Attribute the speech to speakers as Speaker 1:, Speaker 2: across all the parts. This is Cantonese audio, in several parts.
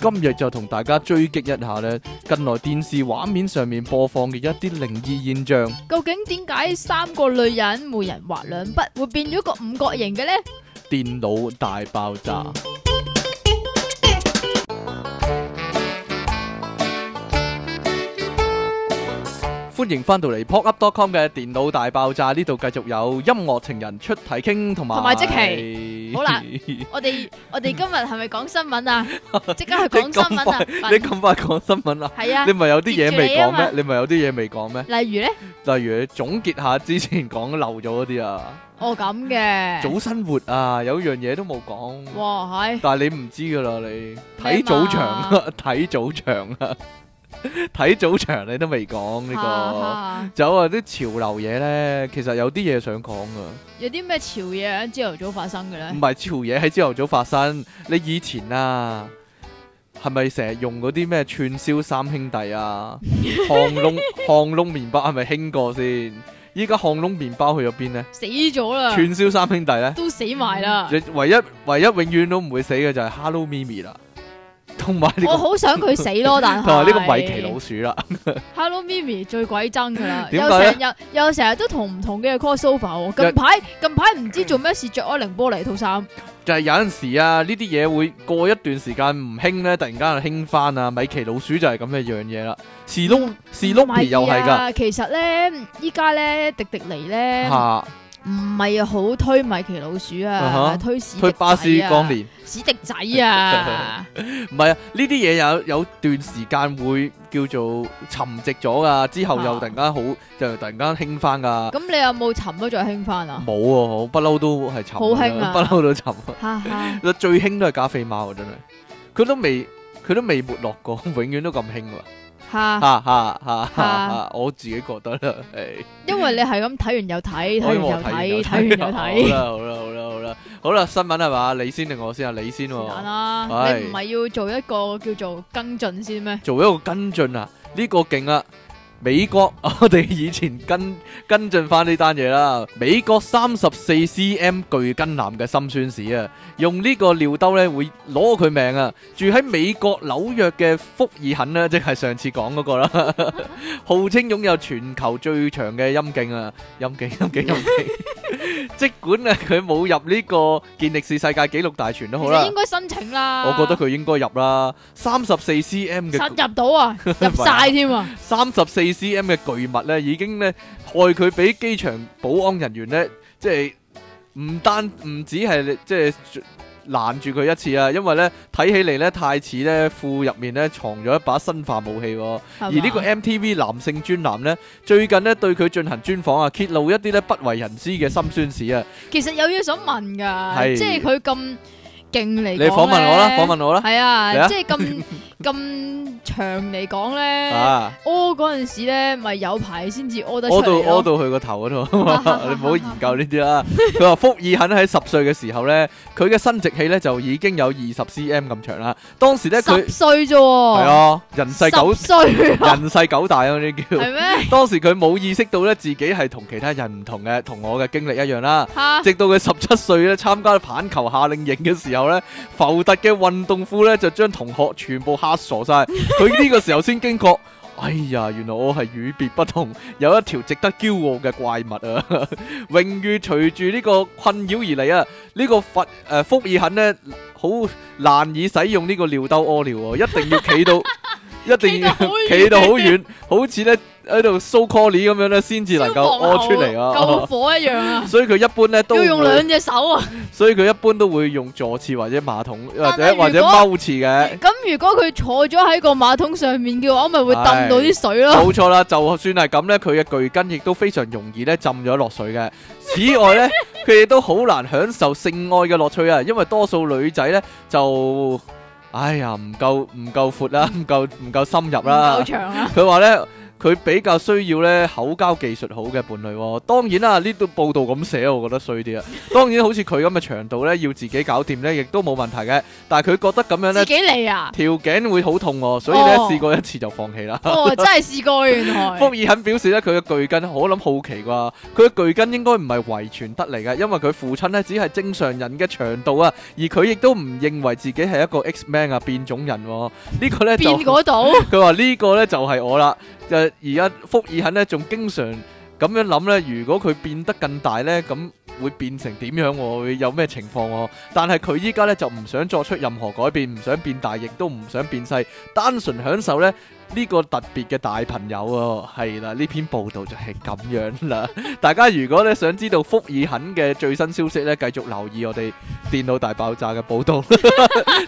Speaker 1: 今日就同大家追擊一下呢近來電視畫面上面播放嘅一啲靈異現象。
Speaker 2: 究竟點解三個女人每人畫兩筆，會變咗個五角形嘅咧？
Speaker 1: 電腦大爆炸。歡迎翻到嚟 popup.com 嘅電腦大爆炸，呢度繼續有音樂情人出體傾同埋
Speaker 2: 同埋即 期好啦我哋我哋今日係咪講新聞啊？即刻去講
Speaker 1: 你咁
Speaker 2: 新聞啊！
Speaker 1: 你咁快講新聞啦？
Speaker 2: 係啊
Speaker 1: 你，咪有啲嘢未講咩
Speaker 2: 接住你啊嘛？
Speaker 1: 你咪有啲嘢未講咩？
Speaker 2: 例如咧，
Speaker 1: 例如你總結下之前講漏咗嗰啲啊，
Speaker 2: 我咁嘅，
Speaker 1: 早生活啊，有樣嘢都冇講。
Speaker 2: 哇係
Speaker 1: 但係你唔知噶啦，你睇早場啊， 睇早場啊， 睇早場你都未講呢個。
Speaker 2: 嚇
Speaker 1: 走啊！啲潮流嘢咧，其實有啲嘢想講噶，
Speaker 2: 有啲咩潮嘢喺朝頭早發生嘅
Speaker 1: 唔
Speaker 2: 咧？
Speaker 1: 係潮嘢喺朝頭早發生。你以前啊，係咪成日用嗰啲咩串燒三兄弟 啊、巷窿巷窿麵包係咪興過先？依家巷窿麵包去咗邊呢？
Speaker 2: 死咗啦，
Speaker 1: 串燒三兄弟呢？
Speaker 2: 都死埋啦！
Speaker 1: 你唯一唯一永遠都唔會死嘅就係 Hello Mimi 啦，同埋呢
Speaker 2: 我
Speaker 1: 個
Speaker 2: 好想佢死咯，但係
Speaker 1: 同 埋呢個米奇老鼠啦。
Speaker 2: Hello Mimi 最鬼憎噶 啦，
Speaker 1: 點
Speaker 2: 又
Speaker 1: 解
Speaker 2: 成日又成日都同唔同嘅 crossover 喎。
Speaker 1: 一
Speaker 2: 近排近排唔知做咩事着咗凌波麗套衫，
Speaker 1: 就係有陣時啊，呢啲嘢會過一段時間唔興咧，突然間就興翻啊！米奇老鼠就係咁嘅樣嘢啦，士碌
Speaker 2: 嗯
Speaker 1: 士碌
Speaker 2: 啊
Speaker 1: 皮又係㗎
Speaker 2: 噶。其實咧，依家咧迪迪尼咧
Speaker 1: 嚇，
Speaker 2: 唔啊係好推米奇老鼠
Speaker 1: 啊
Speaker 2: 啊，
Speaker 1: 哈
Speaker 2: 係推史迪
Speaker 1: 去
Speaker 2: 仔啊
Speaker 1: 巴士光年
Speaker 2: 史迪仔 啊，
Speaker 1: 唔係啊，呢啲嘢有有段時間會叫做沉寂咗㗎，之後又
Speaker 2: 啊
Speaker 1: 突然間好，就突然間興翻㗎。
Speaker 2: 咁你有冇沉咗再興翻啊？
Speaker 1: 冇啊，我不嬲都係沉㗎，
Speaker 2: 好興啊
Speaker 1: 不嬲都沉啊。
Speaker 2: 哈哈，
Speaker 1: 最興都係加菲貓啊，真係，佢都未佢都未沒落過， 永遠都咁興㗎。
Speaker 2: 哈，
Speaker 1: 哈哈哈哈！哈
Speaker 2: 啊
Speaker 1: 我自己覺得啦，誒。
Speaker 2: 因為你係咁睇完又睇，睇
Speaker 1: 我
Speaker 2: 完
Speaker 1: 我
Speaker 2: 又睇，睇完 又
Speaker 1: 好
Speaker 2: 睇，
Speaker 1: 啦好啦好啦好啦，好啦新聞係嘛？你先定我先啊？你先
Speaker 2: 是但
Speaker 1: 喎，
Speaker 2: 啦，
Speaker 1: 唉
Speaker 2: 你唔係要做一個叫做跟進先咩？
Speaker 1: 做一個跟進啊！呢個勁啊！美國 我哋以前跟跟進翻呢單嘢啦，美國三十四 cm 巨根男嘅心酸史啊，用呢個尿兜咧會攞佢命啊！住喺美國紐約嘅福爾肯咧，即係上次講嗰個啦， 號稱擁有全球最長嘅陰莖啊，陰莖陰莖陰莖，即管咧佢冇入呢個健力士世界紀錄大全都
Speaker 2: 其
Speaker 1: 好啦
Speaker 2: 實應，該申請啦。
Speaker 1: 我覺得佢應該入啦，三十四 cm 嘅
Speaker 2: 實入到 啊，入晒添啊，
Speaker 1: 三十四 cm 嘅巨物咧，已經咧害佢俾機場保安人員咧，即係唔單唔止係即係攔住佢一次啊，因為咧睇起嚟咧太似咧褲入面咧藏咗一把生化武器、喎。 而
Speaker 2: 而
Speaker 1: 呢個 MTV 男性專欄咧，最近咧對佢進行專訪啊，揭露一啲咧不為人知嘅心酸事啊。
Speaker 2: 其實有嘢想問噶，
Speaker 1: 係
Speaker 2: 即係佢咁勁嚟。
Speaker 1: 你訪問我啦，訪。問我啦。
Speaker 2: 係
Speaker 1: 嚟啊
Speaker 2: 啊，即係 咁咁長嚟講咧，
Speaker 1: 啊，
Speaker 2: 屙嗰陣時咧，咪有排先至屙得出
Speaker 1: 屙到
Speaker 2: 嚟
Speaker 1: 屙
Speaker 2: 咯。
Speaker 1: 到佢個頭嗰度。你唔好研究呢啲啦。佢話福爾肯喺十歲嘅時候呢，佢嘅生殖器呢就已經有二十 cm 咁長啦。當時呢，佢
Speaker 2: 十歲啫
Speaker 1: 係
Speaker 2: 喎，
Speaker 1: 啊，人細狗
Speaker 2: 十歲啊
Speaker 1: 人細狗大啊，呢啲叫。
Speaker 2: 係咩？
Speaker 1: 當時佢冇意識到呢，自己係同其他人唔同嘅，同我嘅經歷一樣啦。
Speaker 2: 吓，
Speaker 1: 直到佢十七歲咧參加棒球夏令營嘅時候呢，浮特嘅運動褲呢就將同學全部嚇傻晒。佢呢個時候先驚覺，哎呀，原來我係與別不同，有一條值得驕傲嘅怪物啊！ 榮譽隨住呢個困擾而嚟啊！呢、個佛誒、呃福爾肯呢，好難以使用呢個尿兜屙尿喎，一定要企 到。一定要企
Speaker 2: 企
Speaker 1: 到
Speaker 2: 到
Speaker 1: 好
Speaker 2: 好
Speaker 1: 遠，好似呢喺度 so call 咁樣呢，先至能夠屙出嚟
Speaker 2: 救
Speaker 1: 啊！
Speaker 2: 火一樣啊，
Speaker 1: 所以佢一般呢 都
Speaker 2: 要用
Speaker 1: 會
Speaker 2: 兩隻手啊。
Speaker 1: 所以佢一般都會用坐廁或者馬桶，或
Speaker 2: 但係
Speaker 1: 者
Speaker 2: 如果
Speaker 1: 或者踎廁嘅。
Speaker 2: 咁如果佢坐咗喺個馬桶上面嘅話，我咪會
Speaker 1: 係
Speaker 2: 揼到啲水 咯。
Speaker 1: 冇錯啦，就算係咁呢，佢嘅巨根亦都非常容易呢浸咗落水嘅。此外 呢，佢亦都好難享受性愛嘅樂趣啊，因為多數女仔呢就，哎呀唔夠唔夠闊啦，唔夠唔夠深入
Speaker 2: 唔
Speaker 1: 啦
Speaker 2: 夠。長啊，
Speaker 1: 佢話呢，佢比較需要咧口交技術好嘅伴侶喎、當然啦，呢度報道咁寫，我覺得衰啲啊。當然好似佢咁嘅長度咧，要自己搞掂咧，亦都冇問題嘅。但係佢覺得咁樣
Speaker 2: 自
Speaker 1: 咧，
Speaker 2: 己嚟啊！
Speaker 1: 條頸會好痛喎、所以咧
Speaker 2: 哦
Speaker 1: 試過一次就放棄啦。
Speaker 2: 哦，真係試過 原來。
Speaker 1: 福爾肯表示咧，佢嘅巨根，我諗好奇啩，佢嘅巨根應該唔係遺傳得嚟嘅，因為佢父親咧只係正常人嘅長度啊，而佢亦都唔認為自己係一個 X Man 啊變種人、喎。呢個咧
Speaker 2: 變
Speaker 1: 就
Speaker 2: 嗰度，
Speaker 1: 佢話呢個咧就係我啦，就而家福爾肯咧仲經常咁樣諗咧，如果佢變得更大咧，咁會變成點樣、喎？會有咩情況、喎？但係佢依家咧就唔想作出任何改變，唔想變大，亦都唔想變細，單純享受咧呢個特別嘅大朋友喎、係啦，呢篇報道就係咁樣啦。 大家如果咧想知道福爾肯嘅最新消息咧，繼續留意我哋電腦大爆炸嘅報道，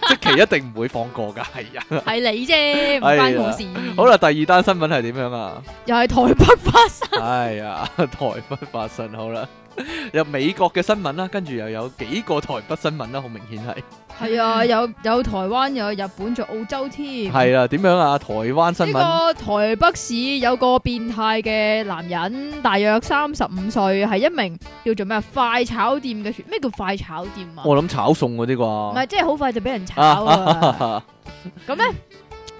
Speaker 1: 即期一定唔會放過㗎，係啊。
Speaker 2: 係你啫，唔關我事。
Speaker 1: 好啦，第二單新聞係點樣啊？
Speaker 2: 又係台北發生。
Speaker 1: 哎呀， 台北發生好啦，有美國嘅新聞啦，跟住又有幾個台北新聞啦，好明顯係
Speaker 2: 係啊，有有台灣，又有日本，仲有澳洲添。
Speaker 1: 係啦，點樣啊？台灣新
Speaker 2: 呢
Speaker 1: 聞
Speaker 2: 個啊台北市有個變態嘅男人，大約三十五歲，係一名叫做咩啊快炒店嘅廚。咩叫快炒店啊？
Speaker 1: 我諗炒餸嗰啲
Speaker 2: 唔
Speaker 1: 啩
Speaker 2: 係，即係好快就俾人炒啊！
Speaker 1: 啊，
Speaker 2: 咁咧，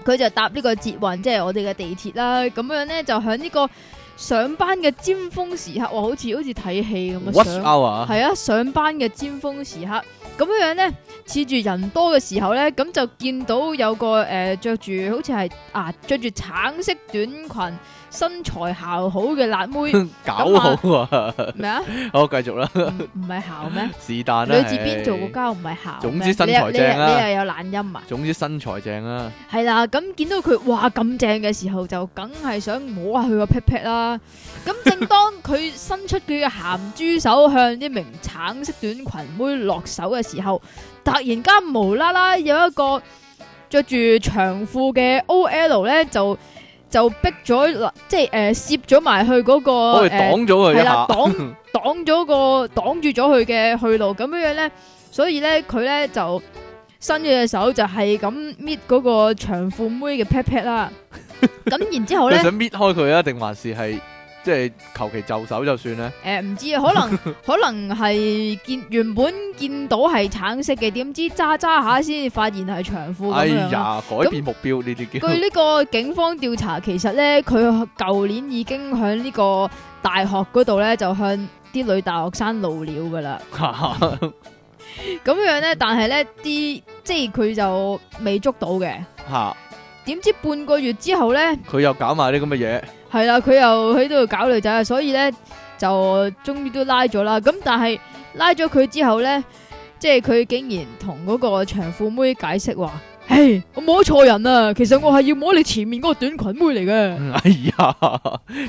Speaker 2: 佢就搭呢個捷運，即係我哋嘅地鐵啦。咁樣咧，就喺呢個上班嘅尖峰時刻，哇，好似好似睇戲咁啊！
Speaker 1: what
Speaker 2: 上
Speaker 1: hour 啊？
Speaker 2: 係啊，上班嘅尖峰時刻，咁樣樣咧，恃住人多嘅時候咧，咁就見到有個誒着住好似係啊着住橙色短裙、身材姣好嘅 辣妹
Speaker 1: 搞好啊！
Speaker 2: 咩啊？
Speaker 1: 好，繼續啦，
Speaker 2: 唔唔係姣咩？
Speaker 1: 是但啦。
Speaker 2: 女字邊做個
Speaker 1: 唉
Speaker 2: 交唔係姣咩？
Speaker 1: 總之身
Speaker 2: 你又
Speaker 1: 材正啦
Speaker 2: 你又你又有懶音啊？
Speaker 1: 總之身材正啊啦，
Speaker 2: 係啦，咁見到佢哇咁正嘅時候，就梗係想摸下佢個 pat pat 啦。咁正當佢伸出佢嘅鹹豬手向一名橙色短裙妹落手嘅時候，突然間無啦啦有一個着住長褲嘅 OL 咧就就逼咗，即係誒攝咗埋去嗰、個呃
Speaker 1: 我哋
Speaker 2: 哦
Speaker 1: 擋
Speaker 2: 誒
Speaker 1: 咗佢一
Speaker 2: 係
Speaker 1: 下
Speaker 2: 啦，，擋擋咗個擋住咗佢嘅去路，咁樣樣咧，所以咧佢咧就伸咗隻手就係咁搣嗰個長褲妹嘅 pat pat 啦。咁然之後
Speaker 1: 你
Speaker 2: 咧，
Speaker 1: 想搣開佢啊？定還是係即係求其就手就算咧？
Speaker 2: 誒唔知啊，可能可能係見原本見到係橙色嘅，點知揸揸下先至發現係長褲
Speaker 1: 哎
Speaker 2: 咁樣啊啦。
Speaker 1: 呀，改變目標呢啲叫
Speaker 2: 據。呢個警方調查，其實咧佢舊年已經喺呢個大學嗰度咧就向啲女大學生露料噶啦。 咁樣咧，但係咧啲即係佢就未捉到嘅。
Speaker 1: 吓，
Speaker 2: 點知半個月之後咧，
Speaker 1: 佢又搞埋啲咁嘅嘢，
Speaker 2: 係啦，佢又喺度搞女仔啊，所以咧就終於都拉咗啦。咁但係拉咗佢之後咧，即係佢竟然同嗰個長褲妹解釋話：，唉，我摸錯人啊，其實我係要摸你前面嗰個短裙妹嚟嘅。
Speaker 1: 哎呀，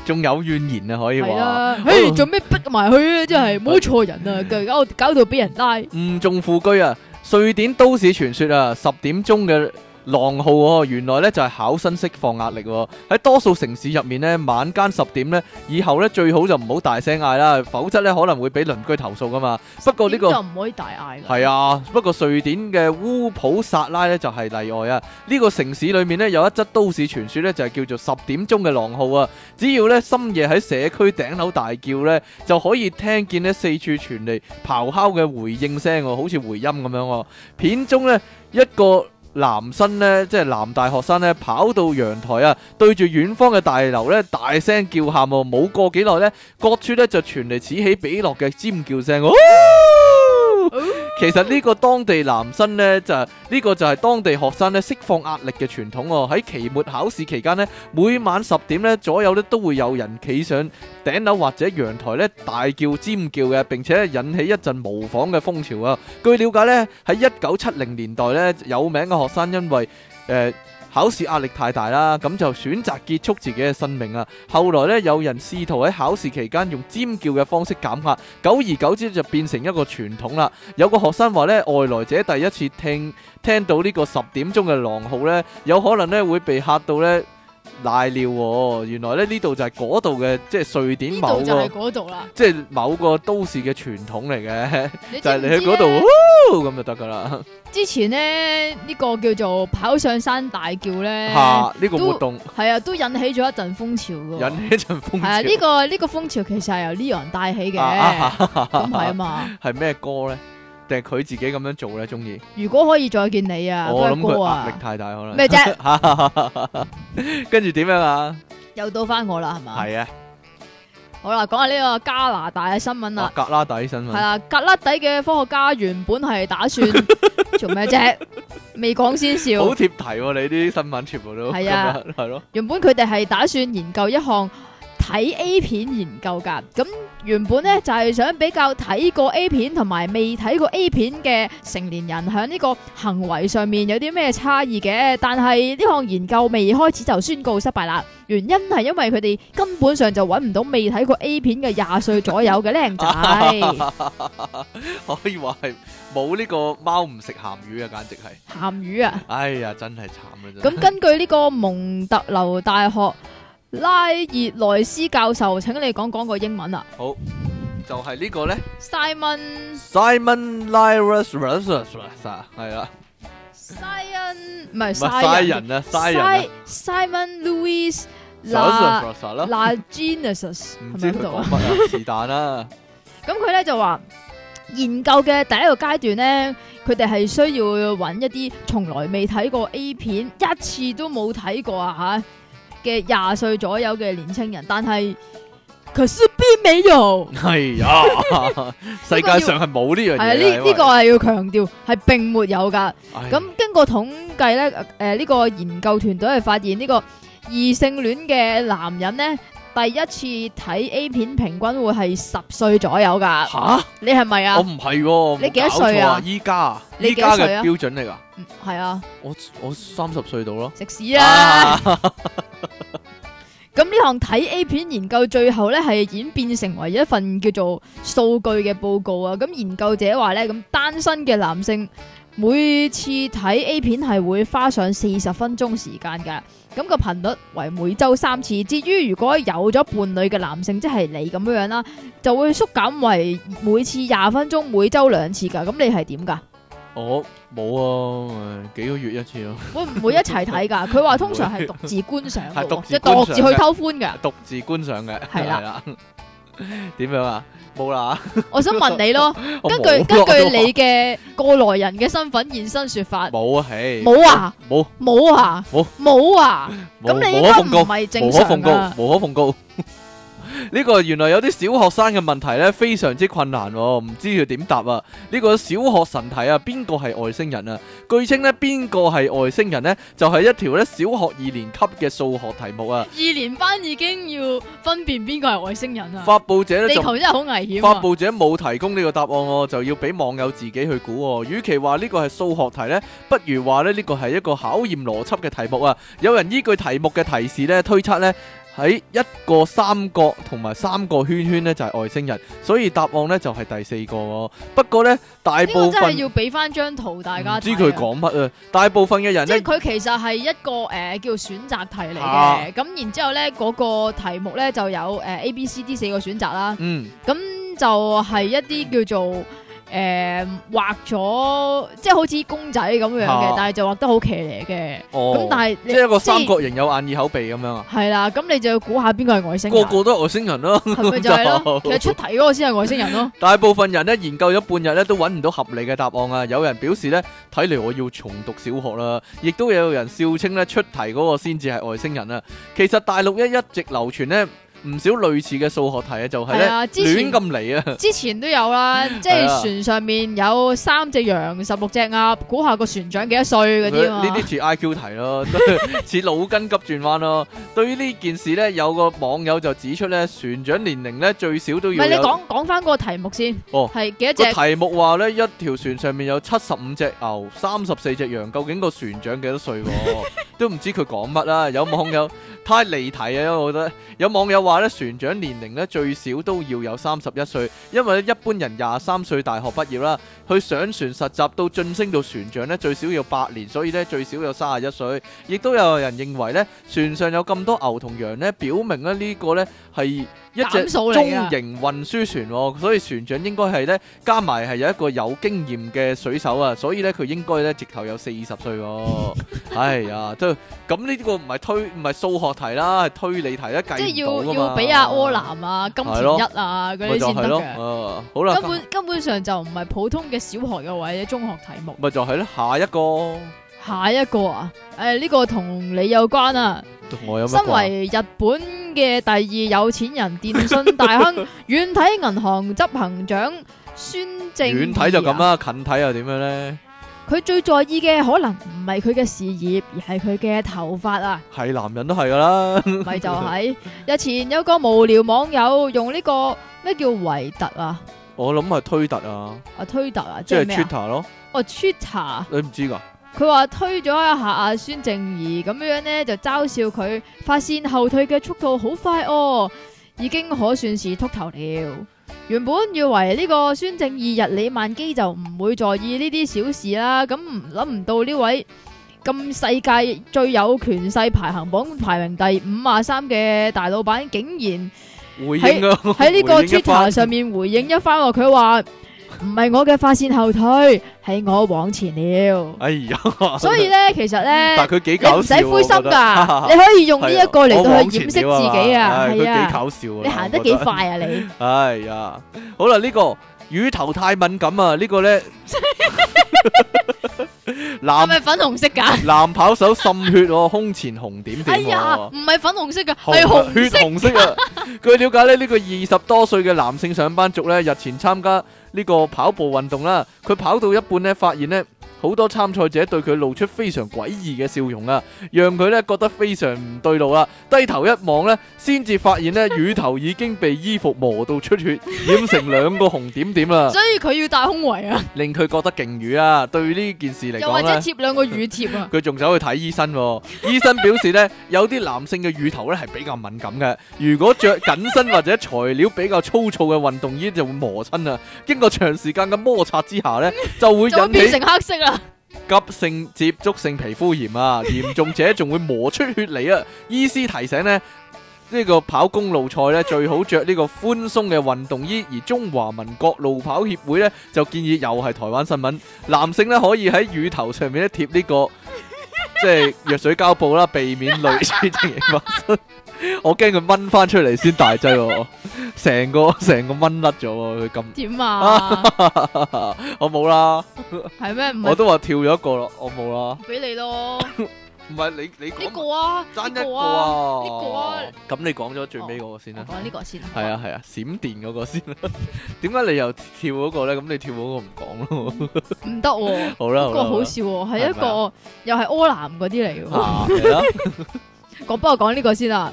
Speaker 1: 仲有怨言啊，可以
Speaker 2: 係
Speaker 1: 話
Speaker 2: 啦，唉，做咩逼埋去啊？真係摸錯人啊！
Speaker 1: 嗯
Speaker 2: 佢而家我搞到俾人拉，
Speaker 1: 誤中副居啊！瑞典都市傳說啊，十點鐘嘅浪號哦，原來呢就係考生釋放壓力喎。喺多數城市入面呢，晚間十點呢，以後呢最好就唔好大聲嗌啦，否則呢可能會俾鄰居投訴噶嘛。不哦過呢個
Speaker 2: 點就唔可以大嗌㗎
Speaker 1: 係啊，不過瑞典嘅烏普薩拉咧就係例外啊。呢、個城市裏面咧有一則都市傳說咧就係、叫做十點鐘嘅狼號啊。只要咧深夜喺社區頂樓大叫咧，就可以聽見咧四處傳嚟咆哮嘅回應聲喎，好似回音咁樣喎。片中咧一個。男生呢，即係男大學生呢，跑到陽台啊，對住遠方嘅大樓呢，大聲叫喊喎。冇過幾耐呢，各處呢就傳嚟此起彼落嘅尖叫聲喎。其實呢個當地男生呢，就呢、個就係當地學生呢釋放壓力嘅傳統喎、喺期末考試期間呢，每晚十點呢左右呢都會有人企上頂樓或者陽台呢大叫尖叫嘅，並且引起一陣模仿嘅風潮啊！據了解呢，喺一九七零年代呢，有名嘅學生因為誒、呃考試壓力太大啦，咁就選擇結束自己嘅生命啊！後來呢，有人試圖喺考試期間用尖叫嘅方式減壓，久而久之就變成一個傳統啦。有個學生話呢，外來者第一次聽聽到呢個十點鐘嘅狼號呢，有可能呢會被嚇到呢瀨尿喎。原來咧呢度就係嗰度嘅，即係瑞典
Speaker 2: 呢
Speaker 1: 某
Speaker 2: 度就係
Speaker 1: 個
Speaker 2: 嗰度啦。
Speaker 1: 即係某個都市嘅傳統嚟嘅，就係
Speaker 2: 知啊
Speaker 1: 你
Speaker 2: 唔
Speaker 1: 去
Speaker 2: 知
Speaker 1: 嗰度
Speaker 2: 咧
Speaker 1: 呼咁就得噶啦。
Speaker 2: 之前咧呢個叫做跑上山大叫咧，
Speaker 1: 嚇呢個活動
Speaker 2: 係啊，都引起咗一陣風潮噶。
Speaker 1: 引起一陣風
Speaker 2: 係啊，
Speaker 1: 潮。
Speaker 2: 呢個呢個風潮其實係由 Leon 帶起嘅，
Speaker 1: 啊啊
Speaker 2: 咁係啊嘛。
Speaker 1: 係咩歌咧？定係佢自己咁樣做咧？中意
Speaker 2: 如果可以再見你啊，
Speaker 1: 我
Speaker 2: 嗰
Speaker 1: 諗
Speaker 2: 隻
Speaker 1: 哦佢
Speaker 2: 歌
Speaker 1: 壓力
Speaker 2: 啊，
Speaker 1: 太大可能。
Speaker 2: 咩啫？
Speaker 1: 跟住點樣啊？
Speaker 2: 又到翻我啦，係嘛？
Speaker 1: 係啊，
Speaker 2: 好啦，講下呢個加拿大嘅新聞
Speaker 1: 哇
Speaker 2: 啦，
Speaker 1: 哦格拉底新
Speaker 2: 係
Speaker 1: 聞
Speaker 2: 啊啦，格拉底嘅科學家原本係 打算做咩啫？未講先
Speaker 1: 好
Speaker 2: 笑
Speaker 1: 貼。題喎！你啲新聞全部都
Speaker 2: 係啊
Speaker 1: 咁樣， 係咯，
Speaker 2: 原本佢哋係打算研究一項睇 A 片研究㗎，咁原本呢就係、想比較睇過 A 片同埋未睇過 A 片嘅成年人喺呢個行為上面有啲咩差異嘅，但係呢項研究未開始就宣告失敗啦。原因係因為佢哋根本上就揾唔到未睇過 A 片嘅廿歲左右嘅靚仔
Speaker 1: 可以話係冇呢個貓唔食鹹魚啊，簡直係。
Speaker 2: 鹹魚啊！
Speaker 1: 哎呀，真係慘啦！真係
Speaker 2: 咁根據呢個蒙特流大學拉熱萊斯教授，請你講講個英文啊
Speaker 1: 就係呢個咧
Speaker 2: ，Simon。
Speaker 1: ，Simon Lyrus Rusus 係啦，
Speaker 2: Simon 唔係
Speaker 1: 唔係嘥
Speaker 2: Simon
Speaker 1: 人啊，嘥人啊
Speaker 2: Simon Louis La
Speaker 1: ，Rusus Rusus 啦，
Speaker 2: La Genesis
Speaker 1: 啊唔
Speaker 2: 係咪
Speaker 1: 知
Speaker 2: 喺
Speaker 1: 佢
Speaker 2: 度
Speaker 1: 講
Speaker 2: 啊？
Speaker 1: 乜啊，是但 啦，
Speaker 2: 咁佢咧就話研究嘅第一個階段咧，佢哋係需要揾一啲從來未睇過 A 片，一次都冇睇過啊吓嘅廿歲左右嘅年青人，但係可是並沒有。
Speaker 1: 係呀，世界上係冇嗯呢樣嘢
Speaker 2: 係啊，
Speaker 1: 啦，
Speaker 2: 呢
Speaker 1: 因為
Speaker 2: 呢個係要強調，係並沒有㗎。
Speaker 1: 唉
Speaker 2: 咁經過統計咧，誒、呃、呢、個研究團隊係發現呢個異性戀嘅男人咧，第一次睇 A 片平均會係十歲左右㗎。
Speaker 1: 吓，
Speaker 2: 你係咪
Speaker 1: 我
Speaker 2: 啊？
Speaker 1: 唔係喎，
Speaker 2: 你幾
Speaker 1: 冇
Speaker 2: 多歲啊
Speaker 1: 搞錯依家啊
Speaker 2: 你
Speaker 1: 依
Speaker 2: 幾
Speaker 1: 家
Speaker 2: 多歲
Speaker 1: 嘅
Speaker 2: 啊
Speaker 1: 標準嚟㗎，
Speaker 2: 嗯係啊，
Speaker 1: 我我三十歲到咯，
Speaker 2: 食屎啊！
Speaker 1: 啊
Speaker 2: 咁呢項睇 A 片研究最後咧係演變成為一份叫做數據嘅報告啊。咁研究者話咧，咁單身嘅男性每次睇 A 片係會花上四十分鐘時間㗎。咁個頻率為每週三次。至於如果有咗伴侶嘅男性，即係你咁樣樣啦，就會縮減為每次廿分鐘，每週兩次㗎。咁你係點㗎？
Speaker 1: 我冇啊，幾個月一次咯，
Speaker 2: 會唔會一齊 睇㗎？佢話通常係獨自觀賞㗎
Speaker 1: 係獨
Speaker 2: 喎，
Speaker 1: 自
Speaker 2: 即係獨自
Speaker 1: 觀賞
Speaker 2: 去
Speaker 1: 嘅
Speaker 2: 偷歡 㗎。
Speaker 1: 獨自觀賞嘅，
Speaker 2: 係啦
Speaker 1: 啦，點樣啊？冇啦，
Speaker 2: 我想問你咯。
Speaker 1: 我
Speaker 2: 根
Speaker 1: 冇
Speaker 2: 據
Speaker 1: 啊
Speaker 2: 根
Speaker 1: 我都
Speaker 2: 據你嘅過來人嘅身份現身說法，
Speaker 1: 冇啊，唉，
Speaker 2: 冇啊，
Speaker 1: 冇
Speaker 2: 冇啊
Speaker 1: 冇，
Speaker 2: 冇啊，
Speaker 1: 冇
Speaker 2: 咁你應
Speaker 1: 無可
Speaker 2: 該
Speaker 1: 奉告
Speaker 2: 唔，係正
Speaker 1: 無可奉
Speaker 2: 常
Speaker 1: 告
Speaker 2: 啊，，
Speaker 1: 無可奉告。 呢個原來有啲小學生嘅問題咧，非常之困難喎、唔知佢點答啊！呢個小學神題啊，邊個係外星人啊？據稱呢，邊個係外星人呢？就係、一條咧小學二年級嘅數學題目啊！
Speaker 2: 二年班已經要分辨邊個係外星人啊，
Speaker 1: 發佈者
Speaker 2: 地
Speaker 1: 咧就
Speaker 2: 球真係好危險
Speaker 1: 發
Speaker 2: 啊！
Speaker 1: 佈者冇提供呢個答案喎，就要俾網友自己去估喎。與其話呢個係數學題呢，不如話咧呢個係一個考驗邏輯嘅題目啊！有人依據題目嘅提示呢，推測呢喺一個三角同埋三個圈圈呢就係外星人，所以答案呢就係第四個喎。不過呢，大
Speaker 2: 呢個
Speaker 1: 部
Speaker 2: 真係
Speaker 1: 分
Speaker 2: 要俾翻張圖大
Speaker 1: 唔
Speaker 2: 家睇
Speaker 1: 知
Speaker 2: 啊
Speaker 1: 佢。講乜啊！大部分嘅人
Speaker 2: 即
Speaker 1: 呢
Speaker 2: 係。佢其實係一個誒、呃叫選擇題嚟
Speaker 1: 啊
Speaker 2: 嘅，咁然之後咧嗰、個題目咧就有誒、呃 A、B、C、D 四個選擇啦，
Speaker 1: 嗯，
Speaker 2: 咁就係一啲叫做誒畫咗，即係好似公仔咁樣
Speaker 1: 啊
Speaker 2: 嘅，但係就畫得好騎呢嘅。
Speaker 1: 哦，
Speaker 2: 咁但係
Speaker 1: 即
Speaker 2: 你
Speaker 1: 係一個三角形有眼耳口鼻咁樣啊，
Speaker 2: 係啦，咁你就要估下邊個係外星
Speaker 1: 個
Speaker 2: 人，
Speaker 1: 個都係外星人咯，
Speaker 2: 係咪就 係
Speaker 1: 就，
Speaker 2: 咯？其實出題嗰個先係外星人咯
Speaker 1: 大部分人咧研究咗半日咧都揾唔到合理嘅答案啊！有人表示咧，睇嚟我要重讀小學啦，亦都有人笑稱咧出題嗰個先至係外星人啊！其實大陸一一直流傳咧唔少類似嘅數學題啊，就係
Speaker 2: 係
Speaker 1: 咧
Speaker 2: 啊，之
Speaker 1: 亂
Speaker 2: 前
Speaker 1: 咁嚟啊！
Speaker 2: 之前都有 啦，即
Speaker 1: 係啊
Speaker 2: 係船上面有三隻羊、十六隻鴨，估下個船長幾多歲
Speaker 1: 佢
Speaker 2: 嗰啲啊
Speaker 1: 呢
Speaker 2: 嘛
Speaker 1: 啲。似 I Q 題咯，都 似腦筋急轉彎咯。對於呢件事咧，有個網友就指出咧，船長年齡咧最少都
Speaker 2: 唔
Speaker 1: 要
Speaker 2: 係你
Speaker 1: 有。
Speaker 2: 講講翻個題目先，
Speaker 1: 哦
Speaker 2: 係 幾多
Speaker 1: 個
Speaker 2: 隻？
Speaker 1: 題目話呢，一條船上面有七十五隻牛、三十四隻羊，究竟個船長幾多歲喎？都唔知佢講乜啦。有網友太離題啊！因為我覺得有網友話咧，船長年齡咧最少都要有三十一歲，因為咧一般人廿三歲大學畢業啦，去上船實習到晉升到船長咧最少要八年，所以咧最少有三十一歲。亦都有人認為咧，船上有咁多牛同羊咧，表明咧呢個咧係一隻
Speaker 2: 減數
Speaker 1: 中
Speaker 2: 嚟啊㗎
Speaker 1: 型運輸船喎，所以船長應該係咧加埋係有一個有經驗嘅水手啊，所以咧佢應該咧直頭有四十歲 喎。哎呀，都咁呢個唔係推唔係數學題啦，係推理題啦，計
Speaker 2: 即係
Speaker 1: 唔到
Speaker 2: 要
Speaker 1: 㗎嘛
Speaker 2: 要俾阿柯南啊、金田一啊嗰
Speaker 1: 咪
Speaker 2: 啲
Speaker 1: 就
Speaker 2: 先
Speaker 1: 係
Speaker 2: 得
Speaker 1: 咯，
Speaker 2: 嘅。
Speaker 1: 啊好啦
Speaker 2: 根，本根本上就唔係普通嘅小學嘅或者中學題目。
Speaker 1: 咪就係咯，下一個
Speaker 2: 下一個啊，誒呢個同你有關啊。
Speaker 1: 同我有乜
Speaker 2: 身
Speaker 1: 關？
Speaker 2: 為日本嘅第二有錢人電信 大亨遠睇銀行執行長孫正
Speaker 1: 遠睇就咁
Speaker 2: 義啊。
Speaker 1: 啦，近睇又點樣咧？
Speaker 2: 佢最在意嘅可能唔係佢嘅事業，而係佢嘅頭髮啊。
Speaker 1: 係男人都係㗎啦，
Speaker 2: 咪就係、日前有個無聊網友用呢、個咩叫維特啊，
Speaker 1: 我諗係推特啊，
Speaker 2: 啊推特啊，
Speaker 1: 即係
Speaker 2: 即係咩啊？
Speaker 1: Twitter 咯，
Speaker 2: 哦 Twitter，
Speaker 1: 你唔知㗎？
Speaker 2: 佢話推咗一下阿孫正義咁樣呢，就嘲笑佢發線後退嘅速度好快哦，已經可算是禿頭了。原本以為呢個孫正義日理萬機就唔會在意呢啲小事啦，咁唔諗唔到呢位咁世界最有權勢排行榜排名第五啊三嘅大老闆，竟然〜
Speaker 1: 回應啊！
Speaker 2: 喺呢個
Speaker 1: 回應一番
Speaker 2: Twitter 上面回應一番喎，佢話唔係我嘅髮線後退，係我往前了。
Speaker 1: 哎呀，
Speaker 2: 所以咧，其實咧
Speaker 1: 嗯但，係佢幾
Speaker 2: 你唔
Speaker 1: 搞
Speaker 2: 使
Speaker 1: 笑喎，啊
Speaker 2: 灰心
Speaker 1: 我 覺
Speaker 2: 㗎，你
Speaker 1: 得
Speaker 2: 可以用呢一個嚟
Speaker 1: 係啊
Speaker 2: 到去掩飾自
Speaker 1: 我往前
Speaker 2: 己
Speaker 1: 了啊
Speaker 2: 啊，
Speaker 1: 唉
Speaker 2: 係
Speaker 1: 佢幾
Speaker 2: 啊，
Speaker 1: 搞笑啊！
Speaker 2: 你行得
Speaker 1: 我
Speaker 2: 幾
Speaker 1: 覺
Speaker 2: 快啊你？
Speaker 1: 哎呀，好啦，呢、個乳頭太敏感啊，呢、個 咧
Speaker 2: 係
Speaker 1: 男
Speaker 2: 咪粉紅 色㗎？
Speaker 1: 男跑手滲血喎，胸前紅點
Speaker 2: 哎
Speaker 1: 點
Speaker 2: 呀，
Speaker 1: 喎。
Speaker 2: 唔係粉紅色
Speaker 1: 紅
Speaker 2: 㗎，
Speaker 1: 啊
Speaker 2: 係紅
Speaker 1: 血
Speaker 2: 色。
Speaker 1: 紅色啊！據了解咧，呢、個二十多歲嘅男性上班族咧，日前參加呢個跑步運動啦，佢跑到一半咧，發現咧好多參賽者對佢露出非常詭異嘅笑容啊，讓佢咧覺得非常唔對路啦。低頭一望咧，先至發現咧乳頭已經被衣服磨到出血，染成兩個紅點點 啦，
Speaker 2: 所以佢要戴胸圍啊，
Speaker 1: 令佢覺得勁瘀啊！對呢件事嚟
Speaker 2: 又或
Speaker 1: 講
Speaker 2: 者
Speaker 1: 咧。。
Speaker 2: 貼兩個乳貼啊
Speaker 1: 佢仲走去睇醫生、 喎，醫生表示呢，有啲男性嘅乳頭呢係比較敏感嘅，如果着緊身或者材料比較粗糙嘅運動衣就會磨親啊。經過長時間嘅摩擦之下呢，就會
Speaker 2: 就會
Speaker 1: 引
Speaker 2: 變
Speaker 1: 起
Speaker 2: 成黑色啊啦，
Speaker 1: 急性接觸性皮膚炎啊，嚴重者仲會磨出血嚟啊！醫師提醒呢，呢、個跑公路賽呢，最好着呢個寬鬆嘅運動衣，而中華民國路跑協會呢，就建議又係台灣新聞，男性呢可以喺乳頭上面咧貼 呢、個即係藥水膠布啦，避免類似情形發生。我驚佢掹翻出嚟先大劑喎，成個成個掹甩咗喎，佢咁
Speaker 2: 點啊？
Speaker 1: 我冇啦，
Speaker 2: 係咩？唔
Speaker 1: 我
Speaker 2: 係
Speaker 1: 都話跳咗一個咯，我冇啦。
Speaker 2: 俾你咯，
Speaker 1: 唔係你你
Speaker 2: 呢
Speaker 1: 講
Speaker 2: 個啊，
Speaker 1: 爭
Speaker 2: 呢
Speaker 1: 一個
Speaker 2: 個啊，呢個
Speaker 1: 啊
Speaker 2: 啊，
Speaker 1: 咁你講咗最尾嗰個先
Speaker 2: 我
Speaker 1: 啦。
Speaker 2: 講呢個先。
Speaker 1: 係啊係啊，閃電嗰個先啦。點解你又跳嗰個咧？咁你跳嗰個唔講咯。
Speaker 2: 唔得喎，
Speaker 1: 好啦，
Speaker 2: 不過好
Speaker 1: 笑
Speaker 2: 笑喎，係一
Speaker 1: 係咪
Speaker 2: 個又係柯南嗰啲嚟喎。
Speaker 1: 啊，係啦，
Speaker 2: 講不過講呢個先啦。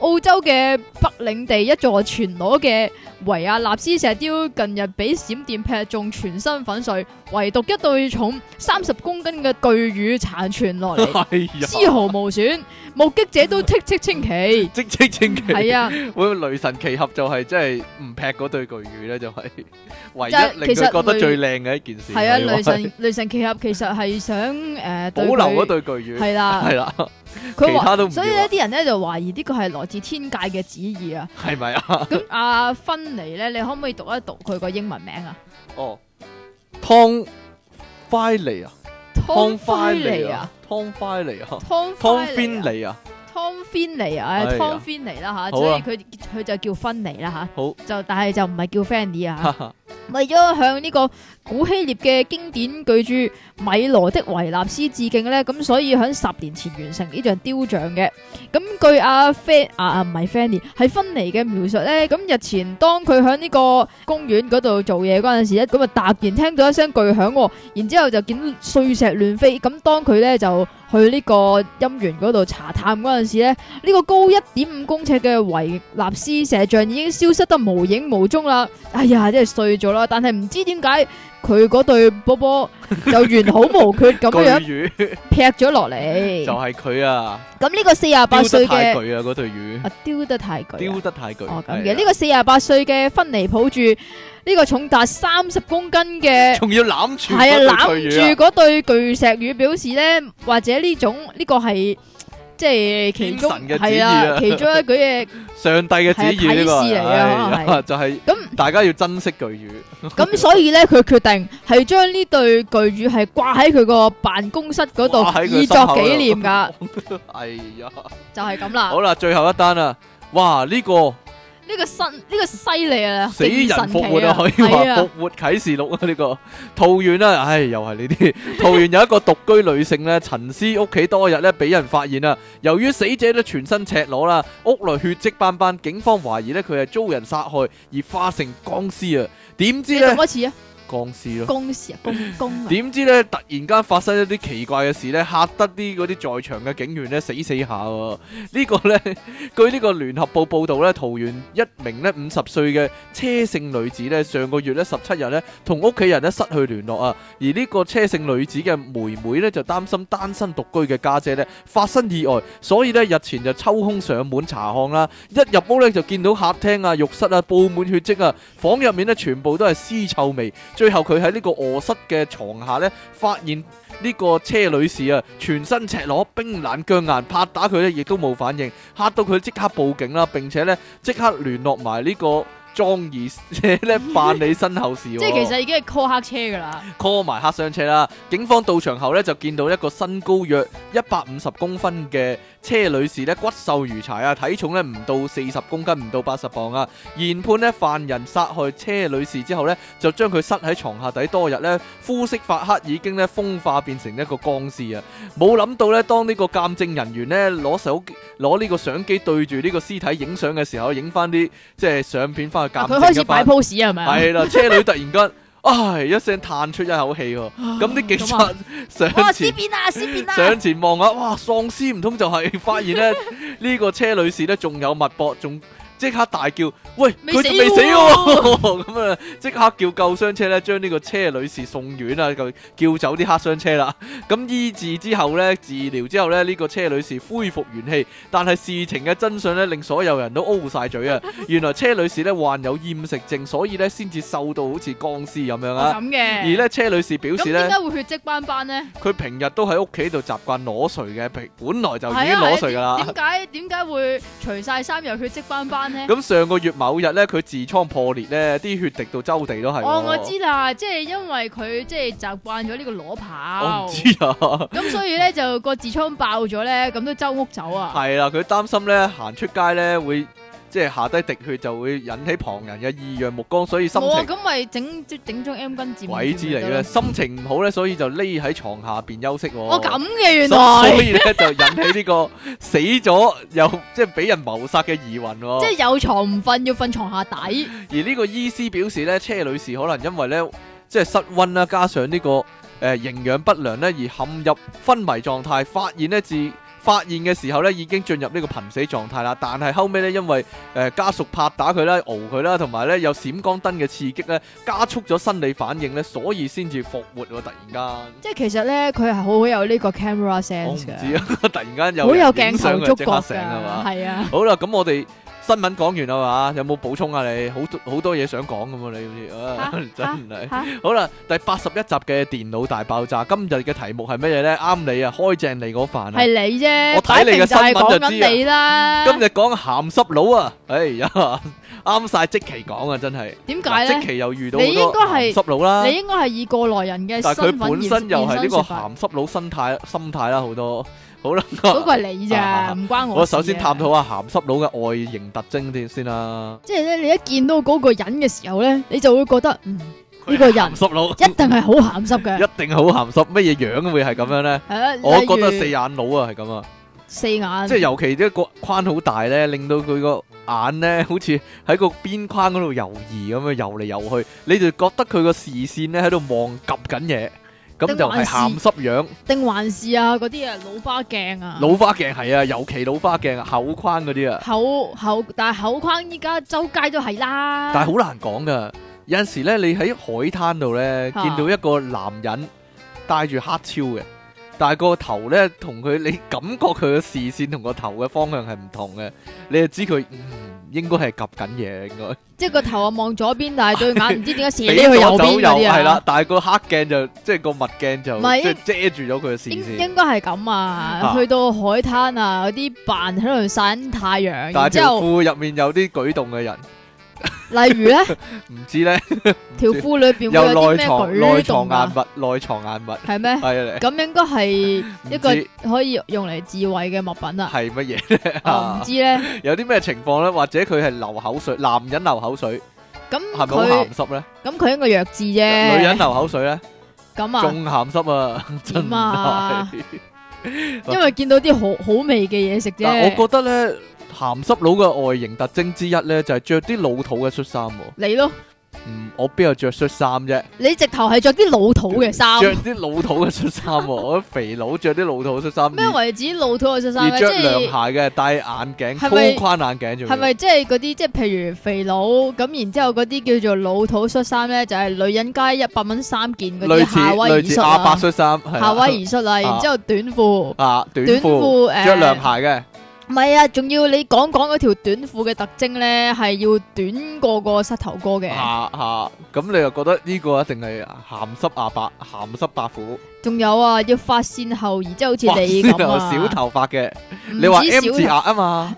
Speaker 2: 澳洲嘅北領地一座全裸嘅維亞納斯石雕近日俾閃電劈中，全身粉碎，唯獨一對重三十公斤嘅巨乳殘存落 嚟，
Speaker 1: 係
Speaker 2: 絲
Speaker 1: 啊，
Speaker 2: 毫無損，目擊者都剔剔清
Speaker 1: 。
Speaker 2: 奇
Speaker 1: 即即清奇。
Speaker 2: 係啊，
Speaker 1: 會唔會雷神奇俠就係即係唔劈嗰對巨魚咧，就係唯一
Speaker 2: 就係
Speaker 1: 令
Speaker 2: 其
Speaker 1: 佢
Speaker 2: 實
Speaker 1: 覺得
Speaker 2: 雷
Speaker 1: 最靚嘅一件事。
Speaker 2: 係啊，
Speaker 1: 你話
Speaker 2: 雷神雷神奇俠其實係想呃誒
Speaker 1: 保留嗰對巨魚
Speaker 2: 係啦，
Speaker 1: 係啦，
Speaker 2: 佢
Speaker 1: 其他
Speaker 2: 話
Speaker 1: 都唔
Speaker 2: 所
Speaker 1: 要
Speaker 2: 以
Speaker 1: 啊
Speaker 2: 呢啲人咧就懷疑呢個係來自天界嘅旨意啊。
Speaker 1: 係咪啊？
Speaker 2: 咁阿芬尼咧，你可唔可以讀一讀佢個英文名啊
Speaker 1: 哦，湯快嚟啊，湯快嚟
Speaker 2: 嚟
Speaker 1: 啊，，湯快嚟啊。
Speaker 2: 湯
Speaker 1: 湯
Speaker 2: 菲
Speaker 1: 邊
Speaker 2: 尼
Speaker 1: 嚟啊，
Speaker 2: 啊，湯芬尼啊，
Speaker 1: 哎呀
Speaker 2: 唉湯芬尼啦吓，
Speaker 1: 好啊
Speaker 2: 所以佢佢就叫芬尼啦吓，
Speaker 1: 好，
Speaker 2: 就但係就唔係叫 Fanny 啊。
Speaker 1: 哈哈
Speaker 2: 為咗向呢個古希臘嘅經典巨著《米羅的維納斯》致敬呢，咁所以喺十年前完成呢像雕像嘅。咁據阿 Fan 啊啊唔係 Fanny 係芬尼嘅描述呢，咁日前當佢喺呢個公園嗰度做嘢嗰陣時咧，咁啊突然聽到一聲巨響喎，然之後就見到碎石亂飛。咁當佢呢就去呢個陰原嗰度查探嗰陣時咧，呢、呢個高一點五公尺嘅維納斯石像已經消失得無影無蹤啦。哎呀，真係碎咗啦！但係唔知點解佢嗰對波波就完好無缺 咁樣嗯樣
Speaker 1: 巨
Speaker 2: 劈咗落
Speaker 1: 魚
Speaker 2: 嚟。
Speaker 1: 就係佢啊，
Speaker 2: 咁呢個四廿
Speaker 1: 丟
Speaker 2: 八
Speaker 1: 得
Speaker 2: 歲
Speaker 1: 太
Speaker 2: 嘅
Speaker 1: 巨啊，嗰對魚
Speaker 2: 啊，丟得太巨啊。
Speaker 1: 丟得太巨。
Speaker 2: 哦，咁
Speaker 1: 係
Speaker 2: 嘅
Speaker 1: 啊
Speaker 2: 呢個四廿八歲嘅芬尼抱住呢個重達三十公斤嘅。
Speaker 1: 仲要攬住
Speaker 2: 系啊，
Speaker 1: 嗰
Speaker 2: 揽
Speaker 1: 對
Speaker 2: 住
Speaker 1: 巨魚啊
Speaker 2: 嗰對巨石魚，表示咧，或者呢種呢個係即係其中
Speaker 1: 天神嘅旨意
Speaker 2: 係
Speaker 1: 啊
Speaker 2: 啊，其中一 句嘢。
Speaker 1: 上帝嘅旨意呢個
Speaker 2: 係啊啟示嚟
Speaker 1: 係
Speaker 2: 啊
Speaker 1: 哎呀，就係
Speaker 2: 咁
Speaker 1: 大家要珍惜巨魚。
Speaker 2: 咁所以咧，佢決定係將呢對巨魚係掛喺佢個辦公室嗰
Speaker 1: 哇
Speaker 2: 度，
Speaker 1: 喺佢
Speaker 2: 以作
Speaker 1: 心口
Speaker 2: 紀 念㗎，
Speaker 1: 哎呀，
Speaker 2: 就係咁啦
Speaker 1: 好。啦，最後一單啦，哇！呢個
Speaker 2: 呢個新呢個犀利啊，
Speaker 1: 死人復活啊，可以話
Speaker 2: 係
Speaker 1: 復
Speaker 2: 啊，
Speaker 1: 活啟示錄啊，呢個桃園啊，唉，又係呢啲桃園有一個獨居女性咧，陳屍屋企多日咧，俾人發現啊，由於死者咧全身赤裸啦，屋內血跡斑斑，警方懷疑咧佢係遭人殺害而化成僵屍啊，點知
Speaker 2: 你
Speaker 1: 咧
Speaker 2: 讀一次啊，
Speaker 1: 僵屍咯。
Speaker 2: 公事啊，公公啊，
Speaker 1: 點知咧，突然間發生一啲奇怪嘅事咧，嚇得啲嗰啲在場嘅警員咧死死下喎。呢 個咧，據呢個聯合報報導咧，桃園一名咧五十歲嘅車姓女子咧，上個月咧十七日咧，同屋企人咧失去聯絡啊。而呢個車姓女子嘅妹妹咧，就擔心單身獨居嘅家姐咧發生意外，所以咧日前就抽空上門查看啦。一入屋咧就見到客廳啊、浴室啊佈滿血跡啊，房入面咧全部都係屍臭味。最後佢喺呢個卧室嘅床下呢，發現呢個車女士啊，全身赤裸、冰冷僵硬，拍打佢呢亦都冇反應，嚇到佢即刻報警啦，並且呢即刻聯絡埋呢個莊儀社呢辦理身後事喎。
Speaker 2: 即係其實已經係 call 黑車㗎啦，
Speaker 1: call 埋黑箱車啦。警方到場後咧就見到一個身高約一百五十公分嘅車女士咧骨瘦如柴啊，體重咧唔到四十公斤，唔到八十磅啊。研判咧犯人殺害車女士之後咧，就將佢塞喺床下底多日咧，膚色發黑已經咧風化變成一個僵屍啊！冇諗到咧，當呢個鑑證人員咧攞手機攞呢個相機對住呢個屍體影相嘅時候，影翻啲即係相片翻去鑑
Speaker 2: 啊佢開
Speaker 1: 證
Speaker 2: 始
Speaker 1: 一番
Speaker 2: 擺。pose 係咪啊？
Speaker 1: 系啦，車女突然間，唉一聲嘆出一口氣喎。咁啲警
Speaker 2: 咁啊
Speaker 1: 察上
Speaker 2: 哇，屍
Speaker 1: 前
Speaker 2: 變啊，屍變啊！
Speaker 1: 上前望下，哇！喪屍唔通就係 發現 咧呢個車女士咧仲有脈搏，仲即刻大叫：喂，
Speaker 2: 未
Speaker 1: 佢
Speaker 2: 死
Speaker 1: 仲未死
Speaker 2: 喎
Speaker 1: 喎！ 咁啊，即刻叫救傷車咧，將呢個車女士送院啊，就叫走啲黑傷車啦。 咁醫治之後咧，治療之後咧，呢個車女士恢復元氣，但係事情嘅真相咧，令所有人都 O 晒嘴 啊！原來車女士咧患有厭食症，所以咧先至瘦到好似僵屍咁樣啊！
Speaker 2: 咁嘅，
Speaker 1: 而咧車女士表
Speaker 2: 咁
Speaker 1: 示咧
Speaker 2: 點。解會血跡斑斑咧？
Speaker 1: 佢平日都喺屋企度習慣攞睡嘅，平本來就已
Speaker 2: 係
Speaker 1: 經
Speaker 2: 啊
Speaker 1: 攞睡噶啦。
Speaker 2: 點解點解會除晒衫又血跡斑斑咧？
Speaker 1: 咁上個月某日咧，佢痔瘡破裂咧，啲血滴到周地都係喎。
Speaker 2: 哦，我知啦，即係因為佢即係習慣咗呢個裸
Speaker 1: 我
Speaker 2: 跑
Speaker 1: 唔，知啊。
Speaker 2: 咁所以咧就個痔瘡爆咗咧，咁都周屋走啊。
Speaker 1: 係啦，佢擔心咧行出街咧會即係下低滴血就會引起旁人嘅異樣目光，所以心
Speaker 2: 冇啊，
Speaker 1: 情
Speaker 2: 咁咪整整張 M 巾墊
Speaker 1: 鬼知嚟嘅，。心情唔好咧，所以就匿喺床下邊休 息喎。
Speaker 2: 我咁嘅哦原
Speaker 1: 所
Speaker 2: 來，
Speaker 1: 以咧就引起呢個死咗又即係俾人謀殺嘅疑雲喎。
Speaker 2: 即係有床唔瞓要瞓床下底，
Speaker 1: 而呢個醫師表示咧，車女士可能因為咧即係失温啦，加上呢、個誒、呃、營養不良咧，而陷入昏迷狀態。發現咧自發現嘅時候咧，已經進入呢個瀕死狀態啦。但係後尾咧，因為誒、呃家屬拍打佢啦、熬佢啦，同埋咧有閃光燈嘅刺激咧，加速咗生理反應咧，所以先至復活喎、突然間。
Speaker 2: 即係其實咧佢係好有呢個 camera
Speaker 1: 我唔
Speaker 2: sense
Speaker 1: 知
Speaker 2: 嘅，
Speaker 1: 啊， 突然間有
Speaker 2: 好
Speaker 1: 人
Speaker 2: 有鏡
Speaker 1: 影相
Speaker 2: 頭
Speaker 1: 佢
Speaker 2: 觸
Speaker 1: 即刻
Speaker 2: 覺
Speaker 1: 醒係
Speaker 2: 㗎，
Speaker 1: 嘛？
Speaker 2: 係啊。
Speaker 1: 好啦，咁我哋新聞講完啦嘛，有冇補充啊你？好多好多嘢想講咁啊你好似，啊 真係。
Speaker 2: 嚇
Speaker 1: 好啦，第八十一集嘅電腦大爆炸，今日嘅題目係乜嘢呢？啱你啊，開正你嗰飯啊！
Speaker 2: 係你啫，
Speaker 1: 我睇你嘅新聞就知啊
Speaker 2: 擺明係講緊你啦。
Speaker 1: 今日講鹹濕佬啊，哎呀， 啱晒即期講啊，真係。
Speaker 2: 點解
Speaker 1: 嗱即
Speaker 2: 咧？
Speaker 1: 期又遇到好
Speaker 2: 你應
Speaker 1: 多
Speaker 2: 該係
Speaker 1: 鹹濕佬啦，
Speaker 2: 你應該係以過來人嘅
Speaker 1: 但
Speaker 2: 身
Speaker 1: 係佢
Speaker 2: 份
Speaker 1: 本身又係
Speaker 2: 係
Speaker 1: 呢個鹹
Speaker 2: 鹹，
Speaker 1: 濕佬心態心態啦，好多。好啦，
Speaker 2: 嗰個係你咋，
Speaker 1: 啊
Speaker 2: 唔關我。
Speaker 1: 我首先探，討下鹹濕佬嘅外形特徵啲先啦。
Speaker 2: 即係咧，你一見到嗰個人嘅時候咧，你就會覺得嗯，呢
Speaker 1: 佢
Speaker 2: 個
Speaker 1: 係
Speaker 2: 人
Speaker 1: 鹹濕佬
Speaker 2: 一定係好鹹濕 嘅。
Speaker 1: 一定好鹹濕，乜嘢樣會係咁樣 呢？
Speaker 2: 係啊，
Speaker 1: 我覺得
Speaker 2: 例如嗯
Speaker 1: 四眼佬啊係咁啊。
Speaker 2: 四眼，
Speaker 1: 即係尤其啲個框好大咧，令到佢個眼咧好似喺個邊框嗰度游移咁樣游嚟游去，你就覺得佢個視線咧喺度望及緊嘢，咁就係鹹濕樣
Speaker 2: 定還是啊嗰啲啊老花鏡啊，
Speaker 1: 老花鏡係啊，尤其老花鏡口框嗰啲啊，
Speaker 2: 口口，但係口框依家周街都係啦。
Speaker 1: 但係好難講噶。有陣時咧，你喺海灘度咧，
Speaker 2: 啊
Speaker 1: 見到一個男人戴住黑超嘅，但係個頭咧同佢，你感覺佢嘅視線同個頭嘅方向係唔同嘅，你就知佢嗯應該係夾緊嘢，應該
Speaker 2: 即係個頭啊望左邊，但係對眼唔知點解射
Speaker 1: 俾
Speaker 2: 咗去右
Speaker 1: 左走
Speaker 2: 邊嗰啲
Speaker 1: 係啦
Speaker 2: 啊。，
Speaker 1: 但係個黑鏡就即係個墨鏡就
Speaker 2: 唔係
Speaker 1: 即係遮住咗佢嘅視
Speaker 2: 應
Speaker 1: 線，
Speaker 2: 應該係咁啊！去到海灘啊，有啲扮喺度曬太陽，
Speaker 1: 但係
Speaker 2: 然之
Speaker 1: 條
Speaker 2: 後
Speaker 1: 褲入面有啲舉動嘅人，
Speaker 2: 例 如咧
Speaker 1: 唔知咧
Speaker 2: 條褲裏邊會
Speaker 1: 有
Speaker 2: 有
Speaker 1: 內
Speaker 2: 啲咩
Speaker 1: 藏內
Speaker 2: 舉
Speaker 1: 藏
Speaker 2: 動
Speaker 1: 眼
Speaker 2: 啊？
Speaker 1: 物，內藏眼物
Speaker 2: 係 咩？
Speaker 1: 係啊，
Speaker 2: 咁應該係
Speaker 1: 你
Speaker 2: 一
Speaker 1: 唔
Speaker 2: 個
Speaker 1: 知
Speaker 2: 可以用嚟自慰嘅物 品啦。
Speaker 1: 係乜嘢咧？
Speaker 2: 我唔知咧，
Speaker 1: 有啲咩情況咧？或者佢係流口水，男人流口水
Speaker 2: 咁
Speaker 1: 係咪好
Speaker 2: 佢
Speaker 1: 鹹濕咧？
Speaker 2: 咁佢應該弱智啫。
Speaker 1: 女人流口水咧，
Speaker 2: 咁啊，
Speaker 1: 仲鹹濕啊！真
Speaker 2: 點啊
Speaker 1: 係。
Speaker 2: 因為見到啲好好味嘅嘢食啫。
Speaker 1: 但我覺得咧，鹹濕佬嘅外形特徵之一咧，就係着啲老土嘅恤衫喎。
Speaker 2: 你咯，
Speaker 1: 嗯，我邊有着恤衫啫？
Speaker 2: 你直頭係着啲老土嘅衫。
Speaker 1: 着啲老土嘅恤衫 喎，我覺得肥佬着啲老土恤衫，
Speaker 2: 咩
Speaker 1: 而
Speaker 2: 為止老土嘅恤衫
Speaker 1: 而
Speaker 2: 咧？
Speaker 1: 着涼
Speaker 2: 即係
Speaker 1: 鞋嘅，戴眼鏡，
Speaker 2: 係咪
Speaker 1: 高框眼鏡仲要
Speaker 2: 係咪即係嗰啲即係譬如肥佬咁，然之後嗰啲叫做老土恤衫咧，就係女人街一百蚊三件嗰
Speaker 1: 類
Speaker 2: 啲
Speaker 1: 似
Speaker 2: 夏威
Speaker 1: 類
Speaker 2: 夷
Speaker 1: 似
Speaker 2: 恤
Speaker 1: 亞伯
Speaker 2: 啊，
Speaker 1: 恤衫，係啦
Speaker 2: 夏威夷恤啊，然之後短褲，
Speaker 1: 啊短
Speaker 2: 短
Speaker 1: 褲，
Speaker 2: 褲誒，
Speaker 1: 着涼鞋嘅。
Speaker 2: 唔係啊，仲要你講講嗰條短褲嘅特徵咧，係要短過個膝頭哥嘅，
Speaker 1: 下下咁你又覺得呢個一定係鹹濕阿伯、鹹濕白虎，
Speaker 2: 仲有啊，要髮線後，然之後好似
Speaker 1: 哇
Speaker 2: 你
Speaker 1: 先
Speaker 2: 咁
Speaker 1: 有
Speaker 2: 啊，
Speaker 1: 小頭髮嘅，
Speaker 2: 唔
Speaker 1: 你話
Speaker 2: 止
Speaker 1: M
Speaker 2: 小
Speaker 1: 字
Speaker 2: 頭哦
Speaker 1: 額啊嘛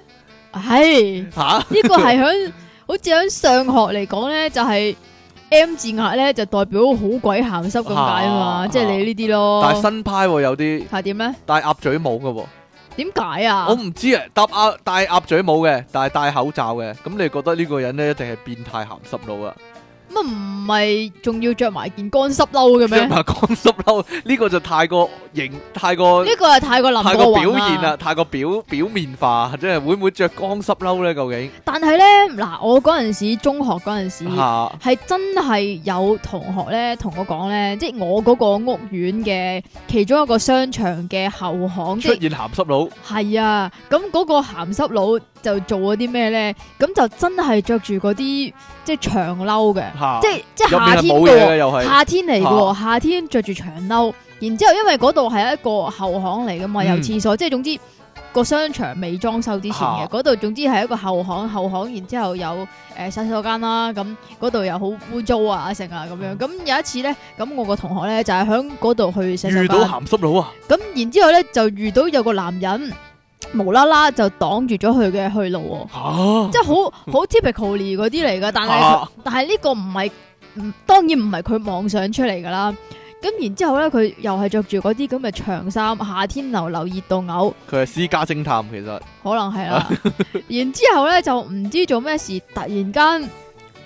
Speaker 2: 係
Speaker 1: 吓，
Speaker 2: 呢個係響好似響上學嚟講咧，就係、M 字額咧就代表好鬼鹹濕咁解啊嘛，
Speaker 1: 啊
Speaker 2: 即係你呢啲咯
Speaker 1: 但係。新派喎有啲
Speaker 2: 係點咧？
Speaker 1: 戴鴨嘴帽嘅喎，
Speaker 2: 點解啊
Speaker 1: 我？唔知啊，搭鴨戴鴨嘴帽嘅，但係戴口罩嘅，咁你覺得呢個人咧一定係變態鹹濕佬啊？
Speaker 2: 乜唔係仲要着埋件乾濕褸 嘅
Speaker 1: 即係
Speaker 2: 咩？
Speaker 1: 話乾濕褸呢個就太過型，太過
Speaker 2: 呢個係太過林啊
Speaker 1: 太
Speaker 2: 過
Speaker 1: 過
Speaker 2: 雲
Speaker 1: 表現啦，！太過表表面化，即係會唔會着乾濕褸咧？究竟
Speaker 2: 但係咧，嗱，我嗰陣時中學嗰陣時。
Speaker 1: 嚇
Speaker 2: 係真係有同學咧同我講咧，即係我嗰個屋苑嘅其中一個商場嘅後巷，即
Speaker 1: 出
Speaker 2: 係
Speaker 1: 現鹹濕佬？
Speaker 2: 係啊，咁嗰個鹹濕佬就做咗啲咩咧？咁就真係着住嗰啲即係長褸嘅，
Speaker 1: 嚇
Speaker 2: 即係即係
Speaker 1: 啊入面
Speaker 2: 夏
Speaker 1: 係
Speaker 2: 天
Speaker 1: 冇
Speaker 2: 嘅
Speaker 1: 嘢
Speaker 2: 喎
Speaker 1: 嘅，又係
Speaker 2: 夏天嚟嘅喎，夏天着住長褸，然之後因為嗰度係一個後巷嚟嘅嘛，
Speaker 1: 嗯
Speaker 2: 有廁所，即係總之個商場未裝修之前嘅，
Speaker 1: 啊
Speaker 2: 嗰度總之係一個後巷，後巷然之後有誒、呃洗手間啦，咁嗰度又好污糟啊，成啊咁樣。咁有一次咧，咁我個同學咧就係喺嗰度去洗手
Speaker 1: 遇到
Speaker 2: 間，
Speaker 1: 鹹濕佬啊！
Speaker 2: 咁然之後咧就遇到有個男人無啦啦就擋住咗佢嘅去路
Speaker 1: 哦
Speaker 2: 喎。
Speaker 1: 吓，
Speaker 2: 即係好好 typically 嗰啲嚟噶，但係佢
Speaker 1: 啊
Speaker 2: 但係呢個唔係唔當然唔係佢妄想出嚟噶啦。咁然之後咧，佢又係着住嗰啲咁嘅長衫，夏天流流熱到嘔，
Speaker 1: 佢係私家偵探，其實
Speaker 2: 可能係 啦。然之後咧就唔知做咩事，突然間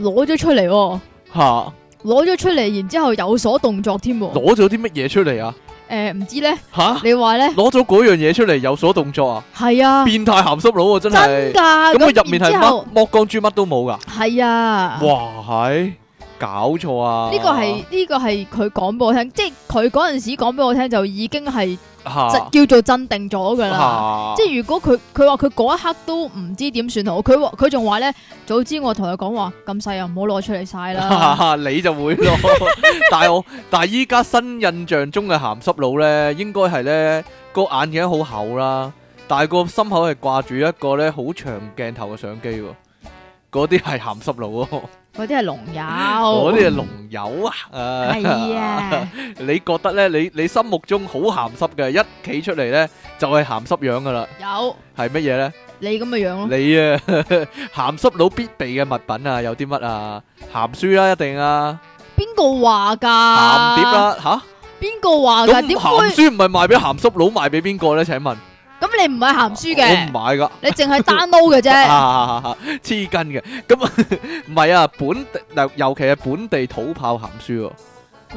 Speaker 2: 攞咗出嚟喎，
Speaker 1: 吓攞
Speaker 2: 攞咗出嚟，然之後有所動作添喎。
Speaker 1: 咗啲乜嘢出嚟啊？
Speaker 2: 誒唔知咧，
Speaker 1: 吓
Speaker 2: 你話咧
Speaker 1: 攞咗嗰樣嘢出嚟有所動作啊？
Speaker 2: 係啊，
Speaker 1: 變態鹹濕佬啊，真
Speaker 2: 真
Speaker 1: 係
Speaker 2: 㗎。
Speaker 1: 咁佢入面
Speaker 2: 然
Speaker 1: 係
Speaker 2: 之後
Speaker 1: 乜剝光豬乜都冇噶？
Speaker 2: 係啊。
Speaker 1: 哇，係搞錯啊！
Speaker 2: 呢個係呢個係佢講俾我聽，即係佢嗰陣時講俾我聽就已經係
Speaker 1: 吓
Speaker 2: 就叫做鎮定咗噶啦。
Speaker 1: 吓，
Speaker 2: 即係如果佢佢話佢嗰一刻都唔知點算好，佢話佢仲話咧，早知我同佢講話咁細又唔好攞出嚟晒 啦。
Speaker 1: 你就會 咯，但係我但係依家新印象中嘅鹹濕佬咧，應該係咧個眼鏡好厚啦，但係個心口係掛住一個咧好長鏡頭嘅相機喎，嗰啲係鹹濕佬喎，
Speaker 2: 嗰啲係龍友，
Speaker 1: 嗰
Speaker 2: 嗰
Speaker 1: 啲係龍友啊，
Speaker 2: 係啊，
Speaker 1: 你覺得咧，你你心目中好鹹濕嘅，一企出嚟咧就係鹹濕樣噶啦，
Speaker 2: 有
Speaker 1: 係乜嘢咧？
Speaker 2: 你咁嘅樣咯。
Speaker 1: 你啊， 鹹濕佬必備嘅物品啊，有啲乜啊？鹹書啦，一定啊，
Speaker 2: 邊個話㗎？
Speaker 1: 鹹碟。啦，吓、
Speaker 2: 邊個話㗎？
Speaker 1: 咁
Speaker 2: 哦點
Speaker 1: 鹹
Speaker 2: 會？
Speaker 1: 書唔係賣俾鹹濕佬，賣俾邊個咧？請問
Speaker 2: 咁你唔係鹹書
Speaker 1: 我唔
Speaker 2: 嘅，
Speaker 1: 買噶，
Speaker 2: 你淨係 download 嘅啫。
Speaker 1: 啊黐筋嘅。咁啊 唔係啊，本地尤尤其係本地土炮鹹書喎。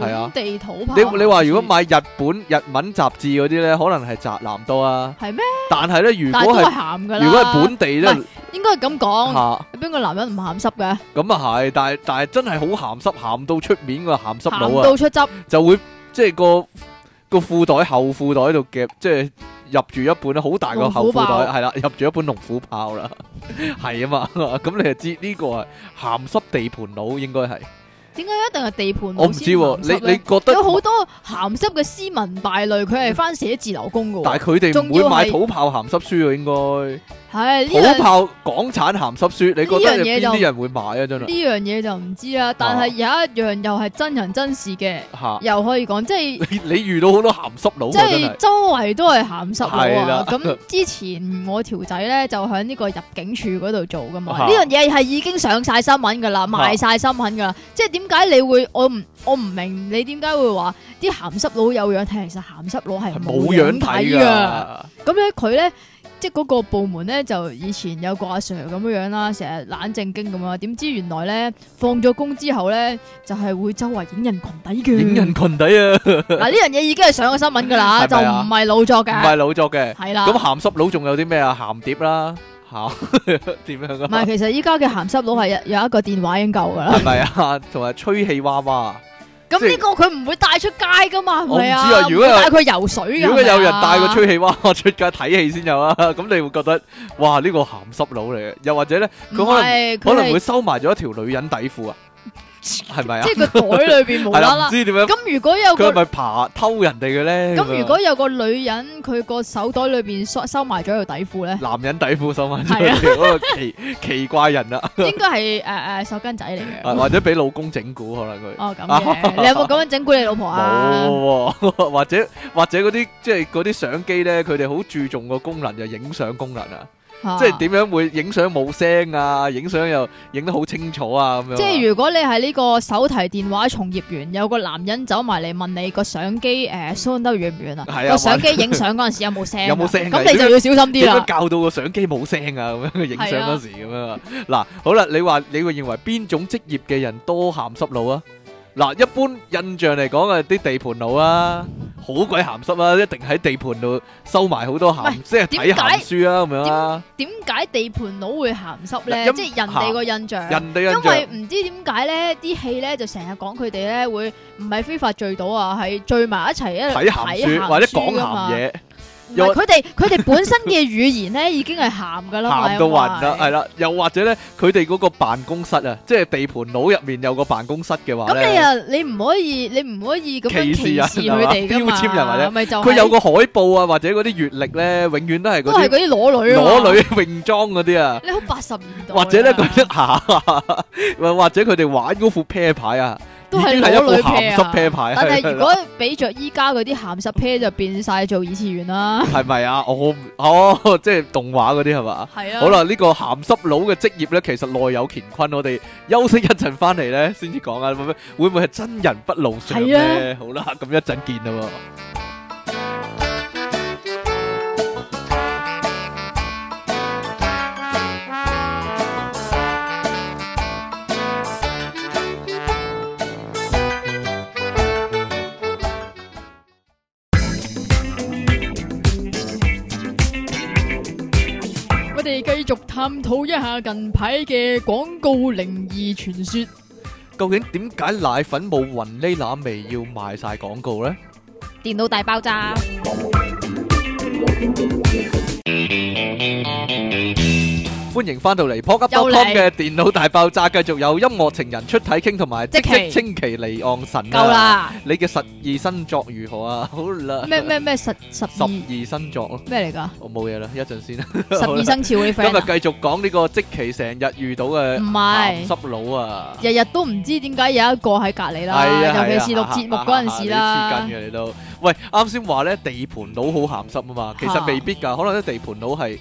Speaker 1: 係啊
Speaker 2: 本地土炮。
Speaker 1: 你你話如果買日本日文雜誌嗰啲咧，可能係宅男多啊。
Speaker 2: 係咩？
Speaker 1: 但係咧，如
Speaker 2: 但係都
Speaker 1: 果
Speaker 2: 係
Speaker 1: 係
Speaker 2: 鹹㗎啦。
Speaker 1: 如果係本地咧
Speaker 2: 唔應該係咁講。
Speaker 1: 嚇，
Speaker 2: 有邊個男人唔鹹濕嘅？
Speaker 1: 咁啊係，但係但係真係好鹹濕，鹹到出面個鹹濕
Speaker 2: 鹹
Speaker 1: 佬啊，
Speaker 2: 到出汁，
Speaker 1: 就會即係個個褲袋後褲袋度夾，即係入住一本好大個後褲
Speaker 2: 龍虎豹
Speaker 1: 袋，係啦，入住一本龍虎豹 啦，係啊嘛，咁你就知呢個係鹹濕地盤佬應該係
Speaker 2: 點解一定係地盤佬
Speaker 1: 我唔知
Speaker 2: 先
Speaker 1: 喎，
Speaker 2: 鹹濕
Speaker 1: 你
Speaker 2: 咧
Speaker 1: 你？覺得
Speaker 2: 有好多鹹濕嘅斯文敗類，佢係翻寫字樓工嘅
Speaker 1: 但係
Speaker 2: 喎。
Speaker 1: 佢哋唔會
Speaker 2: 仲要
Speaker 1: 買
Speaker 2: 係
Speaker 1: 土炮鹹濕書嘅應該，
Speaker 2: 係呢
Speaker 1: 土
Speaker 2: 樣
Speaker 1: 炮港產鹹濕書，你覺得有
Speaker 2: 呢樣嘢
Speaker 1: 邊
Speaker 2: 就
Speaker 1: 啲人會買啊？真
Speaker 2: 呢
Speaker 1: 係
Speaker 2: 樣嘢就唔知啦，但係有
Speaker 1: 啊
Speaker 2: 一樣又係真人真事嘅，
Speaker 1: 嚇！
Speaker 2: 又可以講，即係
Speaker 1: 你你遇到好多鹹濕佬
Speaker 2: 即
Speaker 1: 啊！真
Speaker 2: 係
Speaker 1: 係
Speaker 2: 周圍都係鹹
Speaker 1: 係
Speaker 2: 濕佬
Speaker 1: 啦
Speaker 2: 啊！咁之前我條仔咧就喺呢個入境處嗰度做噶嘛，
Speaker 1: 啊
Speaker 2: 呢樣嘢係已經上晒新聞噶啦，賣晒新聞噶啦，即係點解你會我唔我唔明你點解會話啲鹹濕佬有樣睇，其實鹹濕佬係
Speaker 1: 係
Speaker 2: 冇
Speaker 1: 冇
Speaker 2: 樣
Speaker 1: 樣
Speaker 2: 睇
Speaker 1: 睇
Speaker 2: 噶。
Speaker 1: 噶，
Speaker 2: 咁咧佢咧。即係嗰個部門咧，就以前有個阿 Sir 咁樣樣啦，成日懶正經咁啊。點知原來咧放咗工之後咧，就係、會周圍影人裙底嘅。
Speaker 1: 影人裙底啊，
Speaker 2: 嗱呢樣嘢已經係上咗新聞㗎啦，就
Speaker 1: 係咪啊
Speaker 2: 唔係老作
Speaker 1: 唔
Speaker 2: 㗎，
Speaker 1: 係老作嘅。
Speaker 2: 係啦。
Speaker 1: 咁鹹濕佬仲有啲咩啊？鹹碟啦，鹹 點樣
Speaker 2: 唔係，
Speaker 1: 啊？
Speaker 2: 其實依家嘅鹹濕佬係有有一個電話已經夠㗎啦。
Speaker 1: 係咪啊？同埋吹氣娃娃。
Speaker 2: 咁呢個佢唔會帶出街㗎嘛，係咪啊？
Speaker 1: 我唔知啊如果有
Speaker 2: 唔會帶佢游水㗎，啊
Speaker 1: 如果有人帶
Speaker 2: 帶
Speaker 1: 個吹氣娃
Speaker 2: 啊
Speaker 1: 娃出街睇戲先有啊， 咁你會覺得哇呢個鹹濕佬嚟嘅，又或者咧佢可能
Speaker 2: 能
Speaker 1: 可能會收埋咗一條女人底褲啊，係咪啊
Speaker 2: 即？係個袋裏邊無
Speaker 1: 係
Speaker 2: 啦
Speaker 1: 啦，唔
Speaker 2: 啦。
Speaker 1: 知點樣，
Speaker 2: 咁如果有
Speaker 1: 佢係
Speaker 2: 個
Speaker 1: 咪爬偷人哋嘅咧？
Speaker 2: 咁如果有個女人佢個手袋裏 邊收收埋咗條底褲咧，
Speaker 1: 男人底褲收埋咗
Speaker 2: 係啊
Speaker 1: 條，嗰個奇奇怪人啦，
Speaker 2: 應該係誒誒手巾仔嚟
Speaker 1: 啊
Speaker 2: 嘅。
Speaker 1: 或者俾老公整蠱可能佢。
Speaker 2: 哦咁 嘅，你有冇咁樣整蠱你老婆啊？
Speaker 1: 冇 喎，或者或者嗰啲即係嗰啲相機咧，佢哋好注重個功能就影相功能啊，
Speaker 2: 啊
Speaker 1: 即係點樣會影相冇聲啊，影相又影得好清楚啊咁樣啊。
Speaker 2: 即係如果你係呢個手提電話從業員，有個男人走埋嚟問你個相機誒相得遠唔遠
Speaker 1: 嗯係
Speaker 2: 啊？
Speaker 1: 啊
Speaker 2: 個相機影相嗰陣時有冇聲啊？
Speaker 1: 有冇聲啊
Speaker 2: 咁你就要小心啲
Speaker 1: 點樣
Speaker 2: 啦。
Speaker 1: 教到個相機冇聲啊？咁樣 影相
Speaker 2: 係啊
Speaker 1: 嗰時咁樣啊。嗱，好啦，你話你會認為邊種職業嘅人多鹹濕佬啊？嗱，一般印象嚟講啊，啲地盤佬啊，好鬼鹹濕啊，一定喺地盤度收埋好多鹹，即係睇
Speaker 2: 點解
Speaker 1: 鹹書啊咁樣啊。
Speaker 2: 點解地盤佬會鹹濕
Speaker 1: 嗱
Speaker 2: 咧？
Speaker 1: 因
Speaker 2: 即係人哋個印象。
Speaker 1: 人哋
Speaker 2: 因
Speaker 1: 印
Speaker 2: 為
Speaker 1: 象
Speaker 2: 唔知點解咧，啲戲咧就成日講佢哋咧會唔係非法聚到啊，係聚埋一齊一路
Speaker 1: 睇鹹書或者講鹹嘢。
Speaker 2: 唔
Speaker 1: 又
Speaker 2: 係佢哋佢哋本身嘅語言咧已經係鹹噶啦嘛，
Speaker 1: 鹹到暈啦，係
Speaker 2: 啦。
Speaker 1: 啦，又或者咧，佢哋嗰個辦公室啊，即係地盤佬入面有個辦公室嘅話
Speaker 2: 咁你
Speaker 1: 咧，
Speaker 2: 啊，你唔可以你唔可以咁樣
Speaker 1: 歧視人
Speaker 2: 歧視佢哋
Speaker 1: 係
Speaker 2: 噶嘛？
Speaker 1: 嘛標籤人或者
Speaker 2: 咪就係
Speaker 1: 佢有個海報啊，或者嗰啲閲歷咧，永遠都係
Speaker 2: 都
Speaker 1: 嗰
Speaker 2: 係
Speaker 1: 啲
Speaker 2: 嗰啲裸女啊嘛
Speaker 1: 裸女，泳裝嗰啲 啊，
Speaker 2: 你好八十年代啊
Speaker 1: 或者咧佢啲 下，或或者佢哋玩嗰副啤牌啊，已
Speaker 2: 都係
Speaker 1: 經係一
Speaker 2: 裸女
Speaker 1: 副鹹濕
Speaker 2: 啤
Speaker 1: 啤
Speaker 2: 啊
Speaker 1: 牌，
Speaker 2: 但係
Speaker 1: 係
Speaker 2: 如果俾着依家嗰啲鹹濕啤就變晒做二次元啦，
Speaker 1: 係咪啊？我唔哦，即係動畫嗰啲係嘛？
Speaker 2: 係啊。
Speaker 1: 好，啦，呢個鹹濕佬嘅職業咧，其實內有乾坤。我哋休息一陣翻嚟咧，先至講啊，會唔會會唔會係真人不露相咧？好啦，咁一陣見啦喎。
Speaker 2: 我哋繼續探討一下近排嘅廣告靈異傳說。
Speaker 1: 究竟點解奶粉冇雲呢攬味要賣晒廣告咧？
Speaker 2: 電腦大爆
Speaker 1: 啊
Speaker 2: 炸，
Speaker 1: 歡迎翻到嚟 p o c k
Speaker 2: 又
Speaker 1: u p
Speaker 2: 嚟
Speaker 1: c o m 嘅電腦大爆炸，繼續有音樂情人出體傾同埋即
Speaker 2: 即
Speaker 1: 即
Speaker 2: 期
Speaker 1: 清奇離岸神
Speaker 2: 夠！啦！
Speaker 1: 你嘅十二新作如何啊？好啦，
Speaker 2: 咩咩咩十十
Speaker 1: 十
Speaker 2: 二
Speaker 1: 二新作咯，
Speaker 2: 咩嚟㗎？
Speaker 1: 我冇嘢啦，一陣先啦。
Speaker 2: 十
Speaker 1: 好啦
Speaker 2: 二生肖嗰啲
Speaker 1: 今日
Speaker 2: friend 啊
Speaker 1: 繼續講呢個即期成日遇到嘅
Speaker 2: 唔
Speaker 1: 鹹
Speaker 2: 係
Speaker 1: 濕佬啊！à,
Speaker 2: 日日都唔知點解有一個喺隔離啦，
Speaker 1: 係啊
Speaker 2: 尤其
Speaker 1: 係
Speaker 2: 是
Speaker 1: 啊
Speaker 2: 錄節目嗰陣時啦
Speaker 1: 你黐，筋嘅你都。喂，啱先話咧地盤佬好鹹濕啊嘛，其實
Speaker 2: 嚇
Speaker 1: 未必㗎，可能啲地盤佬係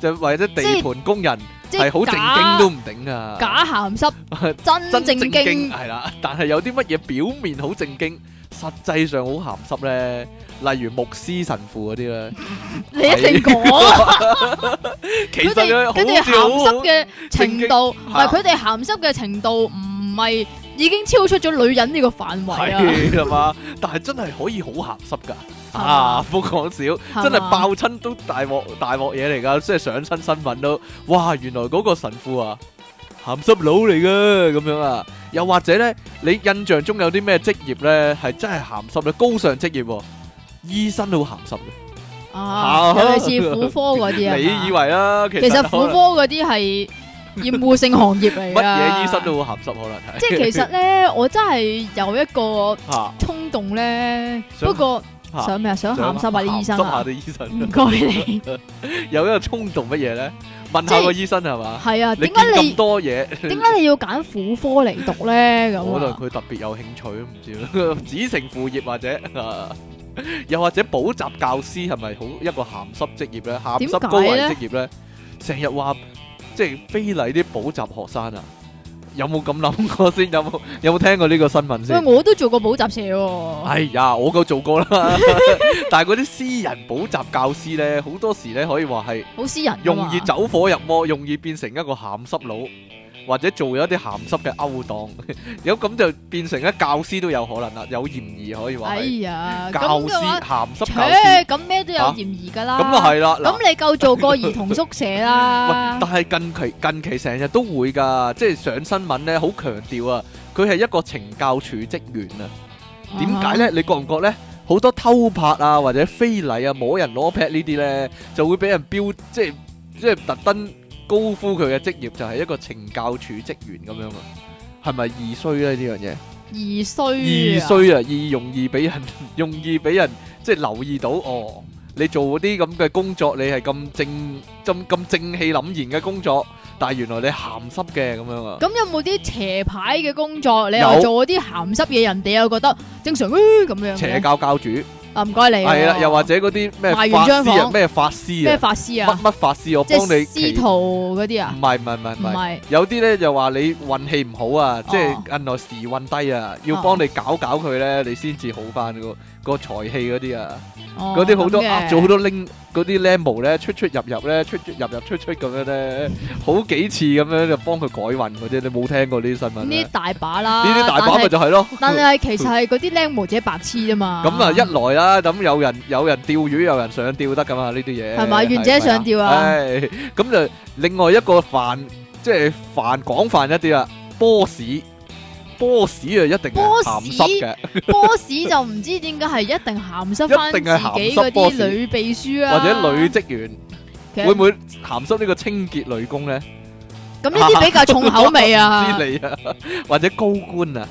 Speaker 1: 就或者
Speaker 2: 即
Speaker 1: 地
Speaker 2: 係
Speaker 1: 盤工人
Speaker 2: 即
Speaker 1: 係
Speaker 2: 係
Speaker 1: 好正經都唔頂啊。
Speaker 2: 假鹹濕，真正
Speaker 1: 正
Speaker 2: 經
Speaker 1: 係啦，但係有啲乜嘢表面好正經，實際上好鹹濕咧，例如牧師神父嗰啲咧，
Speaker 2: 你一定講。
Speaker 1: 其
Speaker 2: 佢
Speaker 1: 實
Speaker 2: 哋
Speaker 1: 咧
Speaker 2: 佢哋
Speaker 1: 好似
Speaker 2: 鹹濕
Speaker 1: 好
Speaker 2: 嘅程度，唔
Speaker 1: 嚇
Speaker 2: 係佢哋鹹濕嘅程度，唔係已經超出咗女人呢個範圍啊！
Speaker 1: 係啦嘛，但係真係可以好鹹濕㗎，
Speaker 2: 嘛
Speaker 1: 啊唔好講少。
Speaker 2: 嘛
Speaker 1: 真係爆親都大鑊大鑊嘢嚟㗎，即係上身新聞都，哇！原來嗰個神父啊，鹹濕佬嚟㗎咁樣啊，又或者咧，你印象中有啲咩職業咧係真係鹹濕咧？高尚職業、喎，醫生都好鹹濕嘅，
Speaker 2: 啊！
Speaker 1: 嚇
Speaker 2: 尤其是婦科嗰啲啊嘛，
Speaker 1: 你以為啊？其
Speaker 2: 其實
Speaker 1: 實
Speaker 2: 婦科嗰啲係厭惡性行業嚟
Speaker 1: 乜
Speaker 2: 㗎
Speaker 1: 嘢醫生都好鹹濕可能係。
Speaker 2: 即係其實咧，我真係有一個
Speaker 1: 嚇
Speaker 2: 衝動咧，
Speaker 1: 想
Speaker 2: 不過
Speaker 1: 嚇
Speaker 2: 想咩啊？想鹹濕下啲醫生
Speaker 1: 鹹濕下
Speaker 2: 啊！
Speaker 1: 啲醫生
Speaker 2: 唔該 你，
Speaker 1: 有一個衝動乜嘢咧？問下
Speaker 2: 即係
Speaker 1: 個醫生係嘛？
Speaker 2: 係啊？
Speaker 1: 你
Speaker 2: 點
Speaker 1: 見
Speaker 2: 解你
Speaker 1: 咁多嘢，
Speaker 2: 點解你要揀婦科嚟讀咧？咁
Speaker 1: 我對
Speaker 2: 啊？
Speaker 1: 佢特別有興趣，唔知啦。 子承父業或者
Speaker 2: 嗯
Speaker 1: 啊 又或者補習教師係咪好一個鹹濕職業咧？鹹濕高危
Speaker 2: 點解呢
Speaker 1: 職業咧，成日話即係非禮啲補習學生啊！有冇咁諗過先？有冇有冇聽過呢個新聞
Speaker 2: 喂，
Speaker 1: 先？
Speaker 2: 我都做過補習社喎，
Speaker 1: 哎呀，我夠做過啦， 但係嗰啲私人補習教師咧，好多時咧可以話係。
Speaker 2: 好私人㗎嘛
Speaker 1: 容易走火入魔，容易變成一個鹹濕佬，或者做咗一啲鹹濕嘅勾當， 有咁就變成咧教師都有可能啦，有嫌疑可以話
Speaker 2: 哎
Speaker 1: 係
Speaker 2: 呀，
Speaker 1: 教
Speaker 2: 咁嘅
Speaker 1: 師
Speaker 2: 話，
Speaker 1: 鹹濕教師，
Speaker 2: 切咁咩都有
Speaker 1: 啊
Speaker 2: 嫌疑㗎啦。
Speaker 1: 咁啊係啦嗱。
Speaker 2: 咁你夠做過兒童宿 舍
Speaker 1: 喂
Speaker 2: 啦，
Speaker 1: 但係近期近期成日都會㗎，即係上新聞咧，好強調啊，佢係一個懲教處職員啊。
Speaker 2: Ờ
Speaker 1: 點解咧？你覺唔覺咧？好多偷拍啊，或者非禮啊、摸人攞劈呢啲咧，就會俾人標，即係即係特登高呼佢嘅職業就係一個懲教處職員咁樣啊。係咪易衰咧呢樣嘢？
Speaker 2: 易衰
Speaker 1: 易
Speaker 2: 啊？
Speaker 1: 衰啊，易容易俾 人容易俾人即係留意到哦。你做嗰啲咁嘅工作，你係咁正咁咁正氣凜然嘅工作，但係原來你鹹濕嘅咁樣啊。
Speaker 2: 咁有冇啲邪牌嘅工作？你
Speaker 1: 有
Speaker 2: 又做嗰啲鹹濕嘢，人哋又覺得正常咦咁樣嘅。
Speaker 1: 邪教教主
Speaker 2: 啊，唔該你喎。
Speaker 1: 係啦，又或者嗰啲咩
Speaker 2: 賣
Speaker 1: 法
Speaker 2: 完張
Speaker 1: 師啊，
Speaker 2: 房
Speaker 1: 咩法師啊
Speaker 2: 咩。法師
Speaker 1: 乜
Speaker 2: 啊？
Speaker 1: 乜法師，我
Speaker 2: 即
Speaker 1: 幫
Speaker 2: 係
Speaker 1: 你
Speaker 2: 司
Speaker 1: 祈。
Speaker 2: 徒嗰啲
Speaker 1: 唔
Speaker 2: 啊？
Speaker 1: 係唔係唔係
Speaker 2: 唔
Speaker 1: 唔係，
Speaker 2: 係，
Speaker 1: 有啲咧就話你運氣唔好啊，即
Speaker 2: 哦
Speaker 1: 係近來時運低啊，要
Speaker 2: 哦
Speaker 1: 幫你搞搞佢咧，你先至好翻個個財氣嗰啲啊，
Speaker 2: 哦
Speaker 1: 嗰啲好多
Speaker 2: 咁嘅
Speaker 1: 呃咗好多拎嗰啲 level 咧，出出入入咧，出出入入出出咁樣咧，好幾次咁樣就幫佢改運嗰啲，你冇聽過呢啲新聞
Speaker 2: 呢
Speaker 1: 咩
Speaker 2: 啲大把啦。
Speaker 1: 啊呢啲大把咪就係咯。
Speaker 2: 但係。但係其實係嗰啲僆模者白痴啫嘛。
Speaker 1: 咁啊，一來 啦，咁有人有人釣魚，有人上釣得噶嘛？呢啲嘢
Speaker 2: 係咪願者上釣啊
Speaker 1: 係咁就另外一個泛即係泛廣泛一啲啦，波士波士啊，一定係
Speaker 2: 波士
Speaker 1: 鹹濕嘅，
Speaker 2: 波士就唔知點解係一定鹹濕翻自
Speaker 1: 一定係鹹
Speaker 2: 己
Speaker 1: 濕
Speaker 2: 嗰
Speaker 1: 波士
Speaker 2: 啲女秘書啊，
Speaker 1: 或者女職員
Speaker 2: 其實
Speaker 1: 會唔會鹹濕呢個清潔女工咧？
Speaker 2: 咁呢啲比較重口味 啊
Speaker 1: 知。你啊，或者高官啊，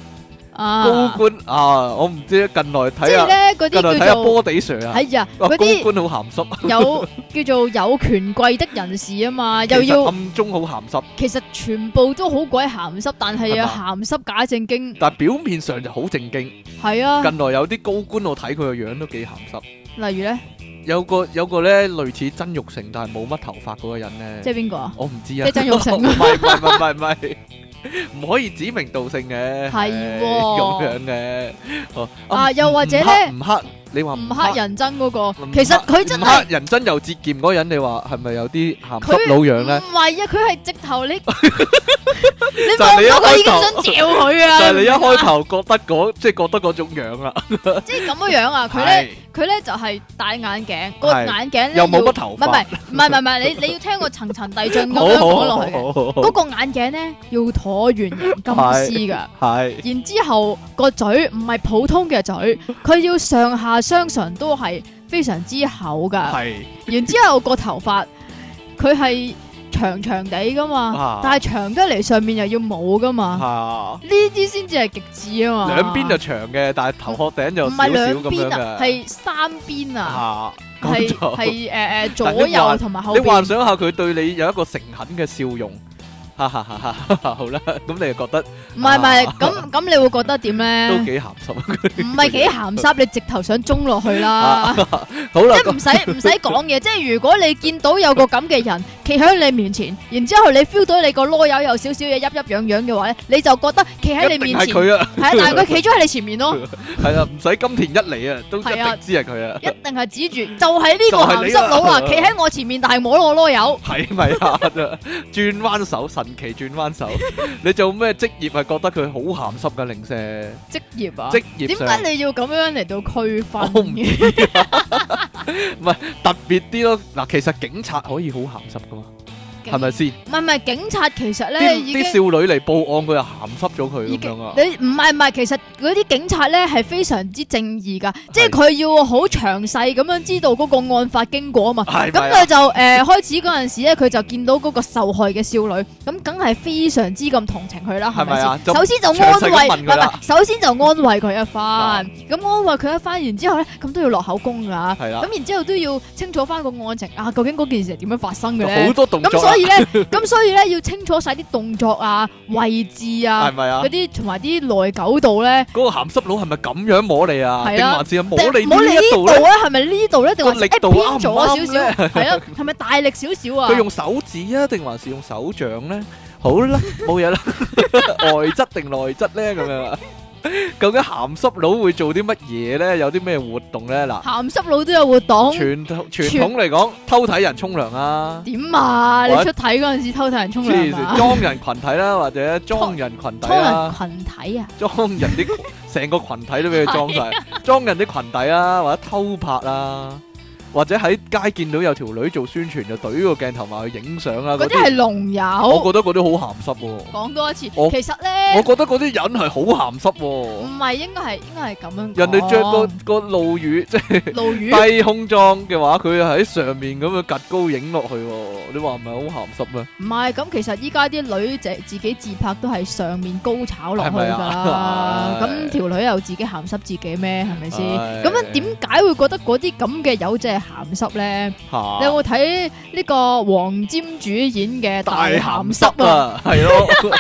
Speaker 2: 啊，
Speaker 1: 高官啊，我唔知近來
Speaker 2: 即
Speaker 1: 睇
Speaker 2: 係
Speaker 1: 啊，
Speaker 2: 咧嗰
Speaker 1: 近來
Speaker 2: 啲
Speaker 1: 睇下
Speaker 2: 叫做
Speaker 1: 波地 Sir 啊
Speaker 2: 哎，呀，
Speaker 1: 哇
Speaker 2: 嗰
Speaker 1: 高
Speaker 2: 啲啊
Speaker 1: 官好鹹濕，
Speaker 2: 有叫做有權貴的人士啊嘛，又
Speaker 1: 其實
Speaker 2: 要
Speaker 1: 暗中好鹹濕。
Speaker 2: 其實全部都好鬼鹹濕，但係又
Speaker 1: 係
Speaker 2: 鹹濕假正經，
Speaker 1: 但表面上就好正經，
Speaker 2: 係啊。
Speaker 1: 近來有啲高官我睇佢個樣都幾鹹濕，
Speaker 2: 例如咧，
Speaker 1: 有個有個咧類似曾玉成但係冇乜頭髮嗰個人咧，
Speaker 2: 即係邊個啊？
Speaker 1: 我唔知啊，
Speaker 2: 即係曾鈺成
Speaker 1: 唔係唔係唔係唔係，唔可以指名道姓嘅，
Speaker 2: 係
Speaker 1: 係
Speaker 2: 喎
Speaker 1: 咁樣嘅，哦
Speaker 2: 啊又或者
Speaker 1: 唔黑
Speaker 2: 呢
Speaker 1: 唔黑，你話
Speaker 2: 唔黑人憎嗰個
Speaker 1: 嗯唔，黑
Speaker 2: 其實佢真
Speaker 1: 唔黑
Speaker 2: 係
Speaker 1: 人真又節儉嗰個人，你話係咪有啲鹹濕
Speaker 2: 佢
Speaker 1: 佬樣咧？
Speaker 2: 唔係啊，佢係直頭 你 你
Speaker 1: 就係
Speaker 2: 望
Speaker 1: 你一
Speaker 2: 到佢已
Speaker 1: 開
Speaker 2: 經
Speaker 1: 頭
Speaker 2: 想嚼佢啊！
Speaker 1: 就係你一
Speaker 2: 明唔明
Speaker 1: 開
Speaker 2: 啊
Speaker 1: 頭覺得嗰即係覺得嗰種樣啦，
Speaker 2: 即係咁樣樣啊！佢咧。佢咧就係戴眼鏡，個
Speaker 1: 係
Speaker 2: 眼鏡咧
Speaker 1: 又冇乜
Speaker 2: 要
Speaker 1: 頭髮
Speaker 2: 唔係唔係唔係唔係唔係，你你要聽個層層遞進
Speaker 1: 係
Speaker 2: 咁
Speaker 1: 好
Speaker 2: 樣講
Speaker 1: 好
Speaker 2: 落去嘅。
Speaker 1: 好好好
Speaker 2: 嗰個眼鏡咧要橢圓形金絲噶，
Speaker 1: 係。
Speaker 2: 然之後個嘴唔係普通嘅嘴，佢要上下雙唇都係非常之厚噶。
Speaker 1: 系
Speaker 2: 然之後個頭髮佢係長長地噶嘛
Speaker 1: 啊，
Speaker 2: 但係長得嚟上面又要冇噶嘛，
Speaker 1: 啊，
Speaker 2: 呢啲先至係極致啊嘛。
Speaker 1: 两边就長嘅，但係頭殼頂就
Speaker 2: 唔
Speaker 1: 少少
Speaker 2: 係兩
Speaker 1: 咁
Speaker 2: 邊
Speaker 1: 樣
Speaker 2: 啊，
Speaker 1: 嘅。
Speaker 2: 係三邊啊。
Speaker 1: 啊，
Speaker 2: 係
Speaker 1: 咁就
Speaker 2: 係诶诶
Speaker 1: 但
Speaker 2: 左
Speaker 1: 你幻
Speaker 2: 右同埋後
Speaker 1: 你幻
Speaker 2: 邊，
Speaker 1: 想下佢對你有一個誠懇嘅笑容，哈哈哈哈！好啦， 咁你就覺得
Speaker 2: 唔係唔係
Speaker 1: 啊
Speaker 2: 咁咁，你會覺得點
Speaker 1: 都
Speaker 2: 咧？
Speaker 1: 幾鹹濕。
Speaker 2: 唔係幾鹹濕，你直頭想中落去 啦，
Speaker 1: 好啦
Speaker 2: 即，係唔使唔使講嘢。即係如果你見到有個咁嘅人企喺你面前，然之后你 feel 到你個啰柚有少少嘢悗悗痒痒嘅話咧，你就覺得企喺
Speaker 1: 一
Speaker 2: 你
Speaker 1: 定
Speaker 2: 面
Speaker 1: 係
Speaker 2: 前
Speaker 1: 佢啊，
Speaker 2: 係啊，但係佢企咗喺你前面咯，
Speaker 1: 係啦，唔使金田一嚟啊，都一
Speaker 2: 係啊
Speaker 1: 定知係佢啊
Speaker 2: 一，定係指住就係呢個
Speaker 1: 就係
Speaker 2: 鹹
Speaker 1: 你啦
Speaker 2: 濕佬啊，企喺我前面，但係摸我啰柚，
Speaker 1: 係咪啊？轉彎手，神奇轉彎手，你做咩職業係覺得佢好鹹濕嘅零舍？
Speaker 2: 職業啊，
Speaker 1: 職業
Speaker 2: 點
Speaker 1: 上。
Speaker 2: 解你要咁樣嚟到區分
Speaker 1: 我唔
Speaker 2: 嘅？
Speaker 1: 特別啲咯。嗱，其實警察可以好鹹濕噶嘛，
Speaker 2: 嘅。
Speaker 1: 係咪先？
Speaker 2: 唔係唔係，警察其實
Speaker 1: 啲
Speaker 2: 咧已
Speaker 1: 啲
Speaker 2: 經。
Speaker 1: 少女嚟報案，佢又鹹濕咗佢
Speaker 2: 已
Speaker 1: 咁
Speaker 2: 經
Speaker 1: 樣啊！
Speaker 2: 你唔係唔係，其實嗰啲警察咧係非常之正義噶，即係佢要好詳細咁樣知道嗰個案發經過啊嘛。
Speaker 1: 係
Speaker 2: 咁
Speaker 1: 咪啊
Speaker 2: 佢就誒、呃、開始嗰陣時咧，佢就見到嗰個受害嘅少女，咁梗係非常之咁同情佢啦，係咪
Speaker 1: 係咪啊
Speaker 2: 先？首先就
Speaker 1: 就詳
Speaker 2: 安
Speaker 1: 細
Speaker 2: 慰，
Speaker 1: 咁問
Speaker 2: 唔
Speaker 1: 佢
Speaker 2: 係唔
Speaker 1: 啦
Speaker 2: 係，首先就安慰佢一
Speaker 1: 啊
Speaker 2: 番，咁安慰佢一番，然之後咧，咁都要落口供噶，
Speaker 1: 係啊啦
Speaker 2: 咁然之後都要清楚翻個案情啊，究竟嗰件事係點樣發生嘅
Speaker 1: 好
Speaker 2: 咧？
Speaker 1: 多動
Speaker 2: 咁
Speaker 1: 作
Speaker 2: 所
Speaker 1: 啊，
Speaker 2: 以咧，咁所以咧要清楚晒啲動作啊、位置啊
Speaker 1: 係。咪啊
Speaker 2: 嗰？啲同埋啲耐久度咧，
Speaker 1: 嗰個鹹濕佬係咪咁樣摸你啊？
Speaker 2: 係
Speaker 1: 定
Speaker 2: 啊
Speaker 1: 還是係摸
Speaker 2: 定
Speaker 1: 你
Speaker 2: 唔好理
Speaker 1: 呢一
Speaker 2: 呢
Speaker 1: 度
Speaker 2: 度
Speaker 1: 咧？
Speaker 2: 咧，係咪呢度咧，定
Speaker 1: 個
Speaker 2: 還是
Speaker 1: 力
Speaker 2: 誒
Speaker 1: 度啊
Speaker 2: 偏
Speaker 1: 啱唔
Speaker 2: 咗少
Speaker 1: 啱
Speaker 2: 少？
Speaker 1: 咧
Speaker 2: 係啊，係咪大力少少啊
Speaker 1: 佢？用手指啊，定還是用手掌咧？好 啦，冇嘢啦， 外質定內質咧咁樣啊？究竟鹹濕佬會做啲乜嘢咧？有啲咩活動咧？嗱，
Speaker 2: 鹹濕佬都有活動，
Speaker 1: 傳統傳
Speaker 2: 全
Speaker 1: 統嚟講，偷睇人沖涼啊，
Speaker 2: 點啊？你
Speaker 1: 或
Speaker 2: 出體嗰陣時偷睇人沖
Speaker 1: 黐
Speaker 2: 涼啊
Speaker 1: 線，
Speaker 2: 嘛？
Speaker 1: 裝人群體啦，或者裝人 群體
Speaker 2: 偷人
Speaker 1: 啦，
Speaker 2: 群體啊？
Speaker 1: 裝人 啲成個群體都俾佢裝晒，裝人啲群體啦，或者偷拍啦，或者喺街見到有條女做宣傳就懟個鏡頭埋去影相啦，
Speaker 2: 嗰
Speaker 1: 嗰
Speaker 2: 啲係
Speaker 1: 啲
Speaker 2: 龍
Speaker 1: 我
Speaker 2: 友。
Speaker 1: 覺得嗰啲好鹹濕喎。
Speaker 2: 講多一次，
Speaker 1: 我
Speaker 2: 其實
Speaker 1: 我
Speaker 2: 咧
Speaker 1: 覺得嗰啲人係好鹹濕
Speaker 2: 唔
Speaker 1: 喎，
Speaker 2: 係應該係應該係咁樣講。
Speaker 1: 人哋着個個露乳即係
Speaker 2: 露乳，
Speaker 1: 低胸裝嘅話，佢喺上面咁樣趌高影落去喎，你話唔係好鹹濕咩？
Speaker 2: 唔係咁。其實依家啲女仔自己自拍都係上面高炒落去
Speaker 1: 係咪
Speaker 2: 㗎啦
Speaker 1: 啊。
Speaker 2: 咁條女又自己鹹濕自己咩？係咪先？
Speaker 1: 唉
Speaker 2: 咁樣點解會覺得嗰啲咁嘅友仔係鹹濕咧？你
Speaker 1: 嚇
Speaker 2: 有冇睇呢個黃沾主演嘅《
Speaker 1: 大鹹濕
Speaker 2: 鹹濕》啊？
Speaker 1: 啊，係 咯，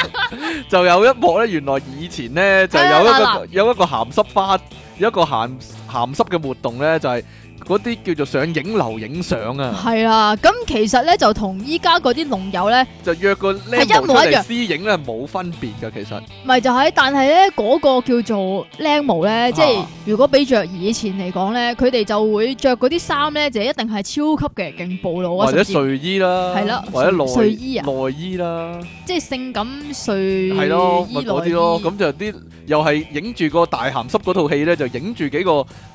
Speaker 1: 就有一幕咧，原來以前咧就有一
Speaker 2: 係
Speaker 1: 個
Speaker 2: 啊
Speaker 1: 有一個鹹濕花，有一個鹹鹹濕嘅活動咧，就係嗰啲叫做上影樓影相啊，
Speaker 2: 係啦，咁其實咧就同依家嗰啲龍友咧，
Speaker 1: 就約個僆
Speaker 2: 係
Speaker 1: 模
Speaker 2: 一
Speaker 1: 出
Speaker 2: 模一
Speaker 1: 嚟
Speaker 2: 樣
Speaker 1: 私影咧，冇分別嘅其實。
Speaker 2: 咪就係，但係咧嗰個叫做靚模咧，即係
Speaker 1: 啊
Speaker 2: 如果比着以前嚟講咧，佢哋就會着嗰啲衫咧，就一定係超級嘅勁暴露啊，
Speaker 1: 或者
Speaker 2: 甚至
Speaker 1: 睡衣啦，
Speaker 2: 係啦
Speaker 1: 或者內
Speaker 2: 睡衣啊
Speaker 1: 內衣啦，
Speaker 2: 即係性感睡
Speaker 1: 係咯，
Speaker 2: 衣
Speaker 1: 咪嗰
Speaker 2: 內
Speaker 1: 啲咯，
Speaker 2: 衣
Speaker 1: 咁就啲又係影住個大鹹濕嗰套戲咧，就影住幾個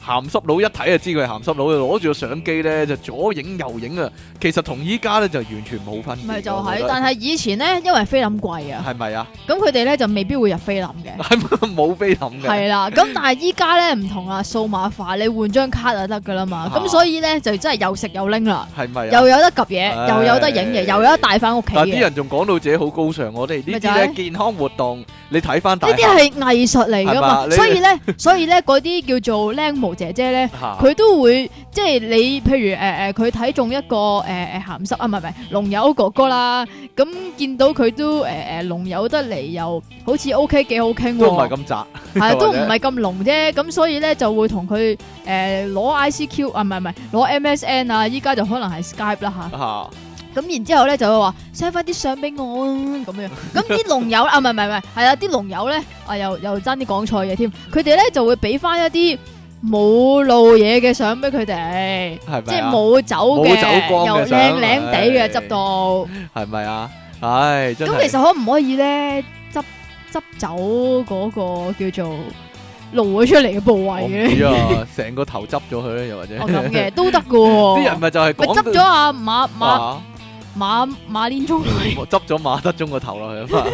Speaker 1: 鹹濕佬，一睇就知佢係鹹濕佬，攞住個相機咧就左影右影啊，其實同依家咧就完全冇分別，
Speaker 2: 咪就
Speaker 1: 我覺
Speaker 2: 係，
Speaker 1: 得
Speaker 2: 但係以前咧，因為菲林貴啊，
Speaker 1: 係咪啊？
Speaker 2: 咁佢哋咧就未必會入菲林嘅。
Speaker 1: 冇菲林嘅，
Speaker 2: 系啦，咁但係依家咧唔同啦，數碼化，你換張卡就得噶啦嘛，咁、
Speaker 1: 啊
Speaker 2: 所以咧就真係又食又拎啦，
Speaker 1: 係咪啊？
Speaker 2: 又有得及嘢，
Speaker 1: 唉
Speaker 2: 又有得影嘢，又有得帶翻屋企
Speaker 1: 但啲
Speaker 2: 嘅，呢
Speaker 1: 人仲講到自己好高尚，我哋呢
Speaker 2: 咪就
Speaker 1: 啲
Speaker 2: 係
Speaker 1: 咧健康活動，你睇翻大
Speaker 2: 啲
Speaker 1: 鹹
Speaker 2: 係藝術嚟噶
Speaker 1: 係嘛
Speaker 2: 嘛，
Speaker 1: 你
Speaker 2: 所以咧，所以咧嗰啲叫做靚模姐姐咧。
Speaker 1: 嚇
Speaker 2: 佢都會即係你，譬如誒誒，呃佢、睇中一個誒誒鹹濕啊，唔係唔係龍友哥哥啦，咁見到佢都誒誒龍友得嚟，又好似 O K 幾好傾喎，
Speaker 1: 都唔係咁窄，
Speaker 2: 系都
Speaker 1: 或
Speaker 2: 唔
Speaker 1: 者
Speaker 2: 係咁濃啫，咁所以咧就會同佢诶攞 ICQ 啊，唔係唔係攞 MSN 啊，依家就可能係 Skype 啦
Speaker 1: 嚇
Speaker 2: 吓，咁然之后咧就會話 send 翻啲相俾我啊咁 樣，咁啲龍友啊，唔係唔係唔係，係啊啲龍友咧啊又又爭啲講錯嘢添，佢哋咧就會俾翻一啲冇露嘢嘅相俾佢哋，
Speaker 1: 係
Speaker 2: 即
Speaker 1: 咪
Speaker 2: 係
Speaker 1: 啊？
Speaker 2: 冇走
Speaker 1: 冇走
Speaker 2: 嘅，
Speaker 1: 光嘅
Speaker 2: 又
Speaker 1: 相
Speaker 2: 靚靚地
Speaker 1: 唉
Speaker 2: 嘅執到，
Speaker 1: 係咪啊？唉，真係
Speaker 2: 咁其實可唔可以咧執執走嗰個叫做露咗出嚟嘅部
Speaker 1: 我
Speaker 2: 位
Speaker 1: 唔
Speaker 2: 咧？
Speaker 1: 知啊，成個頭執咗佢咧，又或者
Speaker 2: 哦咁嘅都得嘅喎，
Speaker 1: 啲人咪就係
Speaker 2: 咪
Speaker 1: 講
Speaker 2: 執咗阿馬馬
Speaker 1: 馬
Speaker 2: 馬馬連中嚟，
Speaker 1: 啊執咗馬德鐘個頭落 去啊嘛，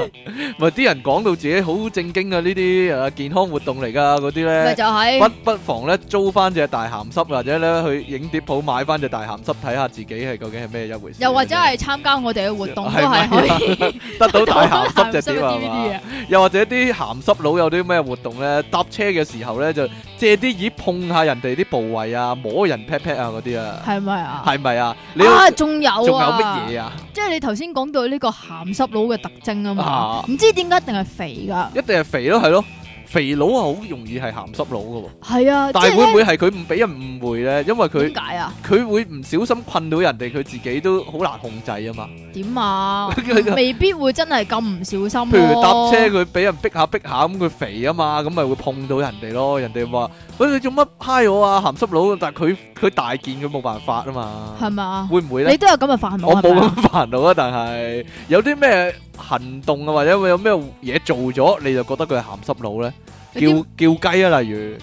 Speaker 1: 咪啲人講到自己好正經啊呢啲誒健康活動嚟㗎嗰啲
Speaker 2: 咪
Speaker 1: 咧。
Speaker 2: 就係
Speaker 1: 不不妨咧租翻只大鹹濕，或者咧去影碟鋪買翻只大鹹濕，睇下自己係究竟係咩一回事。
Speaker 2: 又或者係參加我哋嘅活動都
Speaker 1: 係咪啊
Speaker 2: 係可 以
Speaker 1: 得到大鹹濕
Speaker 2: 鹹
Speaker 1: 隻 碟啊
Speaker 2: 嘅
Speaker 1: 嘛
Speaker 2: DVD 啊，
Speaker 1: 又或者啲鹹濕佬有啲咩活動咧？搭車嘅時候咧，就借啲椅碰下人哋啲部位啊，摸人 pat pat 啊嗰啲 啊，
Speaker 2: 係咪啊？
Speaker 1: 係咪啊？你有
Speaker 2: 啊，仲有
Speaker 1: 仲有乜
Speaker 2: 啊，
Speaker 1: 嘢啊？
Speaker 2: 即係你頭先講到呢個鹹濕佬嘅特徵啊
Speaker 1: 啊
Speaker 2: 嘛，唔知點解一定係肥噶，
Speaker 1: 一定係肥咯，係咯，肥佬啊，好容易係鹹濕佬噶喎。
Speaker 2: 係啊，即
Speaker 1: 但係
Speaker 2: 係
Speaker 1: 會唔
Speaker 2: 咧
Speaker 1: 會係佢唔俾人誤會咧？因為佢
Speaker 2: 點解啊？
Speaker 1: 佢會唔小心困到人哋，佢自己都好難控制啊嘛。
Speaker 2: 點啊
Speaker 1: 佢就？
Speaker 2: 未必會真係咁唔小心
Speaker 1: 譬如搭
Speaker 2: 咯
Speaker 1: 車，佢俾人逼下逼下咁，佢肥啊嘛，咁咪會碰到人哋咯。人哋話：喂，你做乜嗨我啊，鹹濕佬！但係佢佢大件，佢冇辦法啊嘛。
Speaker 2: 係咪啊？
Speaker 1: 會唔會
Speaker 2: 你
Speaker 1: 咧？
Speaker 2: 都有咁嘅煩惱
Speaker 1: 我冇
Speaker 2: 係咪啊
Speaker 1: 咁煩惱啊，但係有啲咩行動啊，或者有咩嘢做咗，你就覺得佢係鹹濕佬咧？
Speaker 2: 你點
Speaker 1: 叫叫雞啊，例如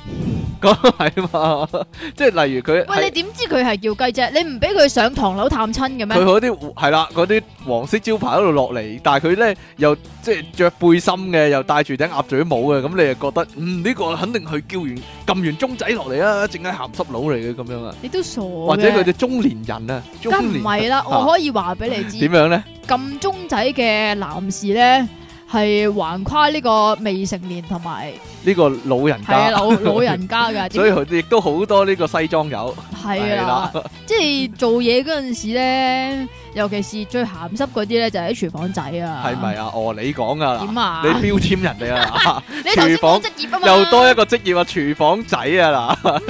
Speaker 1: 咁系嘛，即系例如佢
Speaker 2: 喂，你
Speaker 1: 喺
Speaker 2: 點知佢係叫雞啫？你唔俾佢上唐樓探親嘅
Speaker 1: 佢
Speaker 2: 咩？
Speaker 1: 嗰啲系啦，嗰啲黃色招牌嗰度落嚟，但係佢咧又即係着背心嘅，又戴住頂鴨嘴帽嘅，咁你就覺得嗯呢、個肯定係叫完撳完鐘仔落嚟啊，淨係鹹濕佬嚟嘅咁樣啊，
Speaker 2: 你都傻嘅
Speaker 1: 或者佢哋中年人啊，中
Speaker 2: 梗唔
Speaker 1: 年
Speaker 2: 係啦，
Speaker 1: 啊
Speaker 2: 我可以話俾你知
Speaker 1: 點，樣咧？
Speaker 2: 撳鐘仔嘅男士咧係橫跨呢個未成年同埋
Speaker 1: 呢個老人
Speaker 2: 係啊
Speaker 1: 家，
Speaker 2: 老老人家 㗎，
Speaker 1: 所以佢哋亦都好多呢個西裝友，
Speaker 2: 係啦，即係做嘢嗰陣時咧，尤其是最鹹濕嗰啲咧，就係啲廚房仔啊，
Speaker 1: 係咪？啊？哦，你講噶啦
Speaker 2: 點，啊？
Speaker 1: 你標籤人哋啊，
Speaker 2: 你頭
Speaker 1: 廚
Speaker 2: 先
Speaker 1: 房
Speaker 2: 講職業啊 嘛，
Speaker 1: 又多一個職業啊，廚房仔啊嗱，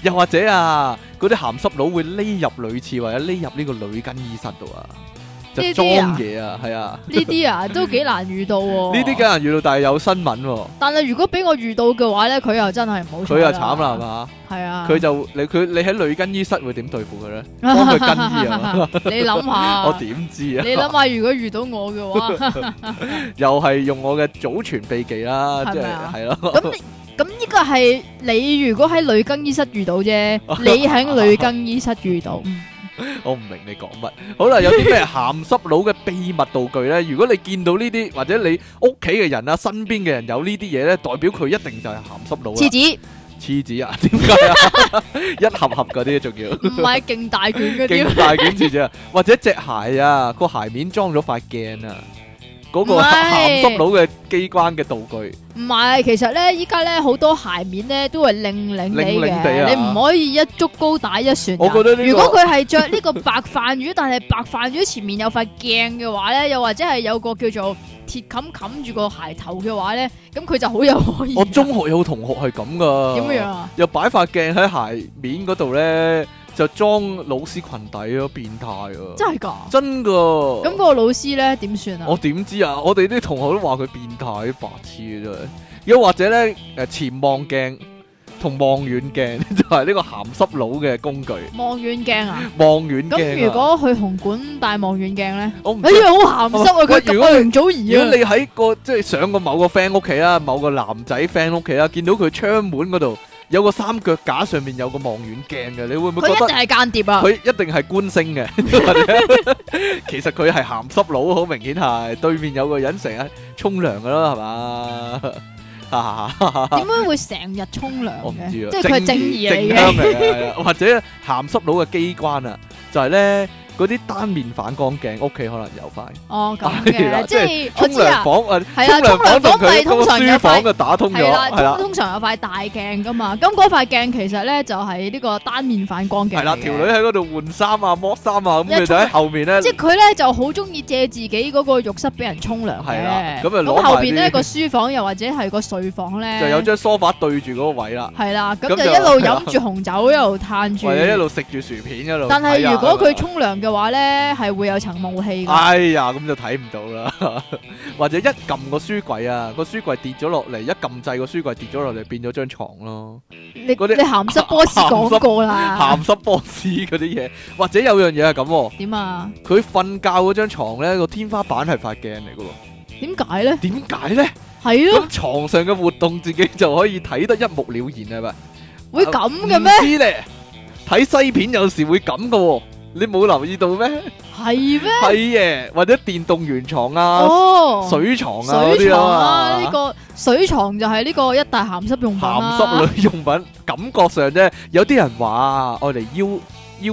Speaker 1: 又或者啊，嗰啲鹹濕佬會匿入女廁或者匿入呢個女更衣室度啊，就
Speaker 2: 呢
Speaker 1: 裝
Speaker 2: 啲啊
Speaker 1: 嘢啊，係啊，
Speaker 2: 呢啲啊，都幾難遇到
Speaker 1: 呢
Speaker 2: 喎。
Speaker 1: 啲梗係遇到，但係有新聞 喎，
Speaker 2: 但係如果俾我遇到嘅話咧，佢又真係唔好彩。
Speaker 1: 佢又慘啦係？嘛，
Speaker 2: 係 啊，
Speaker 1: 佢就你佢你喺女更衣室會點對付佢 咧？幫佢更衣啊？
Speaker 2: 你諗 下，
Speaker 1: 我點知啊？
Speaker 2: 你諗下，如果遇到我嘅話，
Speaker 1: 又係用我嘅祖傳秘技啦，
Speaker 2: 係
Speaker 1: 即係
Speaker 2: 咪啊
Speaker 1: 係咯。
Speaker 2: 咁你咁呢個係你如果喺女更衣室遇到 啫，你喺女更衣室遇到，
Speaker 1: 嗯 我唔明你講乜。好啦，有啲咩鹹濕佬嘅秘密道具呢？如果你見到呢啲，或者你屋企嘅人啊、身邊嘅人有呢啲嘢呢，代表佢一定就係鹹濕佬
Speaker 2: 廁
Speaker 1: 啦。
Speaker 2: 紙
Speaker 1: 廁紙啊？ 點解啊？一盒盒嗰啲仲 要。
Speaker 2: 唔係勁大卷嗰啲
Speaker 1: 勁。大卷廁紙啊，或者隻鞋啊，個鞋面裝咗塊鏡啊，嗰、個
Speaker 2: 唔
Speaker 1: 鹹
Speaker 2: 係
Speaker 1: 濕佬嘅機關嘅道具，
Speaker 2: 唔係，其實咧，依家咧好多鞋面咧都係靚靚地
Speaker 1: 擰擰地
Speaker 2: 嘅，
Speaker 1: 啊
Speaker 2: 你唔可以一足高打一船人。啊
Speaker 1: 我覺得呢個
Speaker 2: 如果佢係着呢個白飯魚，但係白飯魚前面有塊鏡嘅話咧，又或者係有個叫做鐵冚冚住個鞋頭嘅話咧，咁佢就好有可疑。
Speaker 1: 我中學有同學係咁噶。
Speaker 2: 點樣啊？
Speaker 1: 又擺塊鏡喺鞋面嗰度咧，就裝老師裙底咯，變態啊！
Speaker 2: 真係㗎？
Speaker 1: 真噶，
Speaker 2: 咁
Speaker 1: 咁
Speaker 2: 個老師咧點算啊？
Speaker 1: 我點知啊？我哋啲同學都話佢變態，白痴嘅真係。又或者咧，誒潛望鏡同望遠鏡 就係呢個鹹濕佬嘅工具。
Speaker 2: 望遠鏡啊？
Speaker 1: 望遠鏡、啊、
Speaker 2: 咁如果去紅館戴望遠鏡咧，
Speaker 1: 我唔
Speaker 2: 哎
Speaker 1: 知
Speaker 2: 呀好鹹濕啊！
Speaker 1: 嗯喂
Speaker 2: 佢
Speaker 1: 如
Speaker 2: 如
Speaker 1: 果
Speaker 2: 果
Speaker 1: 你
Speaker 2: 容祖兒
Speaker 1: 如果
Speaker 2: 啊，
Speaker 1: 你喺個即係上過某個 friend 屋企啦，某個男仔 friend 屋企啦，見到佢窗門嗰度有個三腳架上面有個望遠鏡嘅，你會唔會
Speaker 2: 佢
Speaker 1: 覺得
Speaker 2: 一定？係間諜 啊！
Speaker 1: 佢一定係官星 嘅，或者其實佢係鹹濕佬，好明顯係對面有個人成日沖涼噶啦，係嘛？ 哈哈哈哈
Speaker 2: 點解會成日沖涼
Speaker 1: 我唔
Speaker 2: 嘅？
Speaker 1: 知啊，
Speaker 2: 即係佢係正義
Speaker 1: 正
Speaker 2: 嚟嘅。
Speaker 1: 香嚟嘅係啊，或者鹹濕佬嘅機關啊，就係咧嗰啲單面反光鏡，屋企可能有塊。
Speaker 2: 哦，咁
Speaker 1: 係啦
Speaker 2: 嘅，
Speaker 1: 啊即
Speaker 2: 即
Speaker 1: 係
Speaker 2: 係我
Speaker 1: 沖
Speaker 2: 知
Speaker 1: 涼
Speaker 2: 啊，
Speaker 1: 房啊，
Speaker 2: 係啦
Speaker 1: 沖涼房
Speaker 2: 沖
Speaker 1: 同
Speaker 2: 涼
Speaker 1: 佢
Speaker 2: 房咪通
Speaker 1: 嗰
Speaker 2: 常
Speaker 1: 個書
Speaker 2: 有塊
Speaker 1: 房嘅打通咗，
Speaker 2: 係啦，
Speaker 1: 係啦
Speaker 2: 通。通常有塊大鏡噶嘛，咁嗰塊鏡其實咧就係呢個單面反光
Speaker 1: 系
Speaker 2: 鏡。
Speaker 1: 啦，條女，喺嗰度換衫啊、剝衫啊，咁
Speaker 2: 一
Speaker 1: 佢就
Speaker 2: 沖
Speaker 1: 喺後面咧
Speaker 2: 即，係佢咧就好中意借自己嗰個浴室俾人沖涼嘅。
Speaker 1: 係啦咁就攞埋啲
Speaker 2: 咁後邊咧個書房又或者係個睡房咧，
Speaker 1: 就有張梳化對住嗰個位啦，
Speaker 2: 係啦，咁
Speaker 1: 咁
Speaker 2: 就
Speaker 1: 就
Speaker 2: 一路飲住紅酒，一路嘆住。
Speaker 1: 或者一路食住薯片一路睇啊。
Speaker 2: 但係如果佢
Speaker 1: 咁樣
Speaker 2: 沖涼嘅話咧，係會有層霧氣㗎。
Speaker 1: 哎呀，咁就睇唔到啦， 或者一撳個書櫃啊，個書櫃跌咗落嚟，一撳掣個書櫃跌咗落嚟，變咗張床咯，
Speaker 2: 你你
Speaker 1: 嗰啲
Speaker 2: 鹹 濕波士講過啦
Speaker 1: 鹹，濕波斯嗰啲嘢，或者有樣嘢係咁喎，
Speaker 2: 點啊？
Speaker 1: 佢瞓覺嗰張床咧個天花板係塊鏡嚟嘅喎，
Speaker 2: 點解咧？
Speaker 1: 點解咧？
Speaker 2: 係咯，
Speaker 1: 咁床上嘅活動自己就可以睇得一目了然係咪？
Speaker 2: 會咁嘅咩？
Speaker 1: 唔知咧，睇西片有時會咁嘅喎，你冇留意到咩？
Speaker 2: 係咩？
Speaker 1: 係嘅，或者電動圓床啊、
Speaker 2: 哎哦，
Speaker 1: 水床啊嗰
Speaker 2: 水
Speaker 1: 啲
Speaker 2: 床啊，呢
Speaker 1: 啊嘛。
Speaker 2: 個水床就係呢個一大鹹濕用品
Speaker 1: 鹹
Speaker 2: 啦。
Speaker 1: 濕女用品，感覺上啫，有啲人話愛嚟腰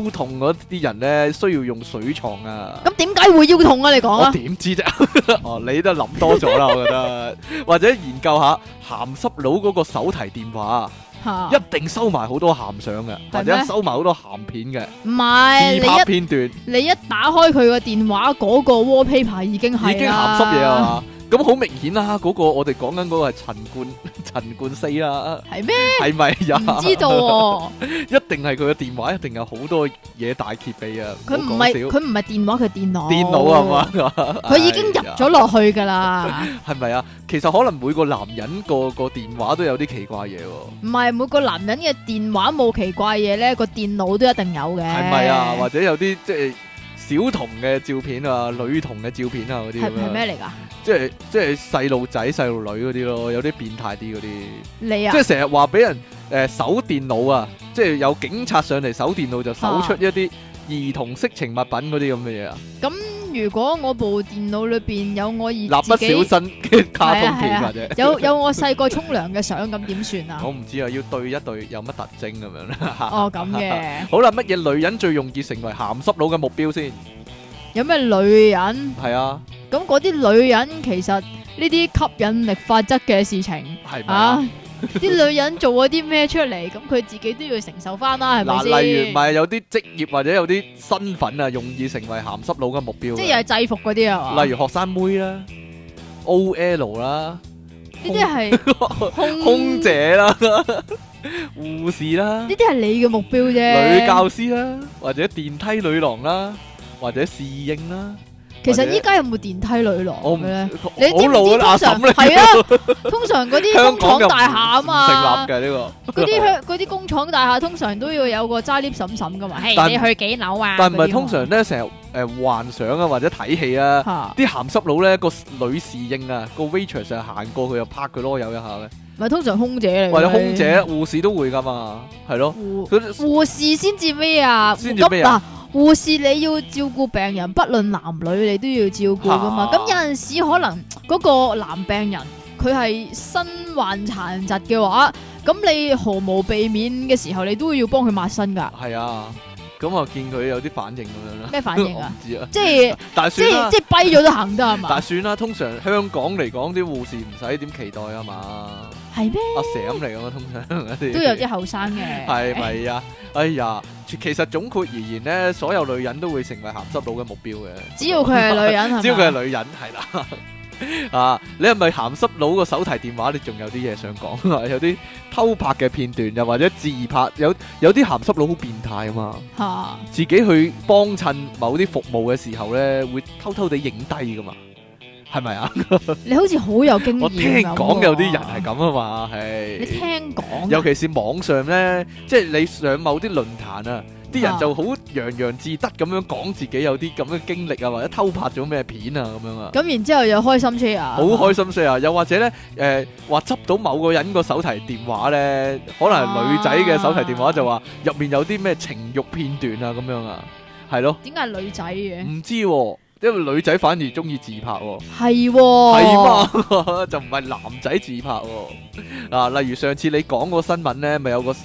Speaker 1: 腰痛嗰啲人咧，需要用水床啊。
Speaker 2: 咁點解會腰痛啊？你講
Speaker 1: 我
Speaker 2: 啊，
Speaker 1: 點知啫？ 哦，你都諗多咗啦，我覺 得。或者研究下鹹濕佬嗰個手提電話，
Speaker 2: 嚇
Speaker 1: 一定收埋好多鹹相嘅，或者
Speaker 2: 啊咩
Speaker 1: 收埋好多鹹片嘅
Speaker 2: 唔係
Speaker 1: 自拍
Speaker 2: 你
Speaker 1: 片段。
Speaker 2: 一你一打開佢個電話嗰個 wallpaper 已經係
Speaker 1: 已經鹹
Speaker 2: 啦
Speaker 1: 濕嘢啊嘛，咁好明顯啦，嗰、個我哋講緊嗰個係陳冠 陳冠希啦，
Speaker 2: 係咩？
Speaker 1: 係咪呀？
Speaker 2: 嗯唔知 道喎，
Speaker 1: 一定係佢嘅電話，一定有好多嘢大揭秘啊！
Speaker 2: 佢唔
Speaker 1: 好
Speaker 2: 係
Speaker 1: 講笑
Speaker 2: 佢唔係電話，佢係電腦。
Speaker 1: 電腦啊嘛，
Speaker 2: 佢已經入咗落去㗎啦。
Speaker 1: 係咪啊？其實可能每個男人個個電話都有啲奇怪嘢喎，
Speaker 2: 唔係每個男人嘅電話冇奇怪嘢咧，個電腦都一定有嘅。
Speaker 1: 係咪啊？或者有啲即係小童嘅照片啊、女童嘅照片啊嗰啲
Speaker 2: 係
Speaker 1: 咁
Speaker 2: 係
Speaker 1: 樣，
Speaker 2: 咩嚟㗎？
Speaker 1: 即係即係細路仔細路女嗰啲咯，有啲變態啲嗰啲，
Speaker 2: 你啊
Speaker 1: 即，係成日話俾人誒、呃搜電腦啊，即係有警察上嚟搜電腦就搜
Speaker 2: 啊
Speaker 1: 出一啲兒童色情物品嗰啲咁嘅嘢啊，
Speaker 2: 如果我部電腦裏邊有
Speaker 1: 蠟
Speaker 2: 我以自己
Speaker 1: 筆小新嘅卡通
Speaker 2: 係
Speaker 1: 片
Speaker 2: 啊係
Speaker 1: 或
Speaker 2: 啊
Speaker 1: 者。
Speaker 2: 有有我細個沖涼嘅相，咁點算 啊
Speaker 1: 我？唔知啊，要對一對有乜特徵咁樣啦。
Speaker 2: 哦，咁 嘅，
Speaker 1: 好啦，乜嘢女人最容易成為鹹濕佬嘅目標先？
Speaker 2: 有咩女人？
Speaker 1: 係啊，
Speaker 2: 咁嗰啲女人其實呢啲吸引力法則嘅事情
Speaker 1: 係咪
Speaker 2: 啊
Speaker 1: 啊？，
Speaker 2: 啲女人做咗啲咩出嚟，咁佢自己都要承受翻啦，係咪
Speaker 1: 嗱，例如
Speaker 2: 先？
Speaker 1: 咪有啲職業或者有啲身份啊，容易成為鹹濕佬嘅目標嘅。
Speaker 2: 即係又係制服嗰啲啊嘛？
Speaker 1: 例如學生妹啦、OL 啦、
Speaker 2: 呢啲係 空
Speaker 1: 空，姐啦、護士啦、
Speaker 2: 呢啲係你嘅目標啫。
Speaker 1: 女教師啦，或者電梯女郎啦，或者侍應啦。
Speaker 2: 其實
Speaker 1: 或者
Speaker 2: 依家有冇電梯女郎
Speaker 1: 我唔
Speaker 2: 嘅咧？你
Speaker 1: 好
Speaker 2: 知唔
Speaker 1: 老
Speaker 2: 知
Speaker 1: 啦，阿
Speaker 2: 通常
Speaker 1: 嬸咧。
Speaker 2: 係啊？通常嗰啲
Speaker 1: 香
Speaker 2: 工
Speaker 1: 港
Speaker 2: 廠
Speaker 1: 就
Speaker 2: 大廈啊嘛
Speaker 1: 唔，成立嘅呢個。
Speaker 2: 嗰啲香嗰啲工廠大廈通常都要有個揸 lift 嬸嬸噶嘛。嘿
Speaker 1: 但
Speaker 2: 你去幾樓啊？
Speaker 1: 但唔
Speaker 2: 嗰
Speaker 1: 係
Speaker 2: 啲
Speaker 1: 通常
Speaker 2: 嘛
Speaker 1: 咧，成日誒幻想啊，或者睇戲啊，
Speaker 2: 嚇，
Speaker 1: 啲鹹濕佬咧個女侍應啊，個 waitress 啊行過佢就拍佢囉柚一下嘅，
Speaker 2: 唔係通常空姐嚟嘅，
Speaker 1: 或者空姐、護士都會噶嘛，係咯。
Speaker 2: 護
Speaker 1: 佢
Speaker 2: 護士先至咩啊？
Speaker 1: 先至咩啊
Speaker 2: 咁嗱，護士你要照顧病人，不論男女，你都要照顧噶嘛。
Speaker 1: 嚇
Speaker 2: 咁有陣時可能嗰個男病人佢係身患殘疾嘅話，咁你毫無避免嘅時候，你都要幫佢抹身㗎。
Speaker 1: 係啊，咁啊見佢有啲反應咁樣啦。
Speaker 2: 咩反 應
Speaker 1: 我
Speaker 2: 啊
Speaker 1: 唔？知啊，
Speaker 2: 即係
Speaker 1: 但係
Speaker 2: 即
Speaker 1: 算啦
Speaker 2: 係即，係跛咗都行得係
Speaker 1: 但係
Speaker 2: 嘛？
Speaker 1: 算啦。通常香港嚟講，啲護士唔使點期待啊嘛，
Speaker 2: 係 咩？
Speaker 1: 阿 Sam 嚟噶嘛，通常嗰啲
Speaker 2: 都有啲後生嘅。
Speaker 1: 係咪啊？哎呀，其其實總括而言咧，所有女人都會成為鹹濕佬嘅目標嘅。
Speaker 2: 只要佢係 女人係嘛？
Speaker 1: 只要佢係女人，係啦。 啊，你係咪鹹濕佬個手提電話？你仲有啲嘢想講啊？ 有啲偷拍嘅片段，又或者自拍，有有啲鹹濕佬好變態啊嘛！
Speaker 2: 嚇
Speaker 1: 自己去幫襯某啲服務嘅時候咧，會偷偷地影低噶嘛？係咪啊？
Speaker 2: 你好似好有嗯經驗咁喎。
Speaker 1: 我聽講有啲人係咁啊嘛，係。
Speaker 2: 你聽講啊
Speaker 1: 尤其是網上咧，即係你上某啲論壇啊，啲人
Speaker 2: 啊
Speaker 1: 就好洋洋自得咁樣講自己有啲咁嘅經歷啊，或者偷拍咗咩片啊咁樣啊，
Speaker 2: 咁然之後又開心 share，
Speaker 1: 好開心 share 啊！又或者咧，誒話執到某個人個手提電話咧，可能係女仔嘅手提電話
Speaker 2: 啊
Speaker 1: 就話入面有啲咩情慾片段啊咁樣啊，係咯，
Speaker 2: 點解係女仔嘅？
Speaker 1: 唔知喎、因為女仔反而中意自拍喎、
Speaker 2: 係喎，
Speaker 1: 係嘛，就唔係男仔自拍喎。啊，例如上次你講個新聞咧，咪有個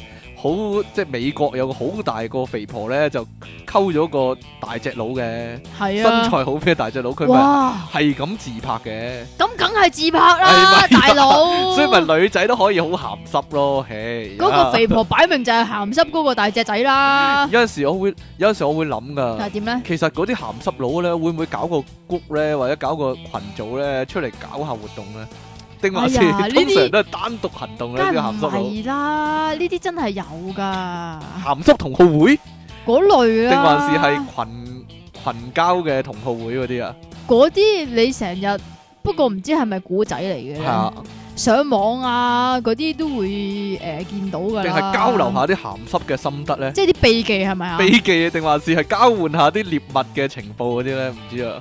Speaker 1: 好即係美國有個好大個肥婆咧，就溝咗個大隻佬嘅，
Speaker 2: 係
Speaker 1: 身
Speaker 2: 啊，
Speaker 1: 材好嘅大隻佬，佢咪
Speaker 2: 哇，
Speaker 1: 係咁自拍嘅，
Speaker 2: 咁梗係自拍啦，
Speaker 1: 係咪啊
Speaker 2: 大佬。
Speaker 1: 所以咪女仔都可以好鹹濕咯，嘿。
Speaker 2: 嗰個肥婆擺明就係鹹濕嗰個大隻仔 啦。
Speaker 1: 有陣時我會有陣時我會諗
Speaker 2: 但
Speaker 1: 㗎。
Speaker 2: 係點咧？
Speaker 1: 其實嗰啲鹹濕佬咧，會唔會搞個 group 咧，或者搞個群組咧，出嚟搞下活動咧？定還是、
Speaker 2: 哎呀呢
Speaker 1: 通
Speaker 2: 啲
Speaker 1: 常都係單獨行動咧？
Speaker 2: 梗
Speaker 1: 啲
Speaker 2: 係
Speaker 1: 鹹
Speaker 2: 唔
Speaker 1: 濕佬。
Speaker 2: 係啦，呢啲真係有㗎，
Speaker 1: 鹹濕同好會，
Speaker 2: 嗰類
Speaker 1: 定
Speaker 2: 啦。
Speaker 1: 還是係群群交嘅同好會嗰啲啊？
Speaker 2: 嗰啲你成日？不過唔知係咪古仔嚟嘅
Speaker 1: 係
Speaker 2: 咧？
Speaker 1: 啊，
Speaker 2: 上網啊嗰啲都會誒、呃、見到㗎啦。
Speaker 1: 定係交流下，啲鹹濕嘅心得咧？
Speaker 2: 即係啲秘技係咪啊？
Speaker 1: 秘技定還是係交換下啲獵物嘅情報嗰啲咧？唔知啊，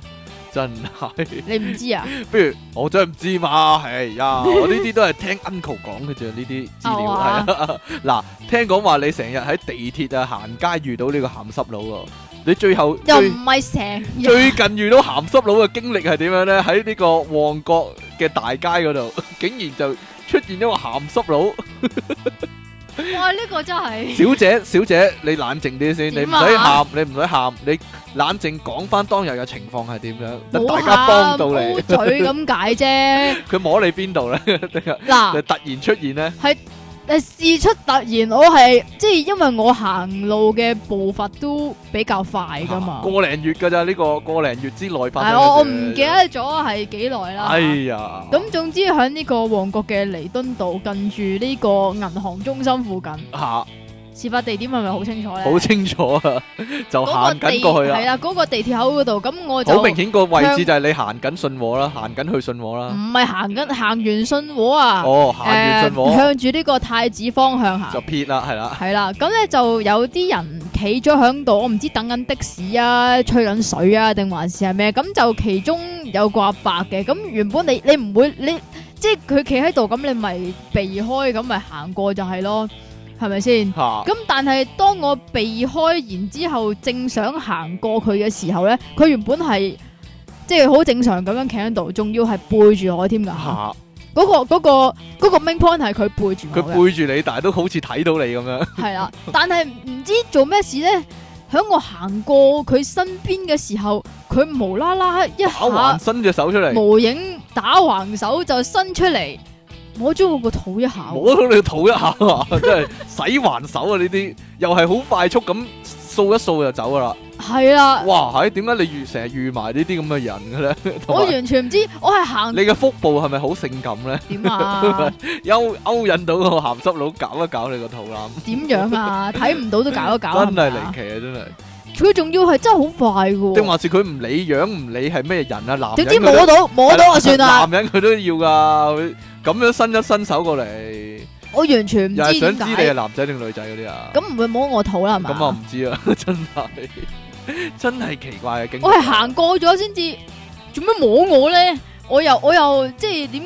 Speaker 1: 真係。
Speaker 2: 你唔知啊？
Speaker 1: 不如我真係唔知嘛，係呀，我呢啲都係聽 uncle 講嘅啫，呢啲資料
Speaker 2: 啊
Speaker 1: 係啊。 嗱，聽講話你成日喺地鐵啊、行街遇到呢個鹹濕佬喎，你最後
Speaker 2: 又
Speaker 1: 最
Speaker 2: 唔係成 日
Speaker 1: 最近遇到鹹濕佬嘅經歷係點樣呢？喺呢個旺角嘅大街嗰度， 竟然就出現一個鹹 濕佬
Speaker 2: 哇！呢、個真係
Speaker 1: 小姐，小姐，你冷靜啲先，你唔
Speaker 2: 點啊
Speaker 1: 使喊，你唔使喊，你冷靜講翻當日嘅情況係點樣，等大
Speaker 2: 冇
Speaker 1: 家幫到你
Speaker 2: 喊。冇嘴咁解
Speaker 1: 佢摸你邊度呢？ 定係
Speaker 2: 啫。嗱
Speaker 1: 就，突然出現呢？
Speaker 2: 但事出突然，我係即係因為我行路嘅步伐都比較快噶嘛。
Speaker 1: 個零月㗎咋？呢個個零月之內發
Speaker 2: 係
Speaker 1: 生。
Speaker 2: 我我唔記得。咗係幾耐啦。
Speaker 1: 哎呀，
Speaker 2: 咁總之喺呢個旺角嘅彌敦道近住呢個銀行中心附近，
Speaker 1: 嚇
Speaker 2: 事發地點係咪好清楚咧？
Speaker 1: 好清楚啊，就
Speaker 2: 嗰
Speaker 1: 行
Speaker 2: 個地
Speaker 1: 緊過去啊哦
Speaker 2: 係
Speaker 1: 啦。
Speaker 2: 啦，嗰個地鐵口嗰度，咁我就
Speaker 1: 好明顯個位置
Speaker 2: 向
Speaker 1: 就係你行緊信和啦，行緊去信和啦。
Speaker 2: 唔係行緊行完信和啊。
Speaker 1: 哦，行完信
Speaker 2: 誒
Speaker 1: 和
Speaker 2: 向住呢個太子方向行
Speaker 1: 就。撇啦， 係啦，
Speaker 2: 係啦，咁咧就有啲人企咗喺度，我唔知等緊的士啊、吹緊水啊，定還是係咩？咁就其中然有個阿伯嘅，咁原本你你唔會你即係佢企喺度，咁你咪避開，咁咪行過就係咯，係咪先？
Speaker 1: 吓、
Speaker 2: 咁但係當我避開，然之後正想行過佢嘅時候咧，佢原本係即係好正常咁樣企喺度，仲要係背住我添㗎。
Speaker 1: 吓。
Speaker 2: 嗰、個嗰、個嗰、個 main point 係佢背住
Speaker 1: 佢
Speaker 2: 我嘅，
Speaker 1: 背住你，但系都好似睇到你咁 樣。
Speaker 2: 係啦。但係唔知做咩事咧，喺我行過佢身邊嘅時候，佢無啦啦一
Speaker 1: 打橫
Speaker 2: 下
Speaker 1: 伸隻手出嚟，
Speaker 2: 無影打橫手就伸出嚟，摸咗我個肚一下喎，
Speaker 1: 摸到你個肚一下 啊！真係洗還手啊！呢啲又係好快速咁掃一掃就走噶啦。
Speaker 2: 係啦，
Speaker 1: 哇！係點解你遇成日遇埋呢啲咁嘅人嘅咧？ 同
Speaker 2: 我
Speaker 1: 埋
Speaker 2: 完全唔知，我係行
Speaker 1: 你嘅腹部係咪好性感咧？
Speaker 2: 點啊？
Speaker 1: 勾勾引到個鹹濕佬搞一搞你個肚腩，
Speaker 2: 點樣啊？睇唔到都搞一搞，
Speaker 1: 真係離
Speaker 2: 係咪
Speaker 1: 奇啊！真係。
Speaker 2: 佢仲要係真係好快嘅
Speaker 1: 定
Speaker 2: 喎，
Speaker 1: 還是佢唔理樣唔理係咩人啊？男
Speaker 2: 點
Speaker 1: 人
Speaker 2: 知
Speaker 1: 佢都
Speaker 2: 摸到摸到就算啦，
Speaker 1: 男人佢都要噶，佢咁樣伸一伸手過嚟，
Speaker 2: 我完全唔
Speaker 1: 又係
Speaker 2: 知
Speaker 1: 想
Speaker 2: 點
Speaker 1: 知你係
Speaker 2: 解，
Speaker 1: 男仔定女仔嗰啲啊？
Speaker 2: 咁唔會摸我肚啦係嘛？
Speaker 1: 咁啊 唔知啊，真係真係奇怪嘅經歷。
Speaker 2: 我係行過咗先至，做咩摸我咧？我又我又即係點？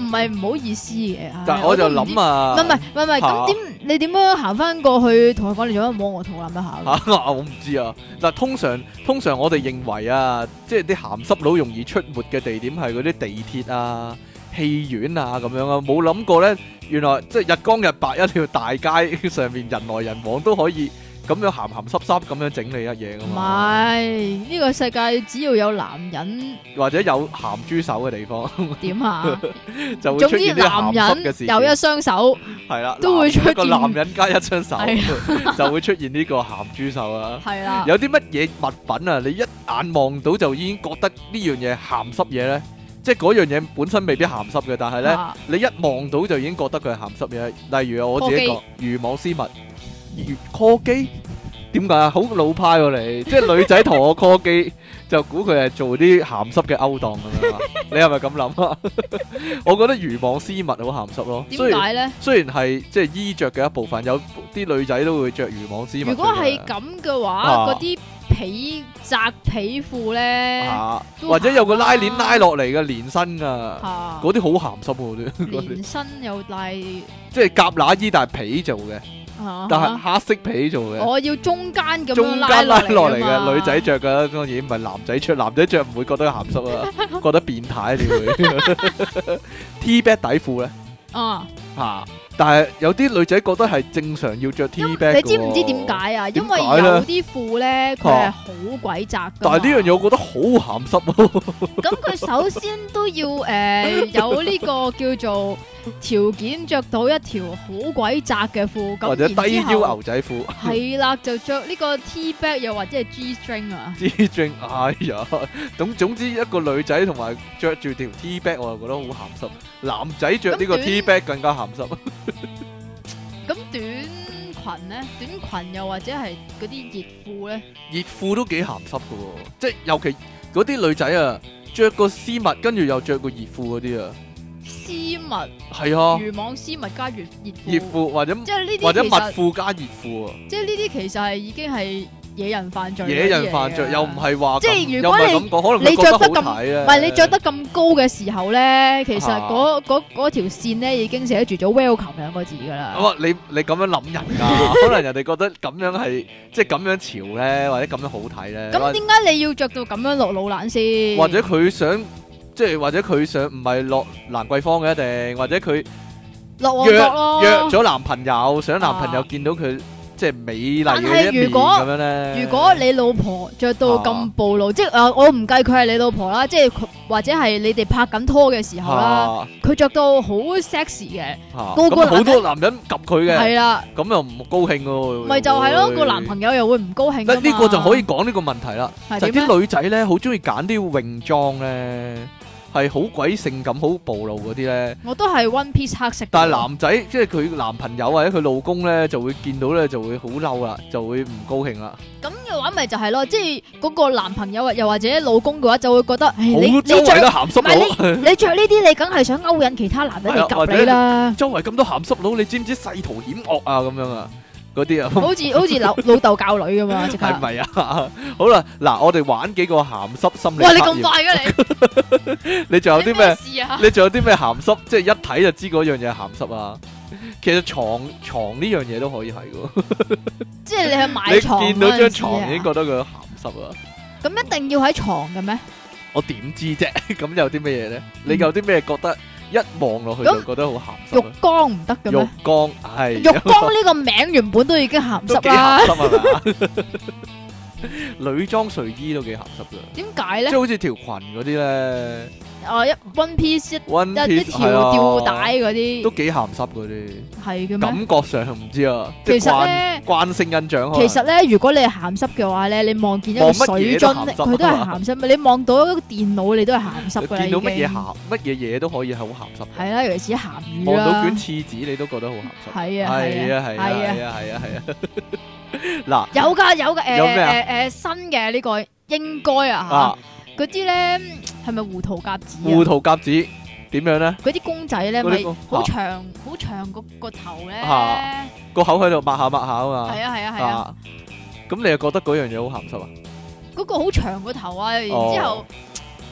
Speaker 2: 唔係唔好意思嘅，唉
Speaker 1: 但我就諗啊，
Speaker 2: 唔係唔係唔係唔係，咁點你點樣行翻過去同佢講你做乜摸我肚腩一下？
Speaker 1: 嚇我唔知啊。嗱，通常通常我哋認為啊，即係啲鹹濕佬容易出沒嘅地點係嗰啲地鐵啊、戲院啊咁樣啊，冇諗過咧，原來即係日光日白一條大街上面人來人往都可以咁樣鹹鹹濕濕咁樣整你一嘢噶
Speaker 2: 唔
Speaker 1: 嘛，
Speaker 2: 係呢個世界只要有 男人
Speaker 1: 或者有鹹豬手嘅地方
Speaker 2: 點啊？
Speaker 1: 就會
Speaker 2: 總
Speaker 1: 出
Speaker 2: 之
Speaker 1: 現啲
Speaker 2: 男
Speaker 1: 鹹濕嘅事
Speaker 2: 人
Speaker 1: 件。
Speaker 2: 有一雙手，
Speaker 1: 係啦，
Speaker 2: 都會
Speaker 1: 男
Speaker 2: 出
Speaker 1: 一個
Speaker 2: 現
Speaker 1: 男人加一雙手
Speaker 2: 係 啊
Speaker 1: 就會出現呢個鹹豬手啊。
Speaker 2: 係啦，
Speaker 1: 有啲乜嘢物品啊？你一眼望到就已經覺得呢樣嘢鹹濕嘢呢？即係嗰樣嘢本身未必鹹濕嘅，但係呢，
Speaker 2: 啊
Speaker 1: 你一望到就已經覺得佢係鹹濕嘢。例如我自己講漁網絲襪、魚 call 機，點解啊？好老派 喎、你，即係女仔同我 call 機，就估佢係做啲鹹濕嘅勾當咁 樣啊？你係咪咁諗啊？ 我覺得漁網絲襪好鹹濕咯，雖
Speaker 2: 點
Speaker 1: 然
Speaker 2: 解咧？
Speaker 1: 雖然係即係衣着嘅一部分，有啲女仔都會着漁網絲襪嘅。
Speaker 2: 如果係咁嘅
Speaker 1: 啊
Speaker 2: 話，嗰啲皮窄皮褲咧，
Speaker 1: 啊，
Speaker 2: 都
Speaker 1: 或者有個
Speaker 2: 行
Speaker 1: 拉
Speaker 2: 啦
Speaker 1: 鏈拉落嚟嘅連身噶，
Speaker 2: 嚇
Speaker 1: 嗰啲好鹹濕喎，嗰啲嗰啲
Speaker 2: 連身又大，
Speaker 1: 即係夾乸衣，但係皮做嘅，
Speaker 2: 但
Speaker 1: 但係黑色皮做嘅，
Speaker 2: 啊我要中間咁
Speaker 1: 中
Speaker 2: 樣
Speaker 1: 間拉落嚟
Speaker 2: 嚟啊㗎嘛
Speaker 1: 嘅女仔着噶，當然唔係男仔着，男仔着唔會覺得鹹 濕啊，覺得變態你會 T back 底褲咧
Speaker 2: 啊，
Speaker 1: 嚇，但係有啲女仔覺得係正常要着 T
Speaker 2: 因
Speaker 1: back，
Speaker 2: 你知唔知點？解啊？
Speaker 1: 點
Speaker 2: 因為
Speaker 1: 解咧
Speaker 2: 有啲褲咧，佢係好鬼窄㗎嘛。
Speaker 1: 但係呢樣嘢我覺得好鹹濕喎，
Speaker 2: 咁佢首先都要誒、呃有呢個叫做呃條件，着到一條好鬼窄嘅褲，咁
Speaker 1: 或者
Speaker 2: 然之
Speaker 1: 低腰
Speaker 2: 後
Speaker 1: 牛仔褲。
Speaker 2: 係啦，就着呢個 T back 又或者係 G string 啊，
Speaker 1: T 恤，哎呀，咁總之一個女仔同埋着住條 T back，我就覺得好鹹濕。男仔着呢個
Speaker 2: 咁短
Speaker 1: T back 更加鹹濕。
Speaker 2: 咁短裙咧，短裙又或者係嗰啲熱褲咧，
Speaker 1: 熱褲都幾鹹濕噶喎，即係尤其嗰啲女仔啊，着個絲襪跟住又着個熱褲嗰啲啊，
Speaker 2: 絲襪、
Speaker 1: 係啊，
Speaker 2: 漁網絲襪加熱熱
Speaker 1: 熱
Speaker 2: 褲，
Speaker 1: 褲或者
Speaker 2: 即係呢
Speaker 1: 或者
Speaker 2: 啲
Speaker 1: 襪
Speaker 2: 其實。
Speaker 1: 褲加熱褲啊，
Speaker 2: 即係呢啲其實係已經係野人犯罪嗰啲嚟嘅，
Speaker 1: 野人犯罪又唔係話咁，
Speaker 2: 啊即係如
Speaker 1: 又唔
Speaker 2: 果
Speaker 1: 係
Speaker 2: 你
Speaker 1: 咁講，可能
Speaker 2: 你
Speaker 1: 佢覺
Speaker 2: 着得
Speaker 1: 得
Speaker 2: 咁
Speaker 1: 好睇啊咧。
Speaker 2: 唔係你着得咁高嘅時候咧，其實嗰嗰嗰條線咧已經寫住咗 welcome 兩個字㗎啦。
Speaker 1: 哇！你你咁樣諗人 㗎，可能人哋覺得咁樣係即係咁樣潮咧，或者咁樣好睇咧。或
Speaker 2: 咁點解你要着到咁樣落老蘭先？
Speaker 1: 或者佢想即係或者佢想唔係落蘭桂坊嘅一定，或者佢
Speaker 2: 落旺
Speaker 1: 約
Speaker 2: 角咯？
Speaker 1: 約咗男朋友，想男朋友
Speaker 2: 啊
Speaker 1: 見到佢即係美麗
Speaker 2: 但
Speaker 1: 嘅
Speaker 2: 係
Speaker 1: 一面
Speaker 2: 如果
Speaker 1: 咁樣咧。
Speaker 2: 如果你老婆着到
Speaker 1: 啊
Speaker 2: 咁暴露，即係啊，我唔計佢係你老婆啦，即係佢或者係你哋拍緊拖嘅時候啦，
Speaker 1: 嚇
Speaker 2: 佢着到好 sexy 嘅，
Speaker 1: 嚇
Speaker 2: 個個
Speaker 1: 咁好
Speaker 2: 男
Speaker 1: 多男人及佢嘅，
Speaker 2: 係啦，
Speaker 1: 咁又唔高興喎。
Speaker 2: 咪就係咯，個男
Speaker 1: 友。
Speaker 2: 朋友又會唔高興㗎嘛。
Speaker 1: 嗱呢個就可以講呢個問題啦，
Speaker 2: 係
Speaker 1: 就係
Speaker 2: 點
Speaker 1: 啲女仔咧好中意揀啲泳裝咧，係好鬼性感、好暴露嗰啲咧。
Speaker 2: 我都係 one piece 黑色嘅。
Speaker 1: 但係男仔即係佢男朋友或者佢老公咧，就會見到咧就會好嬲啦，就會唔高興啦。
Speaker 2: 咁嘅話咪就係咯，即係嗰個男朋友啊，又或者老公嘅話，就會覺得，唉，你
Speaker 1: 好
Speaker 2: 你
Speaker 1: 周圍
Speaker 2: 着
Speaker 1: 都鹹濕
Speaker 2: 唔
Speaker 1: 佬，
Speaker 2: 你着呢啲，你梗係想勾引其他男人
Speaker 1: 係啊
Speaker 2: 嚟及你啦。
Speaker 1: 周圍咁多鹹濕佬，你知唔知世途險惡啊？咁樣啊，嗰啲啊。
Speaker 2: 好似好似老老豆教女咁嘛，即刻。
Speaker 1: 系咪啊？ 好啦，嗱，我哋玩幾個鹹濕心理
Speaker 2: 哇！你
Speaker 1: 測
Speaker 2: 咁
Speaker 1: 驗，
Speaker 2: 快嘅你，
Speaker 1: 你 仲有
Speaker 2: 你
Speaker 1: 啲咩？
Speaker 2: 事啊？
Speaker 1: 你仲有啲咩鹹濕？即係一睇就知嗰樣嘢鹹濕啊！其實床床呢樣嘢都可以係嘅，
Speaker 2: 即係你去買床
Speaker 1: 你見到張
Speaker 2: 張
Speaker 1: 床已經
Speaker 2: 經
Speaker 1: 覺得佢鹹濕啊！
Speaker 2: 咁一定要喺床嘅咩？
Speaker 1: 我點知啫？ 咁有啲咩嘢咧？你有啲咩覺得一望落去就
Speaker 2: 嗯咁
Speaker 1: 覺得好鹹
Speaker 2: 浴
Speaker 1: 濕啊？
Speaker 2: 缸唔得
Speaker 1: 浴
Speaker 2: 嘅咩？
Speaker 1: 缸係
Speaker 2: 浴缸呢個名原本都已經鹹
Speaker 1: 都
Speaker 2: 濕
Speaker 1: 幾
Speaker 2: 啦
Speaker 1: 鹹，濕啊！係咪 女裝睡衣都幾鹹濕噶，
Speaker 2: 點解
Speaker 1: 即
Speaker 2: 咧？
Speaker 1: 係好似條裙嗰啲咧
Speaker 2: 哦，一 one piece 一
Speaker 1: one
Speaker 2: 一一
Speaker 1: piece
Speaker 2: 條
Speaker 1: 係啊
Speaker 2: 吊帶嗰
Speaker 1: 都
Speaker 2: 啲
Speaker 1: 幾鹹濕嗰啲。
Speaker 2: 係嘅咩？
Speaker 1: 感覺上唔知啊，即
Speaker 2: 其
Speaker 1: 係
Speaker 2: 實
Speaker 1: 慣
Speaker 2: 咧，
Speaker 1: 慣性印象可能
Speaker 2: 其實咧，如果你係鹹濕嘅話咧，你望見一個
Speaker 1: 望乜
Speaker 2: 水
Speaker 1: 嘢都
Speaker 2: 樽，
Speaker 1: 鹹濕啊
Speaker 2: 佢都係鹹濕嘅。你望到一個電腦，你都係鹹濕嘅啦。
Speaker 1: 見到乜
Speaker 2: 已經
Speaker 1: 嘢鹹乜嘢嘢都可以係好鹹濕嘅，
Speaker 2: 係啦，尤其是鹹魚
Speaker 1: 望
Speaker 2: 啦。
Speaker 1: 到卷廁紙你都覺得好鹹濕，
Speaker 2: 係啊
Speaker 1: 係
Speaker 2: 係
Speaker 1: 啊
Speaker 2: 啊
Speaker 1: 係啊
Speaker 2: 係啊
Speaker 1: 係啊係啊 係啊，嗱
Speaker 2: 有噶有噶，誒
Speaker 1: 有咩啊
Speaker 2: 誒誒新嘅呢個應該啊
Speaker 1: 啊
Speaker 2: 嚇，嗰啲咧係咪胡桃夾子
Speaker 1: 胡
Speaker 2: 啊？
Speaker 1: 桃夾子點樣咧？
Speaker 2: 嗰啲公仔咧
Speaker 1: 嗰啲
Speaker 2: 咪
Speaker 1: 公
Speaker 2: 好長好長個個頭咧，係
Speaker 1: 啊
Speaker 2: 啊
Speaker 1: 個口喺度抹下抹下啊
Speaker 2: 係啊
Speaker 1: 嘛，
Speaker 2: 係啊，
Speaker 1: 啊咁你又覺得嗰樣嘢好鹹濕啊？
Speaker 2: 嗰個好長個頭啊，然之後
Speaker 1: 哦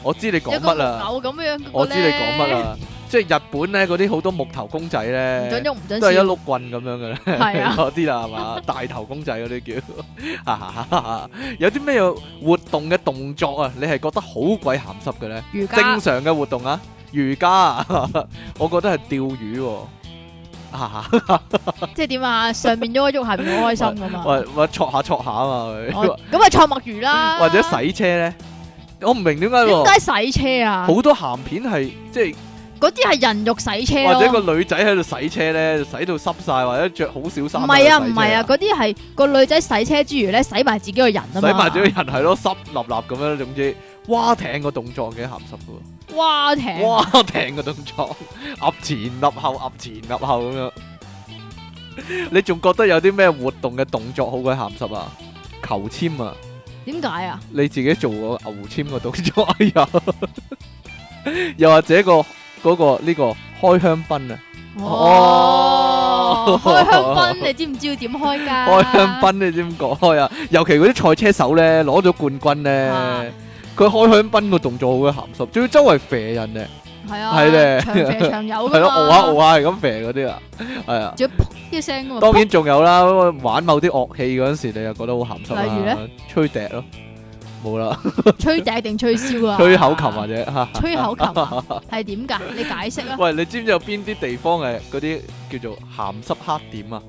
Speaker 1: 我知你講
Speaker 2: 有
Speaker 1: 乜
Speaker 2: 個木
Speaker 1: 啦，
Speaker 2: 偶咁樣嗰個咧，
Speaker 1: 我知你講乜啊啦，即係日本咧嗰啲好多木頭公仔
Speaker 2: 唔準
Speaker 1: 咧，
Speaker 2: 喐唔準
Speaker 1: 都係一
Speaker 2: 笑，
Speaker 1: 碌棍咁樣嘅咧。
Speaker 2: 係 啊，
Speaker 1: 嗰啲啦，係 嘛？大頭公仔嗰啲叫， 有啲咩活動嘅動作啊？你係覺得好鬼鹹濕嘅咧？
Speaker 2: 瑜
Speaker 1: 正
Speaker 2: 伽
Speaker 1: 常嘅活動啊，瑜伽 啊，我覺得係釣魚喎、啊，
Speaker 2: 即係點啊？上面喐一喐，下面好開心咁
Speaker 1: 或
Speaker 2: 嘛。
Speaker 1: 或戳下戳下啊嘛，
Speaker 2: 哦咁啊，錯墨魚啦，
Speaker 1: 或者洗車咧，我唔明點解
Speaker 2: 點
Speaker 1: 喎，
Speaker 2: 解洗車啊？
Speaker 1: 好多鹹片係即係。
Speaker 2: 嗰啲係人肉洗車
Speaker 1: 或者
Speaker 2: 咯。
Speaker 1: 個女仔喺度洗車咧，洗到濕晒，或者着好少衫。
Speaker 2: 唔係啊，唔係啊，，嗰啲係個女仔洗車之餘咧，洗埋自己個人
Speaker 1: 洗
Speaker 2: 啊嘛。
Speaker 1: 埋自己人係咯，濕立立咁樣。總之，蛙艇個動作幾鹹濕嘅
Speaker 2: 蛙
Speaker 1: 喎，
Speaker 2: 艇，
Speaker 1: 蛙艇個動作， 噏前噏後，噏前噏後咁樣。你仲覺得有啲咩活動嘅動作好鬼鹹濕啊？求簽啊！
Speaker 2: 點解啊？
Speaker 1: 你自己做個牛簽個動作，哎呀！又 或者個嗰、個呢、個開香檳啊，哦
Speaker 2: 哦，開 香檳，你知唔知要點開㗎？
Speaker 1: 開香檳你知唔知點講啊？尤其嗰啲賽車手咧，攞咗冠軍咧
Speaker 2: 啊，
Speaker 1: 佢、開香檳個動作好鬼鹹濕，仲要周圍射人咧。
Speaker 2: 係啊，
Speaker 1: 係咧
Speaker 2: 長肥長有㗎嘛
Speaker 1: 係咯，傲下傲下係咁肥嗰啲啊，係啊。
Speaker 2: 仲要噗一聲㗎嘛。
Speaker 1: 當然仲有啦，玩某啲樂器嗰陣時，你又覺得好鹹濕啦。
Speaker 2: 例如呢
Speaker 1: 吹笛咯，冇啦，
Speaker 2: 噗吹笛定吹簫啊？
Speaker 1: 吹口琴或， 者嚇。
Speaker 2: 吹口琴 啊係點㗎？你解釋啊？
Speaker 1: 喂，你知唔知有邊啲地方係嗰啲叫做鹹濕黑點啊？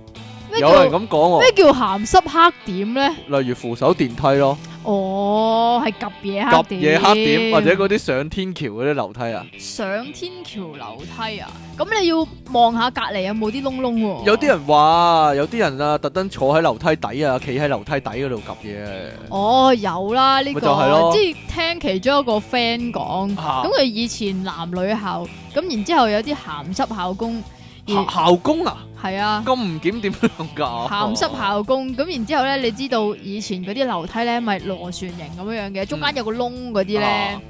Speaker 2: 咩
Speaker 1: 有人
Speaker 2: 叫
Speaker 1: 咁講
Speaker 2: 咩叫鹹濕黑點咧？
Speaker 1: 喎，例如扶手電梯咯，
Speaker 2: 哦，係夾嘢
Speaker 1: 夾
Speaker 2: 黑
Speaker 1: 嘢
Speaker 2: 點，
Speaker 1: 黑點，或者嗰啲上天橋嗰啲樓梯啊。
Speaker 2: 上天橋樓梯啊？咁你要望下隔離有冇啲窿窿喎？
Speaker 1: 有啲人話，有啲人啊，特登坐喺樓梯底啊，企喺樓梯底嗰度夾嘢啊。
Speaker 2: 哦，有啦，呢、
Speaker 1: 咪
Speaker 2: 個
Speaker 1: 就係咯
Speaker 2: 即係聽其中一個 friend 講，咁
Speaker 1: 嚇
Speaker 2: 佢、以前男女校，咁然之後有啲鹹濕校工，而
Speaker 1: 校校工啊，
Speaker 2: 係啊
Speaker 1: 咁唔檢點樣㗎？
Speaker 2: 鹹濕校工，咁然之後咧，你知道以前嗰啲樓梯咧，咪螺旋形咁樣樣嘅，中間有個窿嗰啲咧
Speaker 1: 啊，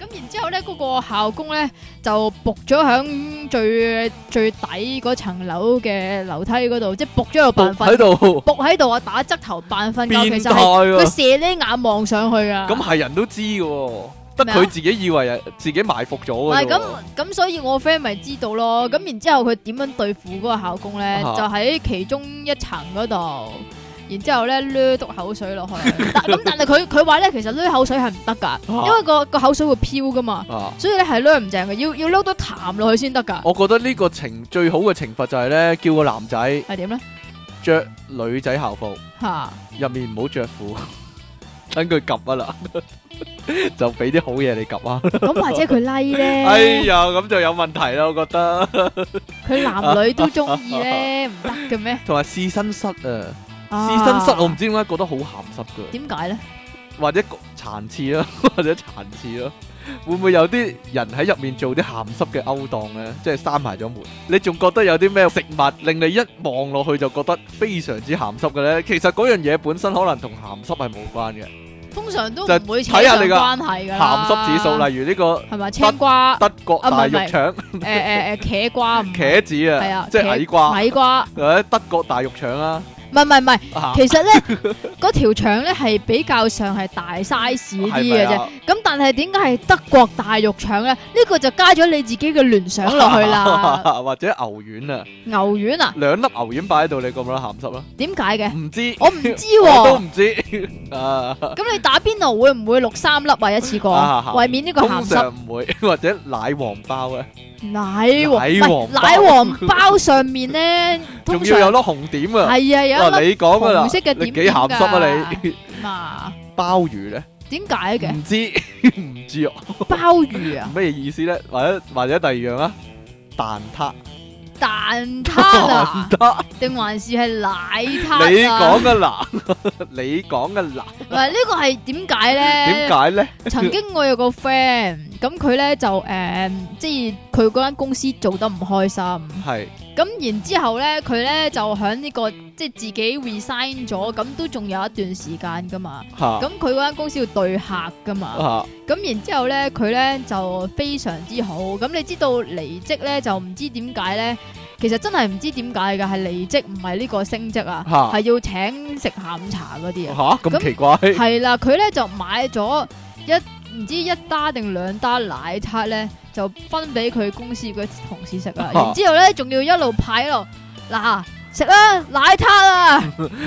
Speaker 2: 咁、然之後咧，嗰、個校工咧就仆咗響最最底嗰層樓嘅樓梯嗰度，即係仆咗喺度扮
Speaker 1: 喺
Speaker 2: 瞓，
Speaker 1: 度
Speaker 2: 仆喺度啊，打側頭扮瞓覺，
Speaker 1: 變
Speaker 2: 其
Speaker 1: 態
Speaker 2: 實係佢
Speaker 1: 喎，
Speaker 2: 射呢眼望上去啊。
Speaker 1: 咁係人都知嘅喎，得
Speaker 2: 咩啊
Speaker 1: 佢自己以為係自己埋伏咗
Speaker 2: 唔
Speaker 1: 嘅
Speaker 2: 係
Speaker 1: 啫
Speaker 2: 咁
Speaker 1: 喎。
Speaker 2: 咁，所以我 friend 咪知道咯。咁然之後佢點樣對付嗰個校工咧？
Speaker 1: 啊
Speaker 2: 就喺其中一層嗰度，然之後咧掠督口水落去。但咁但係佢佢話咧，其實掠口水係唔得㗎，因為個個口水會飄㗎嘛，
Speaker 1: 啊，
Speaker 2: 所以咧係掠唔正嘅，要要掠到痰落去先得㗎。
Speaker 1: 我覺得呢個懲最好嘅懲罰就係咧，叫個男仔
Speaker 2: 係點咧？
Speaker 1: 着女仔校服，
Speaker 2: 嚇
Speaker 1: 入面唔好着褲， 等佢及啊啦， 就俾啲好嘢你及啊。
Speaker 2: 咁或者佢 like
Speaker 1: 哎
Speaker 2: 咧，
Speaker 1: 呀，咁就有問題啦，我覺得。
Speaker 2: 佢男女都中 意咧，唔得嘅咩？
Speaker 1: 同埋試身室啊，
Speaker 2: 啊
Speaker 1: 試身室我唔知點解覺得好鹹濕㗎。
Speaker 2: 點解咧？
Speaker 1: 或者焗殘次咯， 或者殘次咯，會唔會有啲人喺入面做啲鹹濕嘅勾當咧？即係閂埋咗門，你仲覺得有啲咩食物令你一望落去就覺得非常之鹹濕嘅咧？其實嗰樣嘢本身可能同鹹濕係冇關嘅，
Speaker 2: 通常都
Speaker 1: 就
Speaker 2: 唔會扯
Speaker 1: 睇下
Speaker 2: 上
Speaker 1: 你個
Speaker 2: 關係㗎
Speaker 1: 鹹
Speaker 2: 啦。
Speaker 1: 濕指數，例如呢個
Speaker 2: 係咪青瓜？
Speaker 1: 德國
Speaker 2: 啊啊唔
Speaker 1: 大
Speaker 2: 係
Speaker 1: 肉腸、
Speaker 2: 誒誒誒，茄瓜唔係
Speaker 1: 茄子
Speaker 2: 係
Speaker 1: 啊
Speaker 2: 啊，
Speaker 1: 即係矮瓜，
Speaker 2: 矮瓜，
Speaker 1: 或者德國大肉腸啦，
Speaker 2: 唔唔係唔係唔係，
Speaker 1: 啊
Speaker 2: 其實咧 嗰條腸咧係比較上係大 size 啲
Speaker 1: 係
Speaker 2: 嘅
Speaker 1: 咪
Speaker 2: 啫。
Speaker 1: 啊
Speaker 2: 咁但係點解係德國大肉腸咧？呢、呢個就加咗你自己嘅聯想落去 啦。
Speaker 1: 或者牛丸啊，
Speaker 2: 牛丸啊，
Speaker 1: 兩粒牛丸擺喺度，你覺唔覺得鹹濕啊？
Speaker 2: 點解 嘅？
Speaker 1: 唔知，
Speaker 2: 我唔知
Speaker 1: 我都
Speaker 2: 喎。
Speaker 1: 唔知 啊。
Speaker 2: 咁你打邊爐會唔會六三粒啊？一次 過，
Speaker 1: 啊
Speaker 2: 為免呢個鹹
Speaker 1: 通
Speaker 2: 濕
Speaker 1: 常唔會， 或者奶黃包啊，
Speaker 2: 奶黃
Speaker 1: 奶黃
Speaker 2: 唔係
Speaker 1: 包
Speaker 2: 奶黃包上面咧， 通
Speaker 1: 仲要有
Speaker 2: 常
Speaker 1: 粒紅點啊。
Speaker 2: 係啊有
Speaker 1: 哇！
Speaker 2: 一粒
Speaker 1: 你講噶啦，
Speaker 2: 紅色嘅點
Speaker 1: 你幾鹹濕啊你？
Speaker 2: 嘛？
Speaker 1: 鮑魚咧？
Speaker 2: 點解 嘅？
Speaker 1: 唔知唔知啊，
Speaker 2: 鮑魚啊，
Speaker 1: 咩意思咧？或者或者第二樣啊，蛋撻，
Speaker 2: 蛋撻
Speaker 1: 蛋
Speaker 2: 啊，
Speaker 1: 撻。
Speaker 2: 定還是係奶
Speaker 1: 你
Speaker 2: 撻啊？
Speaker 1: 講噶啦， 你講噶啦，
Speaker 2: 唔係呢個係點解咧？
Speaker 1: 點解咧？
Speaker 2: 曾經我有個 friend，咁佢咧就誒、即係佢嗰間公司做得唔開心，
Speaker 1: 係
Speaker 2: 咁然之後咧，佢咧就喺呢、個即係自己 resign 咗，咁都仲有一段時間噶嘛。
Speaker 1: 吓
Speaker 2: 咁佢嗰間公司要對客噶嘛，
Speaker 1: 吓
Speaker 2: 咁然之後咧，佢咧就非常之好。咁你知道離職咧就唔知點解咧，其實真係唔知點解㗎，係離職唔係呢個升職啊，
Speaker 1: 嚇
Speaker 2: 係要請食下午茶嗰啲啊。
Speaker 1: 吓咁
Speaker 2: 咁
Speaker 1: 奇怪，
Speaker 2: 系啦，佢咧就買咗一唔知一打定兩打奶挞咧，就分俾佢公司嗰啲同事食啦。然之后咧，仲要一路派一路嗱食啦奶挞啊，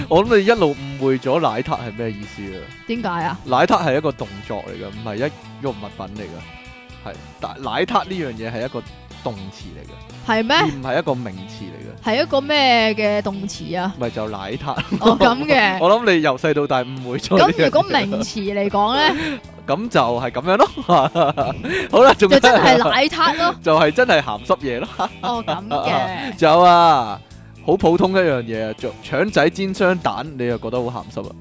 Speaker 1: 我諗你一路誤會咗奶挞係咩意思啊？
Speaker 2: 點解啊？
Speaker 1: 奶挞係一個動作嚟噶，唔係一個物品嚟噶，係但奶挞呢樣嘢係一個動詞嚟嘅，
Speaker 2: 係
Speaker 1: 而
Speaker 2: 咩？
Speaker 1: 唔係一個名詞嚟嘅，
Speaker 2: 係一個咩嘅動詞 啊？
Speaker 1: 咪就奶挞。
Speaker 2: 哦咁嘅。
Speaker 1: 我諗你由細到大誤會咗呢樣嘢。
Speaker 2: 咁如果名詞嚟講 咧，
Speaker 1: 咁就係咁樣咯。 好啦，仲
Speaker 2: 就真係
Speaker 1: 有
Speaker 2: 奶挞咯。
Speaker 1: 就係真係鹹濕嘢咯。
Speaker 2: 哦咁嘅，
Speaker 1: 有啊，好普通一樣嘢啊，做腸仔煎雙蛋，你又覺得好鹹濕啊？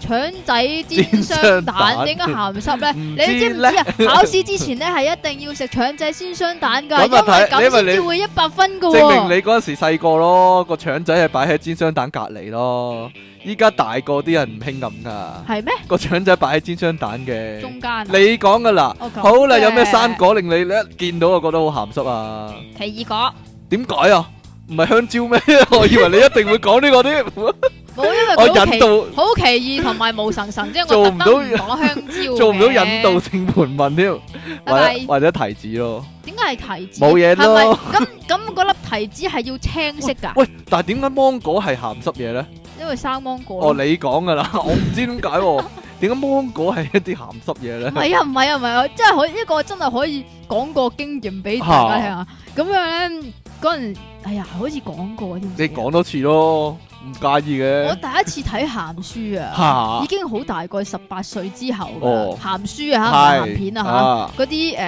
Speaker 2: 腸仔煎
Speaker 1: 煎
Speaker 2: 雙
Speaker 1: 雙
Speaker 2: 蛋
Speaker 1: 蛋
Speaker 2: 點解鹹濕咧？
Speaker 1: 唔
Speaker 2: 你知唔
Speaker 1: 知
Speaker 2: 知
Speaker 1: 咧
Speaker 2: 啊？考試之前咧係一定要食腸仔先雙蛋㗎，因
Speaker 1: 咁啊
Speaker 2: 為
Speaker 1: 睇
Speaker 2: 咁
Speaker 1: 因為
Speaker 2: 先至
Speaker 1: 你
Speaker 2: 會一百分㗎
Speaker 1: 證明
Speaker 2: 喎。
Speaker 1: 你嗰陣時細個咯，個腸仔係擺喺煎雙蛋隔離咯。依家大個啲人唔興咁噶，
Speaker 2: 係咩？
Speaker 1: 個腸仔擺喺煎雙蛋嘅。
Speaker 2: 中間啊
Speaker 1: 你講噶啦，
Speaker 2: 哦咁
Speaker 1: 好啦，
Speaker 2: 嘅
Speaker 1: 有咩生果令你一見到就覺得好鹹濕啊？
Speaker 2: 奇異果
Speaker 1: 點解啊？唔係香蕉咩？ 我以為你一定會講呢個添，
Speaker 2: 冇，因
Speaker 1: 我
Speaker 2: 為佢好
Speaker 1: 引
Speaker 2: 奇
Speaker 1: 導
Speaker 2: 好奇異同埋無神神，即係
Speaker 1: 做
Speaker 2: 我
Speaker 1: 唔
Speaker 2: 特
Speaker 1: 到
Speaker 2: 登唔講香蕉 嘅，
Speaker 1: 做唔到引導性盤問添，或
Speaker 2: 拜拜
Speaker 1: 者或者提子咯。
Speaker 2: 點解係提子？
Speaker 1: 冇嘢
Speaker 2: 係咪
Speaker 1: 咯
Speaker 2: 咁咁嗰粒提子係要青色㗎，
Speaker 1: 喂，但係點解芒果係鹹濕嘢咧？
Speaker 2: 因為生芒果咯。
Speaker 1: 哦，你講噶啦， 我唔知點解喎。點解芒果係一啲鹹濕嘢咧
Speaker 2: 唔？係啊，唔係啊，唔係啊，即係可以呢個真係可以講個經驗俾大家聽下。咁樣咧，嗰陣哎呀，好似講過添。
Speaker 1: 你講多次咯，唔介意
Speaker 2: 啊
Speaker 1: 嘅。
Speaker 2: 我第一次睇鹹書啊，已
Speaker 1: 嚇，
Speaker 2: 經好大概十八歲之後㗎
Speaker 1: 哦
Speaker 2: 鹹書啊，唔係鹹片啊
Speaker 1: 啊
Speaker 2: 嚇，嗰啲誒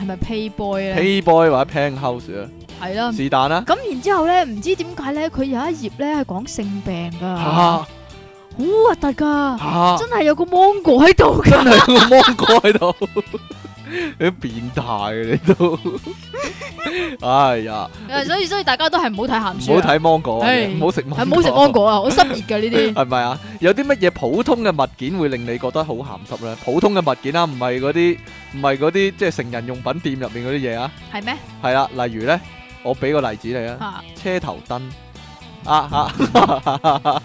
Speaker 2: 係咪 Payboy 咧？
Speaker 1: ，Playboy 或者 Penthouse 啊，
Speaker 2: 係啦。
Speaker 1: 是但啦。
Speaker 2: 咁然之後咧，唔知點解咧，佢有一頁咧係講性病㗎，好
Speaker 1: 嚇
Speaker 2: 核突㗎，
Speaker 1: 嚇，
Speaker 2: 真係有個芒果喺度㗎。
Speaker 1: 真係個芒果喺度，你變態嘅你都。哎呀，
Speaker 2: 所以所以大家都係唔好睇鹹書
Speaker 1: 唔好
Speaker 2: 啊，
Speaker 1: 睇芒果啊，
Speaker 2: 唉
Speaker 1: 唔好食
Speaker 2: 係
Speaker 1: 芒
Speaker 2: 唔好食芒。果啊，好濕熱㗎呢 啲。
Speaker 1: 係咪啊？有啲乜嘢普通嘅物件會令你覺得好鹹濕咧？普通嘅物件啊，唔係嗰啲唔係嗰啲即係成人用品店入面嗰啲嘢啊。
Speaker 2: 係咩？
Speaker 1: 係啦，例如咧，我俾個例子你啊，
Speaker 2: 啊，
Speaker 1: 車頭燈啊 吓，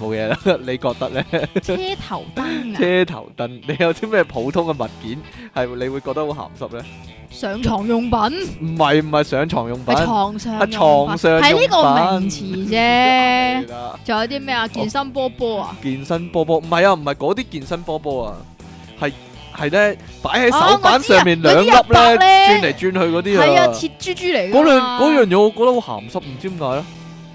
Speaker 1: 冇嘢啦， 你覺得咧？
Speaker 2: 車頭燈啊，
Speaker 1: 車頭燈， 你有啲咩普通嘅物件係你會覺得好鹹濕咧？
Speaker 2: 上床用品，
Speaker 1: 唔係唔係上床用品，
Speaker 2: 係床上
Speaker 1: 啊
Speaker 2: 用品
Speaker 1: 床上用品
Speaker 2: 係呢個名詞啫
Speaker 1: 係。啦，
Speaker 2: 仲有啲
Speaker 1: 哦
Speaker 2: 咩啊？健身波波啊？
Speaker 1: 健身波波，唔係啊，唔係嗰啲健身波波啊，係係咧擺
Speaker 2: 哦
Speaker 1: 喺手
Speaker 2: 我
Speaker 1: 板
Speaker 2: 知啊
Speaker 1: 上面
Speaker 2: 嗰啲
Speaker 1: 兩粒
Speaker 2: 一百
Speaker 1: 咧，轉
Speaker 2: 咧
Speaker 1: 嚟轉去嗰啲
Speaker 2: 係啊，
Speaker 1: 啊
Speaker 2: 鐵。珠珠嚟㗎
Speaker 1: 嗰兩
Speaker 2: 嘛
Speaker 1: 嗰樣嘢我覺得好鹹濕，唔知點解咧。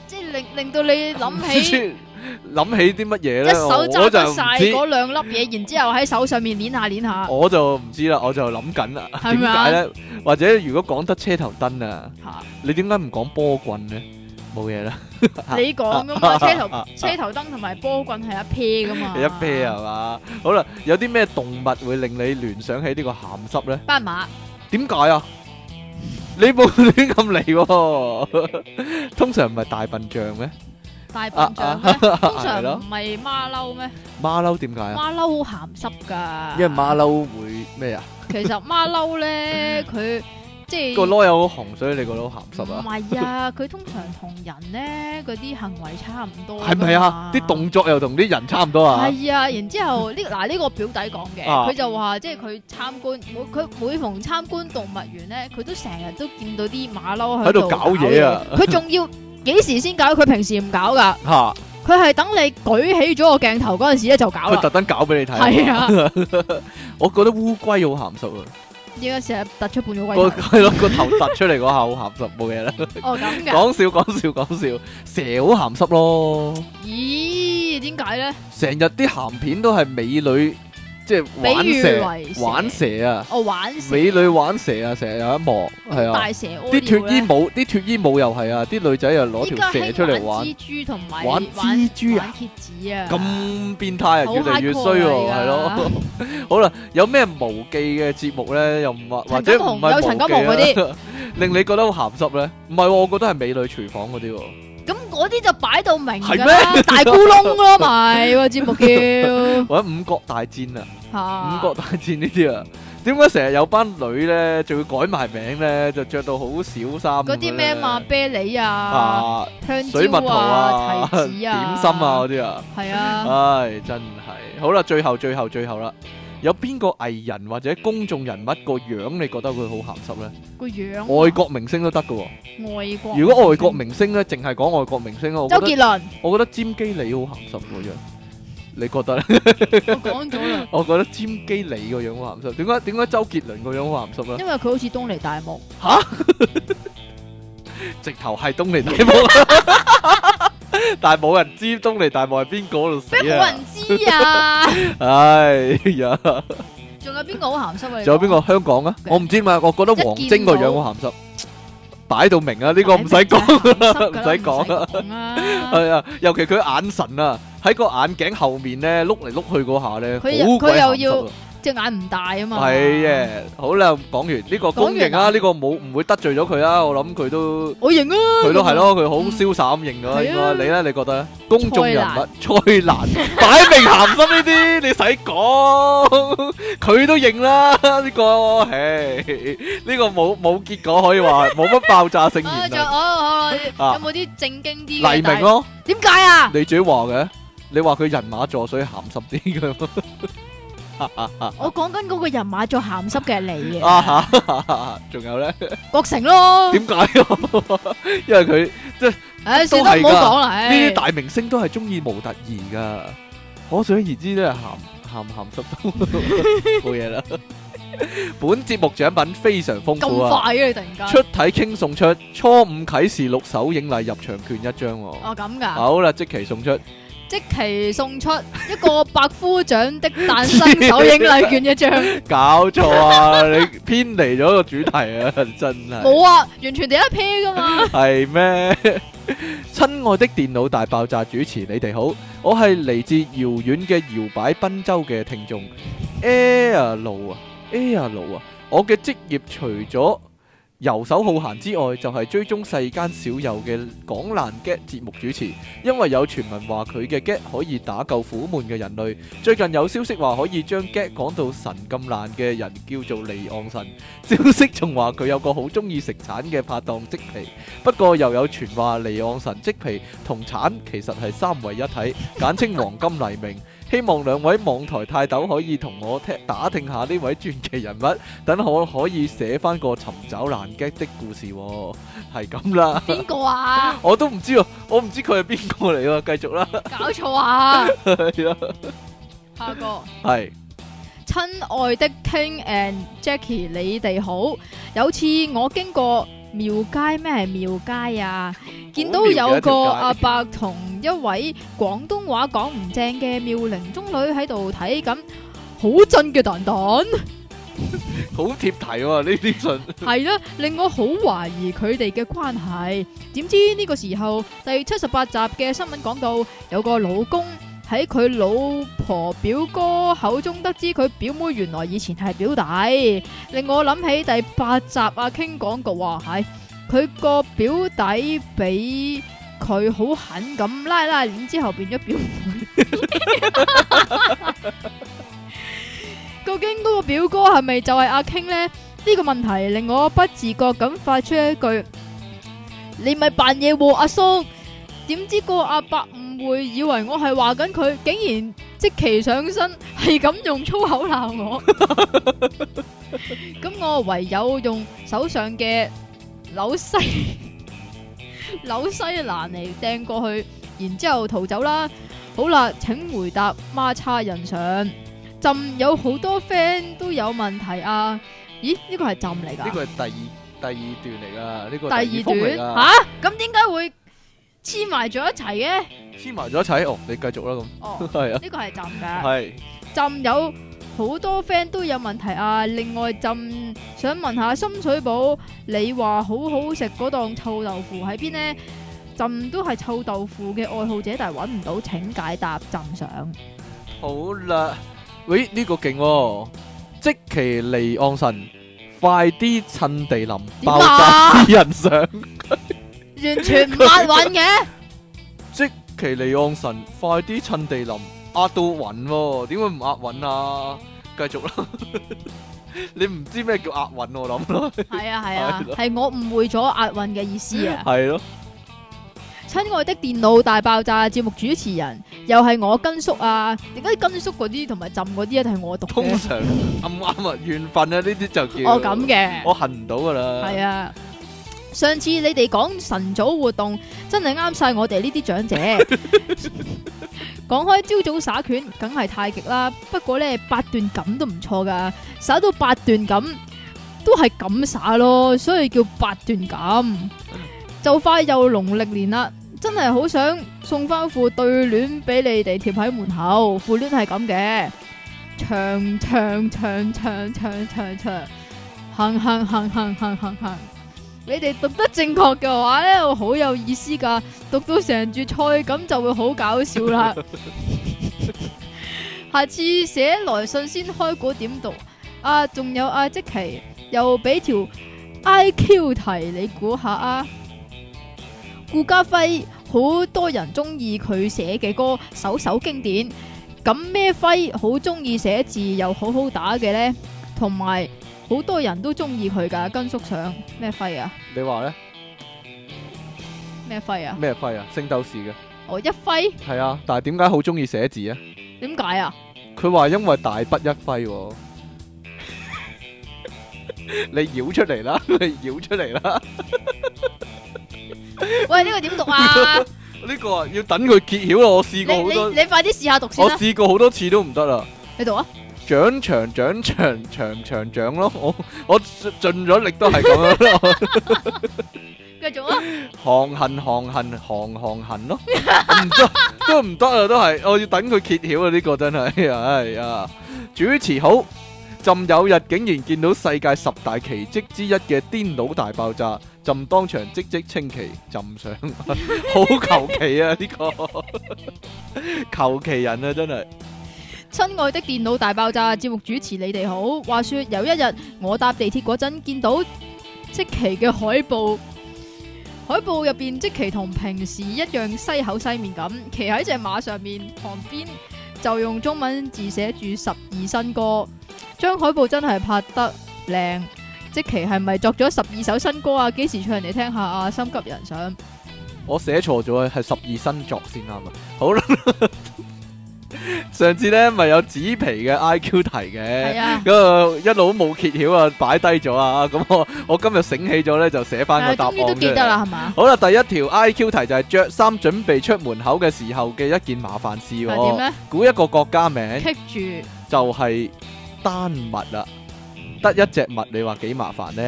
Speaker 2: 即係令令到你諗起
Speaker 1: 諗起啲乜嘢
Speaker 2: 一
Speaker 1: 咧？
Speaker 2: 手
Speaker 1: 我
Speaker 2: 揸
Speaker 1: 就
Speaker 2: 得
Speaker 1: 唔
Speaker 2: 晒嗰
Speaker 1: 知，
Speaker 2: 兩粒嘢，然之後喺手上面捻下捻下，
Speaker 1: 我就唔知啦，我就諗緊啦。
Speaker 2: 係
Speaker 1: 點
Speaker 2: 咪啊
Speaker 1: 解咧？或者如果講得車頭燈啊，
Speaker 2: 嚇
Speaker 1: 你點解唔講波棍咧？冇嘢啦，
Speaker 2: 你講㗎嘛？車頭
Speaker 1: 啊
Speaker 2: 車頭燈同埋波棍係一 pair 㗎嘛？
Speaker 1: 一啤係啊嘛？好啦，有啲咩動物會令你聯想起呢個鹹濕咧？
Speaker 2: 斑馬
Speaker 1: 點解啊？你冇亂咁嚟喎， 通常唔係大笨象咩？
Speaker 2: 大笨
Speaker 1: 啊
Speaker 2: 象咩？通 常唔係馬騮咩？
Speaker 1: 馬騮點解啊？
Speaker 2: 馬騮好鹹濕㗎，
Speaker 1: 因為馬騮會咩啊？
Speaker 2: 其實馬騮咧，佢即係
Speaker 1: 個籮柚好紅，所以你個籮鹹濕
Speaker 2: 唔
Speaker 1: 啊？
Speaker 2: 係啊，佢通常同人咧嗰啲行為差唔多㗎嘛。
Speaker 1: 係咪啊？啲動作又同啲人差唔多啊？
Speaker 2: 係啊，然之後呢嗱呢個表弟講嘅，
Speaker 1: 啊
Speaker 2: 佢就話即係佢參觀每佢每逢參觀動物園咧，佢都成日都見到啲馬騮
Speaker 1: 喺度
Speaker 2: 度
Speaker 1: 搞嘢啊！
Speaker 2: 佢仲要幾時先搞？佢平時唔搞㗎，
Speaker 1: 吓，
Speaker 2: 佢係等你舉起咗個鏡頭嗰陣時咧就搞
Speaker 1: 佢
Speaker 2: 啦
Speaker 1: 特。登搞俾你睇。
Speaker 2: 係啊，
Speaker 1: 我覺得烏龜好鹹濕啊，
Speaker 2: 而家成日突 出半個
Speaker 1: 個
Speaker 2: 龜頭。
Speaker 1: 係咯個頭突出嚟嗰下好鹹濕，冇嘢 啦。
Speaker 2: 哦咁嘅，
Speaker 1: 講笑講笑講笑，蛇好鹹濕咯，
Speaker 2: 咦？點解咧？
Speaker 1: 成日啲鹹片都係美女即係
Speaker 2: 比
Speaker 1: 玩
Speaker 2: 喻
Speaker 1: 蛇，
Speaker 2: 為
Speaker 1: 玩蛇啊，
Speaker 2: 我玩蛇
Speaker 1: 美女玩蛇啊，成日有一幕係啊
Speaker 2: 大。蛇屙
Speaker 1: 啲
Speaker 2: 尿
Speaker 1: 脱衣
Speaker 2: 咧。
Speaker 1: 舞，啲脱衣舞又係啊！啲女仔又攞
Speaker 2: 依
Speaker 1: 條
Speaker 2: 家
Speaker 1: 蛇
Speaker 2: 興
Speaker 1: 出嚟玩，
Speaker 2: 蜘蛛同埋
Speaker 1: 玩蜘蛛啊
Speaker 2: 玩蝎子啊，
Speaker 1: 咁變態啊，
Speaker 2: 好
Speaker 1: 越嚟越
Speaker 2: hardcore
Speaker 1: 衰喎，
Speaker 2: 啊
Speaker 1: 係
Speaker 2: 而家
Speaker 1: 咯。 好啦，有咩無記嘅節目咧？又唔或或
Speaker 2: 陳
Speaker 1: 者
Speaker 2: 金
Speaker 1: 唔
Speaker 2: 紅
Speaker 1: 係
Speaker 2: 有陳金紅嗰
Speaker 1: 無記
Speaker 2: 啲，
Speaker 1: 啊， 令你覺得好鹹濕咧？唔係喎，我覺得係美女廚房嗰啲喎。
Speaker 2: 咁嗰啲就擺到明㗎
Speaker 1: 係
Speaker 2: 啦，大咕窿咯， 咪個節目叫
Speaker 1: 或者五角大戰啊，
Speaker 2: 嚇
Speaker 1: 五角大戰呢啲啊，點解成日有班女咧，仲要改埋名咧，就着到好少衫
Speaker 2: 嗰啲咩嘛
Speaker 1: 咁樣
Speaker 2: 啤梨
Speaker 1: 咧
Speaker 2: 啊、
Speaker 1: 啊，
Speaker 2: 香
Speaker 1: 水蜜
Speaker 2: 蕉
Speaker 1: 桃啊、
Speaker 2: 提子
Speaker 1: 點
Speaker 2: 啊、
Speaker 1: 心啊嗰，啲啊，
Speaker 2: 係啊，
Speaker 1: 唉，真係好啦，最後最後最後啦，有邊個藝人或者公眾人物個樣你覺得佢好鹹濕咧？
Speaker 2: 個樣啊
Speaker 1: 外國明星都得嘅喎。
Speaker 2: 外國，
Speaker 1: 如果外國明星咧，淨係講外國明星咧，我覺
Speaker 2: 周
Speaker 1: 得
Speaker 2: 杰倫，
Speaker 1: 我覺得詹基里好鹹濕個樣，你覺得咧？
Speaker 2: 我講咗啦，
Speaker 1: 我覺得詹基里個樣好鹹濕，點解點解周杰倫個樣好鹹 濕咧？
Speaker 2: 因為佢好似東尼大木，
Speaker 1: 直頭係東尼 大木，但係冇人知東尼大木 係邊個喺度死
Speaker 2: 咩冇
Speaker 1: 啊！
Speaker 2: 人知啊？
Speaker 1: 唉呀，
Speaker 2: 仲有邊個好鹹濕啊？你
Speaker 1: 仲有邊個
Speaker 2: 講？
Speaker 1: 香港啊？我唔知嘛，我覺得王晶個樣好鹹濕，擺到明啊！呢個唔 使 講。
Speaker 2: 唔
Speaker 1: 唔使講啦
Speaker 2: 啦。
Speaker 1: 係啊，尤其佢眼神啊，喺個眼鏡後面咧碌嚟碌去嗰下咧，好
Speaker 2: 佢又
Speaker 1: 鬼
Speaker 2: 佢又
Speaker 1: 鹹濕
Speaker 2: 要
Speaker 1: 啊
Speaker 2: 隻眼唔大啊嘛。
Speaker 1: 係嘅，好啦，講完呢個公認啊，
Speaker 2: 講完啦
Speaker 1: 呢個冇唔會得罪咗佢啊，我諗佢都
Speaker 2: 我認啊。
Speaker 1: 佢都係
Speaker 2: 咁啊。
Speaker 1: 咯，佢好瀟灑咁認噶，
Speaker 2: 係啊
Speaker 1: 應該你咧，你覺得咧？公眾人物蔡瀾擺明鹹濕呢啲，你使講，佢都認啦呢個，唉，呢個冇冇結果可以話冇乜爆炸 性
Speaker 2: 啊，
Speaker 1: 言
Speaker 2: 就
Speaker 1: 論，
Speaker 2: 哦，
Speaker 1: 啊
Speaker 2: 好有冇啲正經啲嘅？
Speaker 1: 黎明
Speaker 2: 但係
Speaker 1: 咯，
Speaker 2: 點解啊？
Speaker 1: 你自己話嘅，你話佢人馬座所以鹹濕啲噶。
Speaker 2: 我講緊嗰個人馬座鹹濕嘅係你嘅，
Speaker 1: 啊哈， 仲有咧？
Speaker 2: 郭成咯。
Speaker 1: 點解？ 因為佢
Speaker 2: 唉，
Speaker 1: 都
Speaker 2: 算啦，
Speaker 1: 係
Speaker 2: 唔
Speaker 1: 㗎
Speaker 2: 好講啦。
Speaker 1: 呢
Speaker 2: 唉
Speaker 1: 啲大明星都係中意模特兒噶，可想而知咧，鹹鹹鹹濕 濕冇嘢啦。本節目獎品非常豐富
Speaker 2: 咁
Speaker 1: 啊！
Speaker 2: 快嘅你突然間。
Speaker 1: 出體傾送出初五啟示錄首映禮入場券一張喎，
Speaker 2: 哦咁㗎，
Speaker 1: 好啦，即期送出，
Speaker 2: 即期送出一 個百夫長的誕生首映禮券一張，
Speaker 1: 搞錯啊！你偏離咗個主題啊，真係。
Speaker 2: 冇啊，完全第一 pair 㗎 嘛。
Speaker 1: 系咩？亲爱的电脑大爆炸主持，你哋好，我系嚟自遥远嘅摇摆滨州嘅听众 Air 路啊，Air 路啊，我嘅职业除咗游手好闲之外，就係追蹤世間少有嘅港難 get 節目主持，因為有傳聞話佢嘅 get 可以打救苦悶嘅人類。最近有消息話可以將 get 講到神咁爛嘅人叫做離岸神。消息仲話佢有個好中意食橙嘅拍檔即皮，不過又有傳話離岸神即皮同橙其實係三為一體，簡稱黃金黎明。希望兩位網台泰斗可以同我聽打聽下呢位傳奇人物。等我可 以寫翻個尋找難擊的故事喎、係咁啦。
Speaker 2: 邊個啊？
Speaker 1: 我都唔知喎，我唔知佢係邊個嚟喎，繼續啦，
Speaker 2: 搞錯啊！
Speaker 1: 係啦，
Speaker 2: 下個。
Speaker 1: 係
Speaker 2: 親愛的 King and Jackie，你哋好。有次我經過廟街，咩係廟街啊？見到有個
Speaker 1: 好廟嘅一條
Speaker 2: 阿
Speaker 1: 街
Speaker 2: 伯同一位廣東話講唔正嘅妙齡中女喺度睇緊，好震嘅蛋蛋，
Speaker 1: 好貼題喎、呢啲信，
Speaker 2: 係啦，令我好懷疑佢哋嘅關係。點知呢個時候第七十八集嘅新聞講到，有個老公喺佢老婆表哥口中得知佢表妹原來以前係表弟，令我諗起第八集阿 King 講過話係佢個表弟俾佢好狠咁拉拉鏈之後變咗 表妹。究竟嗰個表哥係咪就係阿 King 呢？呢個問題令我不自覺咁發出一句：你咪扮嘢喎，阿叔！點知個阿伯誤會，以為我係話緊佢，竟然即其上身，係咁用粗口鬧我。咁我唯有用手 上嘅紐西紐西蘭嚟掟過去，然之後逃走啦。好啦，請回答孖叉人上。朕有好多 friend 都有問題啊！咦，呢個係朕嚟㗎？
Speaker 1: 呢個係第二-第二段嚟㗎，呢個
Speaker 2: 第二段
Speaker 1: 第二封嚟㗎。
Speaker 2: 吓，咁點解會黐埋咗一齊嘅？
Speaker 1: 黐埋咗一齊，哦，你繼續啦，咁。
Speaker 2: 哦，
Speaker 1: 係啊，
Speaker 2: 呢個係朕㗎。朕有好多 friend 都有問題啊。另外，朕想問下深水埗，你話好好食嗰檔臭豆腐喺邊呢？朕都係臭豆腐嘅愛好者，但係揾唔到，請解答朕想。
Speaker 1: 係。好啦，喂，呢個勁喎，即其離岸神，快啲趁地林
Speaker 2: 點
Speaker 1: 爆炸
Speaker 2: 啊？
Speaker 1: 私人相。
Speaker 2: 完全唔押韻 嘅，
Speaker 1: 奇尼昂神，快啲趁地林壓到暈喎，點會唔押韻啊？繼續啦，
Speaker 2: 嗯
Speaker 1: 你唔知咩叫押韻我諗咯，
Speaker 2: 係啊係啊
Speaker 1: 係，咯
Speaker 2: 係我誤會咗押韻嘅意思啊。
Speaker 1: 係咯，
Speaker 2: 親愛的電腦大爆炸節目主持人，又係我根叔啊！點解根叔嗰啲同埋浸嗰啲一定係我讀
Speaker 1: 通
Speaker 2: 嘅？
Speaker 1: 常啱啱啊，緣分啊呢啲就叫
Speaker 2: 我哦咁，嘅，
Speaker 1: 我恨唔到噶啦，
Speaker 2: 係啊！上次你哋講晨早活動，真係啱晒我哋呢啲長者。講開朝早耍拳，梗係太極啦。不過呢，八段錦都唔錯噶，耍到八段錦都係咁耍咯，所以叫八段錦。就快又農曆年啦，真係好想送翻副對聯俾你哋貼喺門口。副聯係咁嘅，長長長長長長長，行行行行行行行。你哋讀得正確嘅話呢，我好有意思噶。讀到成注菜咁就會好搞笑啦。 下次寫來信先開估點讀啊！仲有啊，即奇又俾條 I Q 題你估下啊！顧嘉輝好多人中意佢寫嘅歌，首首經典。咁咩輝好中意寫字又好好打嘅呢？同埋好多人都中意佢噶，跟叔上咩輝啊？
Speaker 1: 你話咧
Speaker 2: 咩輝啊？
Speaker 1: 咩輝啊？聖鬥士嘅
Speaker 2: 哦，一輝。
Speaker 1: 係啊，但係點解好中意寫字啊？
Speaker 2: 點解啊？
Speaker 1: 佢話因為大筆一揮 喎。你繞出嚟啦！ 你繞出嚟啦！
Speaker 2: 喂，呢、個點讀啊？
Speaker 1: 呢個啊要等佢揭曉啊！我試
Speaker 2: 你
Speaker 1: 過好多
Speaker 2: 你，你快啲試下讀先
Speaker 1: 我
Speaker 2: 啦。
Speaker 1: 試過好多次都唔得啦。
Speaker 2: 你讀啊？
Speaker 1: 長長長長長長長咯，我我盡咗力都係咁樣咯，
Speaker 2: 繼續啊？
Speaker 1: 行行行行行行行咯，唔得 都唔得啊，都係我要等佢揭曉啊！呢、個真係，哎呀，主持好，朕有日竟然見到世界十大奇蹟之一嘅癲佬大爆炸，朕當場即即稱奇，朕想 好求其啊！呢、個 求其人啊，真係
Speaker 2: 親愛的電腦大爆炸節目主持，你哋好。話說有一日，我搭地鐵嗰陣見到即期嘅海報，海報入邊即期同平時一樣西口西面咁，騎喺只馬上面，旁邊就用中文字寫住十二新歌。張海報真係拍得靚，即期係咪作咗十二首新歌啊？幾時唱嚟聽下啊？心急人上。
Speaker 1: 我寫錯咗啊，係十二星座先啱啊！好啦， 上次咧咪有紙皮嘅 I Q 題
Speaker 2: 係
Speaker 1: 嘅，
Speaker 2: 啊。
Speaker 1: 咁啊一路冇揭曉啊，擺低咗啊，咁我 我今日醒起咗咧就寫翻個答
Speaker 2: 啊
Speaker 1: 案
Speaker 2: 終於都
Speaker 1: 出
Speaker 2: 記得
Speaker 1: 嚟。
Speaker 2: 啦，係嘛？
Speaker 1: 好啦，第一條 I Q 題就係着衫準備出門口嘅時候嘅一件麻煩事喎、
Speaker 2: 係點
Speaker 1: 估一個國家 名
Speaker 2: 咧？棘住，
Speaker 1: 就係丹麥啦，得一隻麥，你話幾麻煩呢？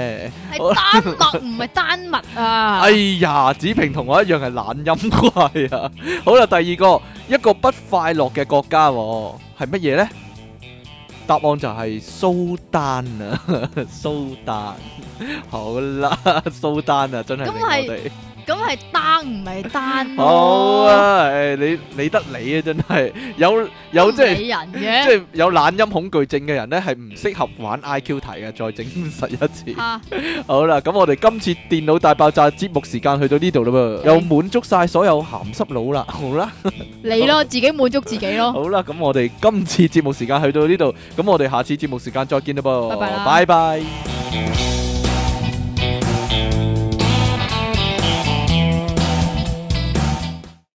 Speaker 1: 好
Speaker 2: 係丹麥唔係丹麥啊！
Speaker 1: 哎呀，子平同我一樣係懶音怪啊！ 好啦，第二個一個不快樂嘅國家喎，係乜嘢呢？答案就係蘇丹啊， 蘇丹。好啦， 蘇丹啊，真係令我哋
Speaker 2: 咁係丹唔係丹
Speaker 1: 好
Speaker 2: 咯，
Speaker 1: 啊！誒你理得你啊，真係有有即係。
Speaker 2: 係
Speaker 1: 即
Speaker 2: 人
Speaker 1: 係有懶音恐懼症嘅人呢，係唔適合玩 IQ 題嘅。再整實一次
Speaker 2: 嘅。。嚇
Speaker 1: 好啦，咁我哋今次電腦大爆炸節目時間去到呢度啦噃，又滿足晒所有鹹濕佬啦，嗯好啦，
Speaker 2: 你咯，自己滿足自己咯，
Speaker 1: 好啦，咁我哋今次節目時間去到呢度，咁我哋下次節目時間再見啦噃，
Speaker 2: 拜拜啦
Speaker 1: 拜拜。見。